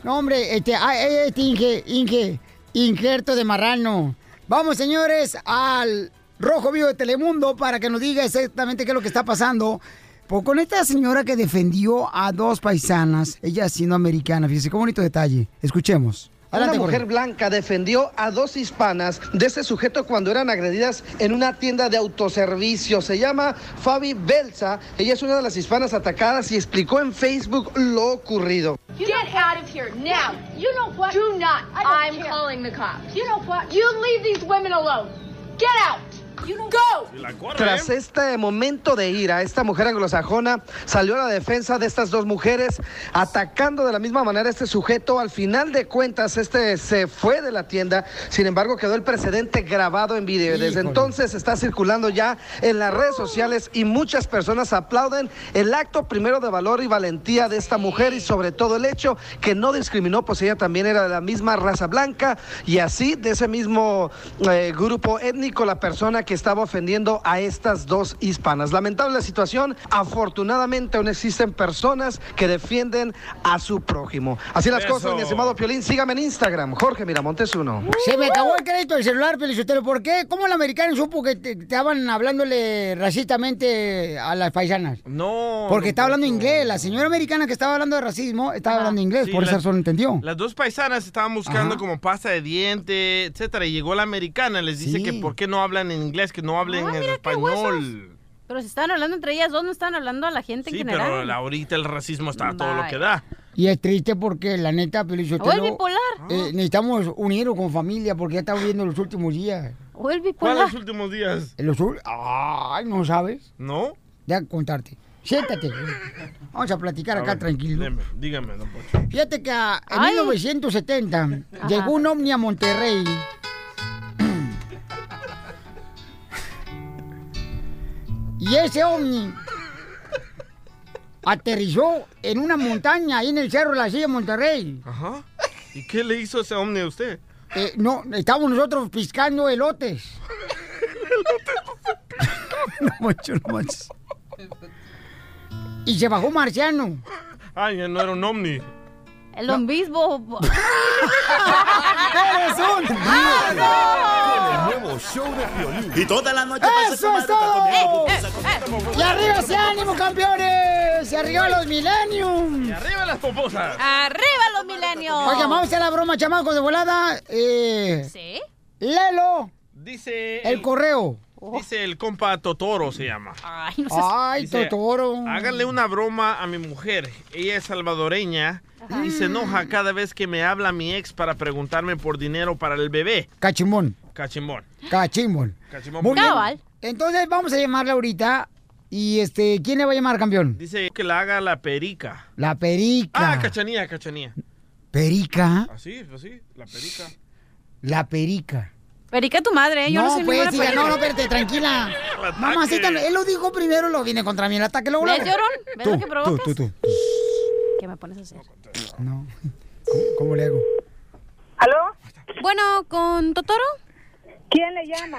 [SPEAKER 2] No, hombre, este, ah, eh, este Inge, Inge, injerto de marrano. Vamos, señores, al Rojo Vivo de Telemundo para que nos diga exactamente qué es lo que está pasando. Pues con esta señora que defendió a dos paisanas, ella siendo americana, fíjese qué bonito detalle. Escuchemos. Adelante,
[SPEAKER 4] una
[SPEAKER 2] Jorge.
[SPEAKER 4] mujer blanca defendió a dos hispanas de ese sujeto cuando eran agredidas en una tienda de autoservicio. Se llama Fabi Belza. Ella es una de las hispanas atacadas y explicó en Facebook lo ocurrido.
[SPEAKER 5] Get out of here now. You know what? Do not. I am calling the cops. You know what? You leave these women alone. Get out. You don't go.
[SPEAKER 4] Tras este momento de ira, esta mujer anglosajona salió a la defensa de estas dos mujeres, atacando de la misma manera a este sujeto. Al final de cuentas, este se fue de la tienda, sin embargo quedó el precedente grabado en video. Desde
[SPEAKER 22] Híjole.
[SPEAKER 4] entonces está circulando ya en las redes sociales y muchas personas aplauden el acto primero de valor y valentía de esta mujer y sobre todo el hecho que no discriminó, pues ella también era de la misma raza blanca y así de ese mismo eh, grupo étnico la persona que estaba ofendiendo a estas dos hispanas. Lamentable la situación, afortunadamente aún existen personas que defienden a su prójimo. Así las
[SPEAKER 2] Eso.
[SPEAKER 4] cosas, mi estimado Piolín, sígame en Instagram, Jorge Miramontes uno.
[SPEAKER 2] Se me acabó el crédito del celular, Felicitero. ¿Por qué? ¿Cómo el americano supo que te- te estaban hablándole racistamente a las paisanas?
[SPEAKER 3] No.
[SPEAKER 2] Porque estaba hablando inglés. La señora americana que estaba hablando de racismo estaba hablando inglés,
[SPEAKER 3] Sí,
[SPEAKER 2] por
[SPEAKER 3] la-
[SPEAKER 2] eso solo entendió.
[SPEAKER 3] Las dos paisanas estaban buscando
[SPEAKER 2] Ajá.
[SPEAKER 3] como pasta de diente, etcétera, y llegó la americana, les dice
[SPEAKER 2] Sí.
[SPEAKER 3] que por qué no hablan en inglés, que no hablen en español.
[SPEAKER 7] Pero si estaban hablando entre ellas dos, no estaban hablando a la gente
[SPEAKER 3] Sí,
[SPEAKER 7] en general.
[SPEAKER 3] pero la- ahorita el racismo está a todo lo que
[SPEAKER 7] Vaya.
[SPEAKER 3] da.
[SPEAKER 2] Y es triste porque la neta, Felicitero.
[SPEAKER 7] O el bipolar.
[SPEAKER 2] eh, necesitamos unirnos con familia porque ya está viviendo los últimos días.
[SPEAKER 7] O el
[SPEAKER 3] ¿Cuáles
[SPEAKER 7] bipolar.
[SPEAKER 3] los últimos días?
[SPEAKER 2] En los ul- Ay, ¿no sabes?
[SPEAKER 3] ¿No?
[SPEAKER 2] Ya contarte. Siéntate. Vamos a platicar acá
[SPEAKER 3] A ver,
[SPEAKER 2] tranquilo.
[SPEAKER 3] deme, dígame, don Poncho.
[SPEAKER 2] Fíjate que a- en
[SPEAKER 3] Ay.
[SPEAKER 2] 1970 llegó un ovni a Monterrey. y ese ovni aterrizó en una montaña ahí en el Cerro de la Silla de Monterrey.
[SPEAKER 3] Ajá. ¿Y qué le hizo ese ovni a usted?
[SPEAKER 2] Eh, no, estábamos nosotros piscando elotes. no manches, no manches. Y se bajó un marciano.
[SPEAKER 3] Ay, Ah, ya no era un ovni.
[SPEAKER 7] El ombisbo. ¡Ah!
[SPEAKER 2] ¡Eres un!
[SPEAKER 6] Con el nuevo show de Piolín.
[SPEAKER 21] Y toda la noche
[SPEAKER 2] ¡Eso es todo!
[SPEAKER 7] Eh,
[SPEAKER 2] ¡Y arriba ese ánimo, campeones! ¡Y arriba los millennium!
[SPEAKER 3] ¡Y arriba las pomposas!
[SPEAKER 7] Ah, ¡Arriba los milenios!
[SPEAKER 2] Oigan, vamos a la broma, chamacos, de volada. Eh,
[SPEAKER 7] ¿Sí?
[SPEAKER 2] Lelo,
[SPEAKER 3] Dice.
[SPEAKER 2] el correo.
[SPEAKER 3] Dice el compa Totoro se llama.
[SPEAKER 7] Ay,
[SPEAKER 2] no seas- Ay, Totoro.
[SPEAKER 3] Háganle una broma a mi mujer. Ella es salvadoreña y se enoja cada vez que me habla mi ex para preguntarme por dinero para el bebé.
[SPEAKER 2] Cachimón.
[SPEAKER 3] Cachimbón.
[SPEAKER 2] Cachimón.
[SPEAKER 3] Cachimón.
[SPEAKER 2] Muy bien. Entonces vamos a llamarle ahorita. Y este, ¿quién le va a llamar, campeón?
[SPEAKER 3] Dice que la haga la perica.
[SPEAKER 2] La perica.
[SPEAKER 3] Ah, cachanía, cachanía.
[SPEAKER 2] Perica.
[SPEAKER 3] Así, así, la perica.
[SPEAKER 2] La perica.
[SPEAKER 7] Perica tu madre, ¿eh? yo no,
[SPEAKER 2] no,
[SPEAKER 7] soy
[SPEAKER 2] pues,
[SPEAKER 7] ninguna
[SPEAKER 2] hija,
[SPEAKER 7] perica.
[SPEAKER 2] no, no, espérate, tranquila. Mamacita, él lo dijo primero, lo viene contra mí el ataque. Luego,
[SPEAKER 7] ¿Ves,
[SPEAKER 2] luego.
[SPEAKER 7] llorón? ¿Ves lo que provocas?
[SPEAKER 2] Tú, tú, tú.
[SPEAKER 7] ¿Qué me pones a hacer?
[SPEAKER 2] No. ¿Cómo, cómo le hago?
[SPEAKER 7] ¿Aló? Bueno, ¿con Totoro?
[SPEAKER 15] ¿Quién le llama?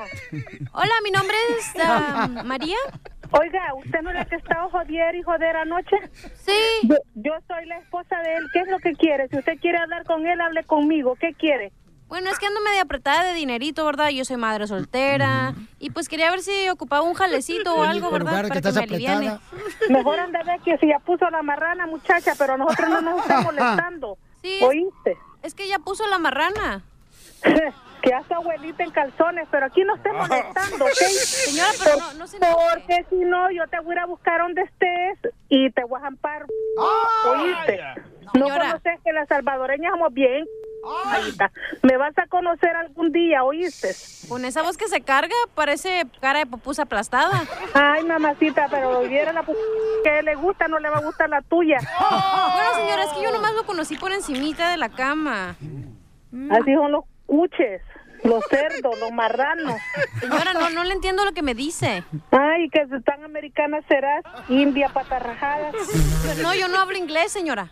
[SPEAKER 7] Hola, mi nombre es ah, María.
[SPEAKER 15] Oiga, ¿usted no era que estaba joder y joder anoche?
[SPEAKER 7] Sí.
[SPEAKER 15] Yo, yo soy la esposa de él. ¿Qué es lo que quiere? Si usted quiere hablar con él, hable conmigo. ¿Qué quiere?
[SPEAKER 7] Bueno, es que ando media apretada de dinerito, ¿verdad? Yo soy madre soltera. Y pues quería ver si ocupaba un jalecito o algo, ¿verdad? Para que, me aliviane.
[SPEAKER 15] Mejor anda a ver que si ya puso la marrana, muchacha, pero nosotros no nos está molestando.
[SPEAKER 7] Sí.
[SPEAKER 15] ¿Oíste?
[SPEAKER 7] Es que ya puso la marrana.
[SPEAKER 15] que hace abuelita en calzones, pero aquí no esté molestando, ¿ok?
[SPEAKER 7] Señora, pero no- no se enoje.
[SPEAKER 15] Porque si no, yo te voy a ir a buscar donde estés y te voy a jampar. ¿Oíste? No
[SPEAKER 7] Señora.
[SPEAKER 15] conoces que las salvadoreñas somos bien. Marita. Me vas a conocer algún día, ¿oíste?
[SPEAKER 7] Con esa voz que se carga, parece cara de pupusa aplastada.
[SPEAKER 15] Ay, mamacita, pero viera la pu- que le gusta, no le va a gustar la tuya.
[SPEAKER 7] Bueno, señora, es que yo nomás lo conocí por encimita de la cama.
[SPEAKER 15] Así son los cuches, los cerdos, los marranos.
[SPEAKER 7] Señora, no, no le entiendo lo que me dice.
[SPEAKER 15] Ay, que si tan americana serás, india patarrajada.
[SPEAKER 7] No, yo no hablo inglés, señora.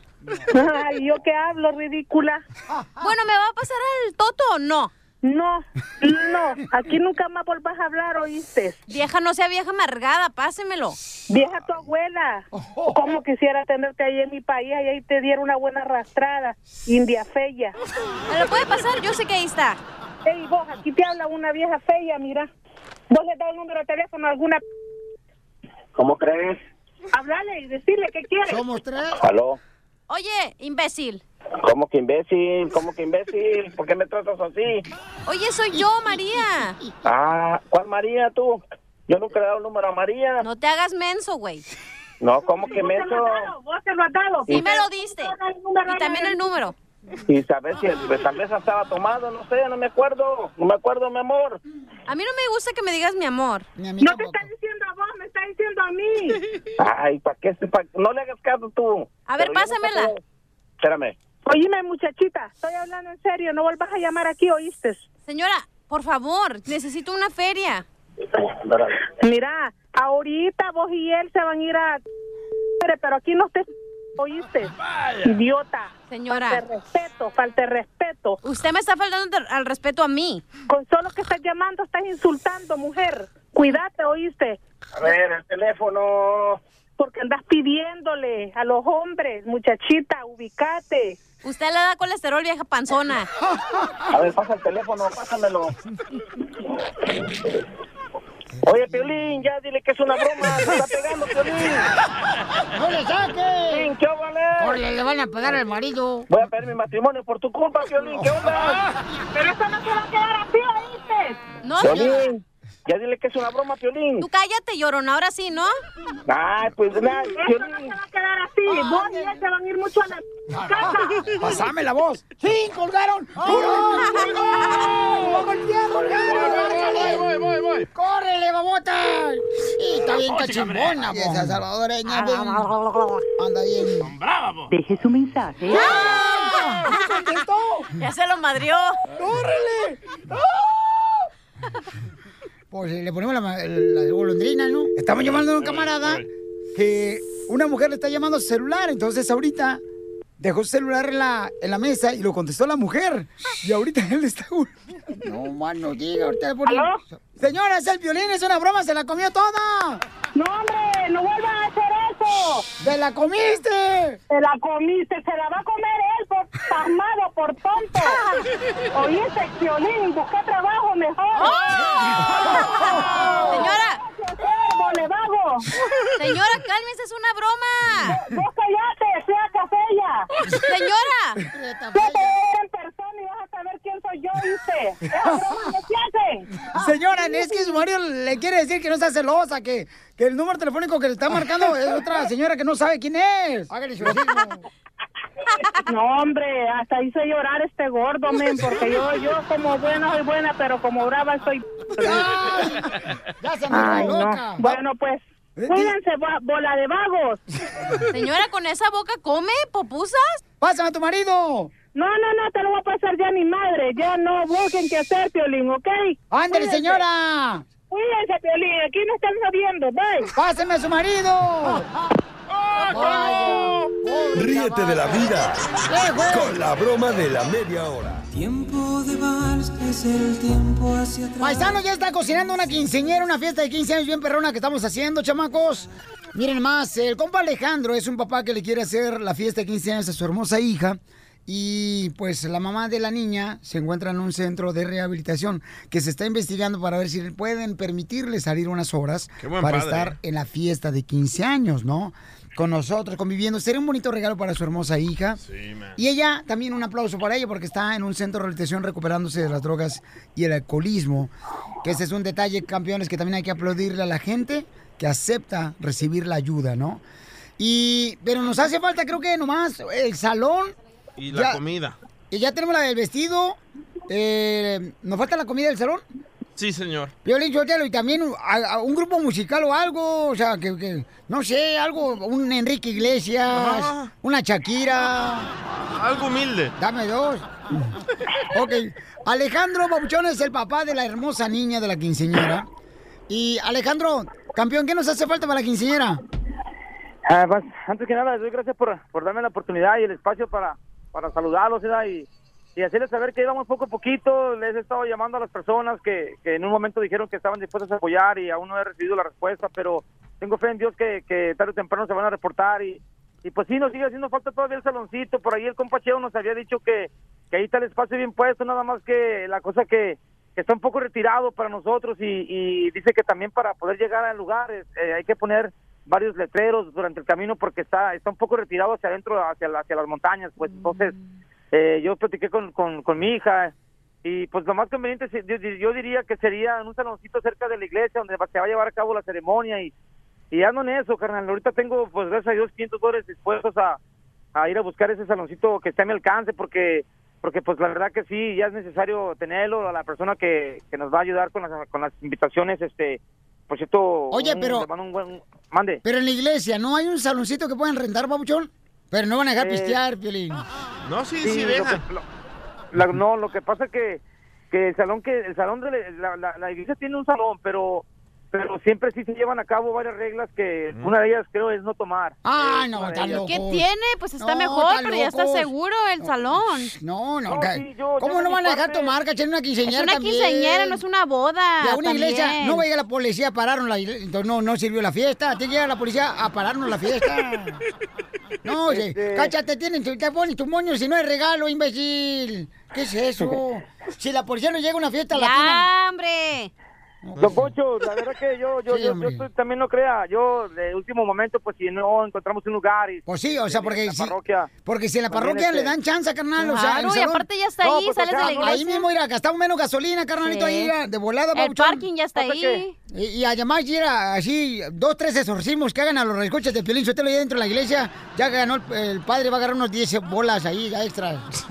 [SPEAKER 15] Ay, yo que hablo, ridícula.
[SPEAKER 7] Bueno, ¿me va a pasar el toto o no?
[SPEAKER 15] No, no, aquí nunca más volvás a hablar, oíste.
[SPEAKER 7] Vieja, no sea vieja amargada, pásemelo.
[SPEAKER 15] Vieja tu abuela, como quisiera tenerte ahí en mi país, y ahí te diera una buena arrastrada, india fea.
[SPEAKER 7] ¿Me lo puede pasar? Yo sé que ahí está.
[SPEAKER 15] Ey, vos, aquí te habla una vieja fea, mira. Vos le das el número de teléfono a alguna...
[SPEAKER 22] ¿Cómo crees?
[SPEAKER 15] Hablale y decirle qué quieres.
[SPEAKER 2] Somos tres.
[SPEAKER 22] ¿Aló?
[SPEAKER 7] Oye, imbécil.
[SPEAKER 22] ¿Cómo que imbécil? ¿Cómo que imbécil? ¿Por qué me tratas así?
[SPEAKER 7] Oye, soy yo, María.
[SPEAKER 22] Ah, ¿cuál María tú? Yo nunca le he dado un número a María.
[SPEAKER 7] No te hagas menso, güey.
[SPEAKER 22] No, ¿cómo que
[SPEAKER 7] Vos te lo has
[SPEAKER 22] menso?
[SPEAKER 7] dado,
[SPEAKER 15] vos te lo has dado.
[SPEAKER 7] Sí me lo diste. Y también el número.
[SPEAKER 22] Y saber si el- tal vez estaba tomado, no sé, no me acuerdo. No me acuerdo, mi amor.
[SPEAKER 7] A mí no me gusta que me digas mi amor.
[SPEAKER 15] No te está diciendo a vos, me está diciendo a mí.
[SPEAKER 22] Ay, ¿para qué? se- pa- No le hagas caso tú.
[SPEAKER 15] A ver,
[SPEAKER 22] Pero yo nunca
[SPEAKER 15] pásamela.
[SPEAKER 22] te- Espérame.
[SPEAKER 15] Oíme, muchachita, estoy hablando en serio, no volvás a llamar aquí, ¿oíste?
[SPEAKER 7] Señora, por favor, necesito una feria.
[SPEAKER 15] Mira, ahorita vos y él se van a ir a... Pero aquí no te... ¿Oíste? Idiota.
[SPEAKER 7] Señora.
[SPEAKER 15] Falta de respeto, falta de respeto.
[SPEAKER 7] Usted me está faltando te- al respeto a mí.
[SPEAKER 15] Con solo que estás llamando, estás insultando, mujer. Cuídate, ¿oíste?
[SPEAKER 22] A ver, el teléfono.
[SPEAKER 15] Porque andas pidiéndole a los hombres, muchachita, ubicate.
[SPEAKER 7] Usted le da colesterol, vieja panzona.
[SPEAKER 22] A ver, pasa el teléfono, pásamelo. Oye, Piolín, ya dile que es una broma. Se está pegando, Piolín.
[SPEAKER 2] ¡No le saques!
[SPEAKER 22] ¿Qué vale?
[SPEAKER 2] Oye, le van a pagar al marido.
[SPEAKER 22] Voy a perder mi matrimonio por tu culpa, Piolín. ¿Qué onda?
[SPEAKER 15] Pero eso no se va a quedar así, ¿oíste?
[SPEAKER 7] No, señora.
[SPEAKER 22] Piolín, ya dile que es una broma, Piolín.
[SPEAKER 7] Tú cállate, llorón, ahora sí, ¿no?
[SPEAKER 22] Ay, pues nada,
[SPEAKER 15] Eso no se
[SPEAKER 22] Piolín.
[SPEAKER 15] va a quedar así. Vos y él se van a ir mucho a la casa.
[SPEAKER 2] ¡Pasame la voz! ¡Sí, colgaron! ¡Colgaron! ¡Colgaron! ¡Colgaron!
[SPEAKER 3] voy, voy, voy, voy!
[SPEAKER 2] ¡Córrele, babota! Y está bien cachimbona,
[SPEAKER 8] cachimbona,
[SPEAKER 2] po. Ah, Esa salvadoreña, bien. Anda bien.
[SPEAKER 8] ¡Brava, po!
[SPEAKER 21] Deje su mensaje.
[SPEAKER 2] ¡No contestó!
[SPEAKER 7] Ya se lo madrió.
[SPEAKER 2] ¡Córrele! Pues le ponemos la, ma- la golondrina, ¿no? Estamos llamando a un camarada que una mujer le está llamando a su celular, entonces ahorita dejó su celular en la, en la mesa y lo contestó la mujer. Y ahorita él está... No, mano, diga, ahorita le ponemos- Señora, es el violín, es una broma, se la comió toda.
[SPEAKER 8] ¡No, hombre! ¡No vuelvas a hacer eso!
[SPEAKER 2] ¡Te la comiste!
[SPEAKER 8] ¡Te la comiste! ¡Se la va a comer él por pasmado, por tonto! ¡Oíste, Piolín! ¡Busca trabajo mejor!
[SPEAKER 7] ¡Oh! Señora.
[SPEAKER 8] ¡Le vago!
[SPEAKER 7] Señora, cálmese, es una broma.
[SPEAKER 8] ¡Vos callate! ¡Sea cafeya!
[SPEAKER 7] Señora.
[SPEAKER 8] ¡Yo te voy a ver en persona y vas a saber quién soy yo, ¿viste? ¡Esas bromas no se hacen!
[SPEAKER 2] Señora, es que su marido le quiere decir que no sea celosa, que, que el número telefónico que le está marcando es otra señora que no sabe quién es. Hágale exorcismo.
[SPEAKER 15] No, hombre, ah. hasta hice llorar este gordo, men, porque yo, yo como buena soy buena, pero como brava soy...
[SPEAKER 2] ¡Ya se
[SPEAKER 15] Ay,
[SPEAKER 7] enojó,
[SPEAKER 15] no.
[SPEAKER 7] loca.
[SPEAKER 15] Bueno, pues, cuídense, bo- bola de vagos.
[SPEAKER 7] Señora, con esa boca come popusas.
[SPEAKER 2] Pásame a tu marido.
[SPEAKER 15] No, no, no, te lo voy a pasar ya mi madre. Ya no busquen qué hacer, Piolín, ¿ok?
[SPEAKER 2] ¡Ándale,
[SPEAKER 15] Cuídense.
[SPEAKER 2] señora!
[SPEAKER 15] Cuídense, Piolín, aquí no están sabiendo, bye.
[SPEAKER 2] ¡Pásame a su marido!
[SPEAKER 6] Ríete de la vida con la broma de la media hora.
[SPEAKER 2] Tiempo de vals es el tiempo hacia atrás. Paisano ya está cocinando una quinceñera, una fiesta de 15 años bien perrona que estamos haciendo, chamacos. Miren más, el compa Alejandro es un papá que le quiere hacer la fiesta de 15 años a su hermosa hija. Y pues la mamá de la niña se encuentra en un centro de rehabilitación que se está investigando para ver si pueden permitirle salir unas horas
[SPEAKER 3] Qué buen
[SPEAKER 2] para
[SPEAKER 3] padre. ¿eh?
[SPEAKER 2] estar en la fiesta de 15 años, ¿no? Con nosotros, conviviendo. Sería un bonito regalo para su hermosa hija.
[SPEAKER 3] Sí, man.
[SPEAKER 2] Y ella, también un aplauso para ella porque está en un centro de rehabilitación recuperándose de las drogas y el alcoholismo. Que ese es un detalle, campeones, que también hay que aplaudirle a la gente que acepta recibir la ayuda, ¿no? Y, pero nos hace falta, creo que nomás, el salón.
[SPEAKER 3] Y la
[SPEAKER 2] Ya-
[SPEAKER 3] comida.
[SPEAKER 2] Y ya tenemos la del vestido. eh, nos falta la comida del salón.
[SPEAKER 3] Sí, señor.
[SPEAKER 2] Violín Sotelo, y también a- a un grupo musical o algo, o sea, que, que, no sé, algo, un Enrique Iglesias,
[SPEAKER 3] Ajá.
[SPEAKER 2] una Shakira.
[SPEAKER 3] Ah. Algo humilde.
[SPEAKER 2] Dame dos. ok. Alejandro Babuchón es el papá de la hermosa niña de la quinceñera. Y Alejandro, campeón, ¿qué nos hace falta para la quinceñera?
[SPEAKER 22] Ah, pues, antes que nada, les doy gracias por, por darme la oportunidad y el espacio para, para saludarlos ¿verdad? y, y hacerles saber que íbamos poco a poquito. Les he estado llamando a las personas que, que en un momento dijeron que estaban dispuestas a apoyar y aún no he recibido la respuesta, pero tengo fe en Dios que, que tarde o temprano se van a reportar. Y, y pues sí, nos sigue haciendo falta todavía el saloncito. Por ahí el compa Cheo nos había dicho que, que ahí está el espacio bien puesto, nada más que la cosa que, que está un poco retirado para nosotros y, y dice que también para poder llegar al lugar eh, hay que poner varios letreros durante el camino porque está está un poco retirado hacia adentro, hacia, la- hacia las montañas, pues entonces eh, yo platiqué con, con, con mi hija y pues lo más conveniente se- yo, yo diría que sería en un saloncito cerca de la iglesia donde va- se va a llevar a cabo la ceremonia y, y ando en eso, carnal, ahorita tengo pues gracias a Dios 500 dólares dispuestos a, a ir a buscar ese saloncito que está a mi alcance porque porque pues la verdad que sí ya es necesario tenerlo a la persona que, que nos va a ayudar con las, con las invitaciones este por cierto
[SPEAKER 2] Oye,
[SPEAKER 22] un-
[SPEAKER 2] pero-
[SPEAKER 22] Oh, le mando un buen- mande
[SPEAKER 2] Pero en la iglesia, ¿no hay un saloncito que puedan rentar, Babuchón? Pero no van a dejar
[SPEAKER 22] Eh, pues
[SPEAKER 2] pistear, Violín.
[SPEAKER 22] no
[SPEAKER 2] sí, sí, dejan.
[SPEAKER 22] no lo que pasa que que el salón que el salón de la, la- la iglesia tiene un salón pero pero siempre sí se llevan a cabo varias reglas que una de ellas creo es no tomar
[SPEAKER 2] Ah,
[SPEAKER 22] no,
[SPEAKER 7] ¿Qué tiene? Pues está
[SPEAKER 2] No,
[SPEAKER 7] mejor,
[SPEAKER 2] están
[SPEAKER 7] pero ya está
[SPEAKER 2] locos.
[SPEAKER 7] seguro el salón.
[SPEAKER 2] No, no,
[SPEAKER 7] No,
[SPEAKER 2] ca-
[SPEAKER 7] sí, yo-
[SPEAKER 2] ¿cómo
[SPEAKER 7] yo de
[SPEAKER 2] no
[SPEAKER 7] mi
[SPEAKER 2] van a dejar
[SPEAKER 7] parte-
[SPEAKER 2] tomar, cachai? Una
[SPEAKER 7] Es
[SPEAKER 2] quinceañera
[SPEAKER 7] una
[SPEAKER 2] también.
[SPEAKER 7] quinceañera, no es una boda.
[SPEAKER 2] Y a una
[SPEAKER 7] también.
[SPEAKER 2] iglesia, no va a llegar la policía, pararon la iglesia, entonces no, no sirvió la fiesta, tiene que llegar la policía a pararnos la fiesta. No, oye,
[SPEAKER 8] Este-
[SPEAKER 2] cacha, te tienen, tu- te ponen tu moño si no hay regalo, imbécil. ¿Qué es eso? Si la policía no llega a una fiesta, la
[SPEAKER 7] Ya, hombre.
[SPEAKER 22] Don Poncho, la verdad que yo, yo,
[SPEAKER 2] Sí,
[SPEAKER 22] yo, yo
[SPEAKER 2] hombre.
[SPEAKER 22] estoy- también no crea, yo de último momento, pues si no encontramos un lugar y...
[SPEAKER 2] Pues sí, o sea, porque
[SPEAKER 22] la
[SPEAKER 2] si-
[SPEAKER 22] parroquia.
[SPEAKER 2] Porque si en la
[SPEAKER 22] También,
[SPEAKER 2] parroquia le
[SPEAKER 22] este,
[SPEAKER 2] dan chance, carnal, o sea,
[SPEAKER 7] Claro, y aparte ya está
[SPEAKER 22] pues,
[SPEAKER 7] ahí, sales de la
[SPEAKER 2] Ahí
[SPEAKER 7] iglesia.
[SPEAKER 2] mismo, mira, gastamos menos gasolina, carnalito,
[SPEAKER 7] Sí.
[SPEAKER 2] ahí, mira, de volada,
[SPEAKER 7] El parking ya está Pasa ahí. que-
[SPEAKER 2] Y, y además, mira, así, dos, tres exorcismos que hagan a los recoches de Piolín Sotelo ahí dentro de la iglesia, ya ganó el, el padre, va a agarrar unos 10 bolas ahí, ya extras.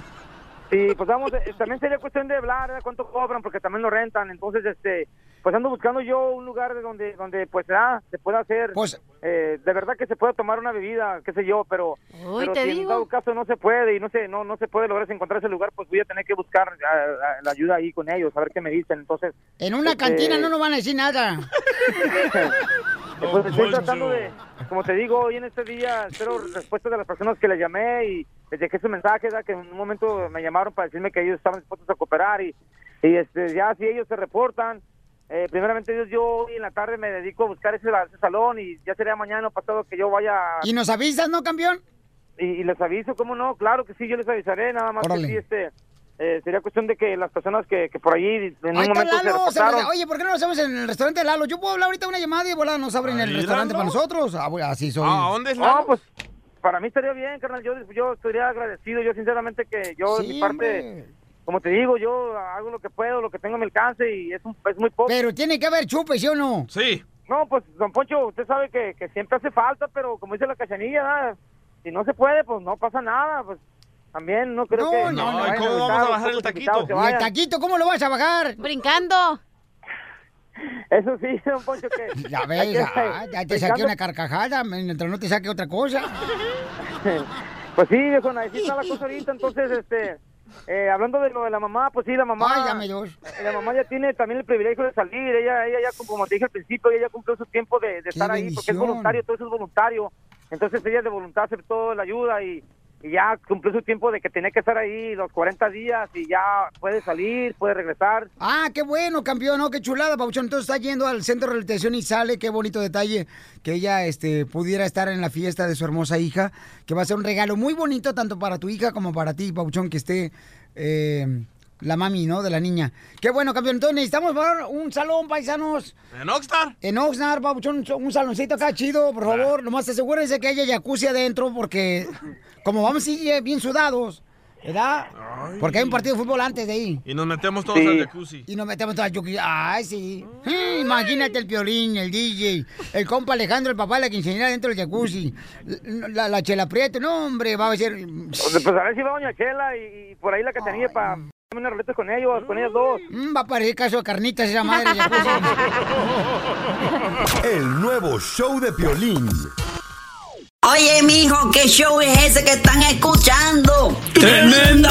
[SPEAKER 22] Sí, pues vamos, eh, también sería cuestión de hablar, ¿verdad? ¿Cuánto cobran? Porque también lo rentan, entonces, este... pues ando buscando yo un lugar de donde donde pues ah, se pueda hacer
[SPEAKER 2] Pues-
[SPEAKER 22] eh, de verdad que se pueda tomar una bebida qué sé yo pero,
[SPEAKER 7] Uy,
[SPEAKER 22] pero
[SPEAKER 7] te
[SPEAKER 22] si en
[SPEAKER 7] digo.
[SPEAKER 22] dado caso no se puede y no se no no se puede lograr encontrar ese lugar pues voy a tener que buscar ah, ah, la ayuda ahí con ellos a ver qué me dicen entonces
[SPEAKER 2] En una
[SPEAKER 22] este,
[SPEAKER 2] cantina no nos van a decir nada.
[SPEAKER 22] ah. pues estoy tratando de, como te digo, hoy en este día espero respuestas de las personas que le llamé y les dejé su mensaje, ¿verdad? que en un momento me llamaron para decirme que ellos estaban dispuestos a cooperar y, y este, ya si ellos se reportan, eh, primeramente Dios, yo hoy en la tarde me dedico a buscar ese, ese salón y ya sería mañana o pasado que yo vaya...
[SPEAKER 2] ¿Y nos avisas, no, campeón?
[SPEAKER 22] Y, y les aviso, ¿cómo no? Claro que sí, yo les avisaré, nada más
[SPEAKER 2] Órale.
[SPEAKER 22] que sí, este... eh, sería cuestión de que las personas que, que por allí en un
[SPEAKER 2] Ahí está
[SPEAKER 22] momento
[SPEAKER 2] Lalo.
[SPEAKER 22] se
[SPEAKER 2] se me-
[SPEAKER 22] reportaron...
[SPEAKER 2] oye, ¿por qué no lo hacemos en el restaurante de Lalo? Yo puedo hablar ahorita una llamada y volada nos abren el restaurante para nosotros. Ah, bueno, así soy.
[SPEAKER 22] No, pues para mí estaría bien, carnal. Yo, yo estaría agradecido. Yo, sinceramente, que yo, de mi
[SPEAKER 2] Sí,
[SPEAKER 22] parte,
[SPEAKER 2] hombre.
[SPEAKER 22] como te digo, yo hago lo que puedo, lo que tengo a mi alcance y es, un- es muy poco.
[SPEAKER 2] Pero tiene que haber chupe, ¿sí o no?
[SPEAKER 22] Sí. No, pues, don Poncho, usted sabe que, que siempre hace falta, pero como dice la cachanilla, ¿verdad? si no se puede, pues no pasa nada. Pues también no creo
[SPEAKER 2] No,
[SPEAKER 22] que.
[SPEAKER 2] no, no,
[SPEAKER 22] vayan
[SPEAKER 2] ¿cómo vamos
[SPEAKER 22] invitar
[SPEAKER 2] a bajar
[SPEAKER 22] los
[SPEAKER 2] el
[SPEAKER 22] pocos
[SPEAKER 2] taquito?
[SPEAKER 22] invitados que
[SPEAKER 2] ¿Y el
[SPEAKER 22] vayan.
[SPEAKER 2] taquito cómo lo vas a bajar?
[SPEAKER 7] Brincando.
[SPEAKER 22] Eso sí, don Poncho, que.
[SPEAKER 2] Ya
[SPEAKER 22] hay
[SPEAKER 2] ves,
[SPEAKER 22] que-
[SPEAKER 2] ah, ya te
[SPEAKER 22] brincando
[SPEAKER 2] saqué una carcajada, mientras no te saque otra cosa.
[SPEAKER 22] Pues sí, viejo, ahí sí está la cosa ahorita, entonces, este, eh, hablando de lo de la mamá, pues sí, la mamá,
[SPEAKER 2] Ay, dame dos.
[SPEAKER 22] eh, la mamá ya tiene también el privilegio de salir, ella, ella ya, como te dije al principio, ella ya cumplió su tiempo de, de estar ahí, porque es
[SPEAKER 2] bendición.
[SPEAKER 22] voluntario, todo eso es voluntario, entonces ella de voluntad aceptó la ayuda y, y ya cumplió su tiempo de que tenía que estar ahí los 40 días y ya puede salir, puede regresar.
[SPEAKER 2] Ah, qué bueno, campeón, ¿no? Qué chulada, Pauchón. Entonces está yendo al centro de rehabilitación y sale, qué bonito detalle que ella este, pudiera estar en la fiesta de su hermosa hija, que va a ser un regalo muy bonito tanto para tu hija como para ti, Pauchón, que esté eh, la mami, ¿no? De la niña. Qué bueno, campeón. Entonces necesitamos para un salón, paisanos.
[SPEAKER 3] ¿En Oxnard?
[SPEAKER 2] En Oxnard, Pauchón, un saloncito acá chido, por favor. Nomás asegúrense que haya jacuzzi adentro, porque como vamos a ir bien sudados, ¿verdad? Porque hay un partido de fútbol antes de ahí.
[SPEAKER 3] Y nos metemos todos
[SPEAKER 2] Sí.
[SPEAKER 3] al jacuzzi.
[SPEAKER 2] Y nos metemos todas yuki. Ay, sí. Mm, Imagínate el violín, el DJ, el compa Alejandro, el papá, la quinceañera dentro del jacuzzi. La, la- la chela prieto. No, hombre, va a ser.
[SPEAKER 22] Pues a ver si va Doña Chela y, y por ahí la Catanilla para unas roletas con ellos, con ellas dos.
[SPEAKER 2] Mm, va a parecer caso de carnitas esa madre del jacuzzi.
[SPEAKER 6] El nuevo show de Piolín.
[SPEAKER 21] Oye, mijo, ¿qué show es ese que están escuchando?
[SPEAKER 23] ¡Tremenda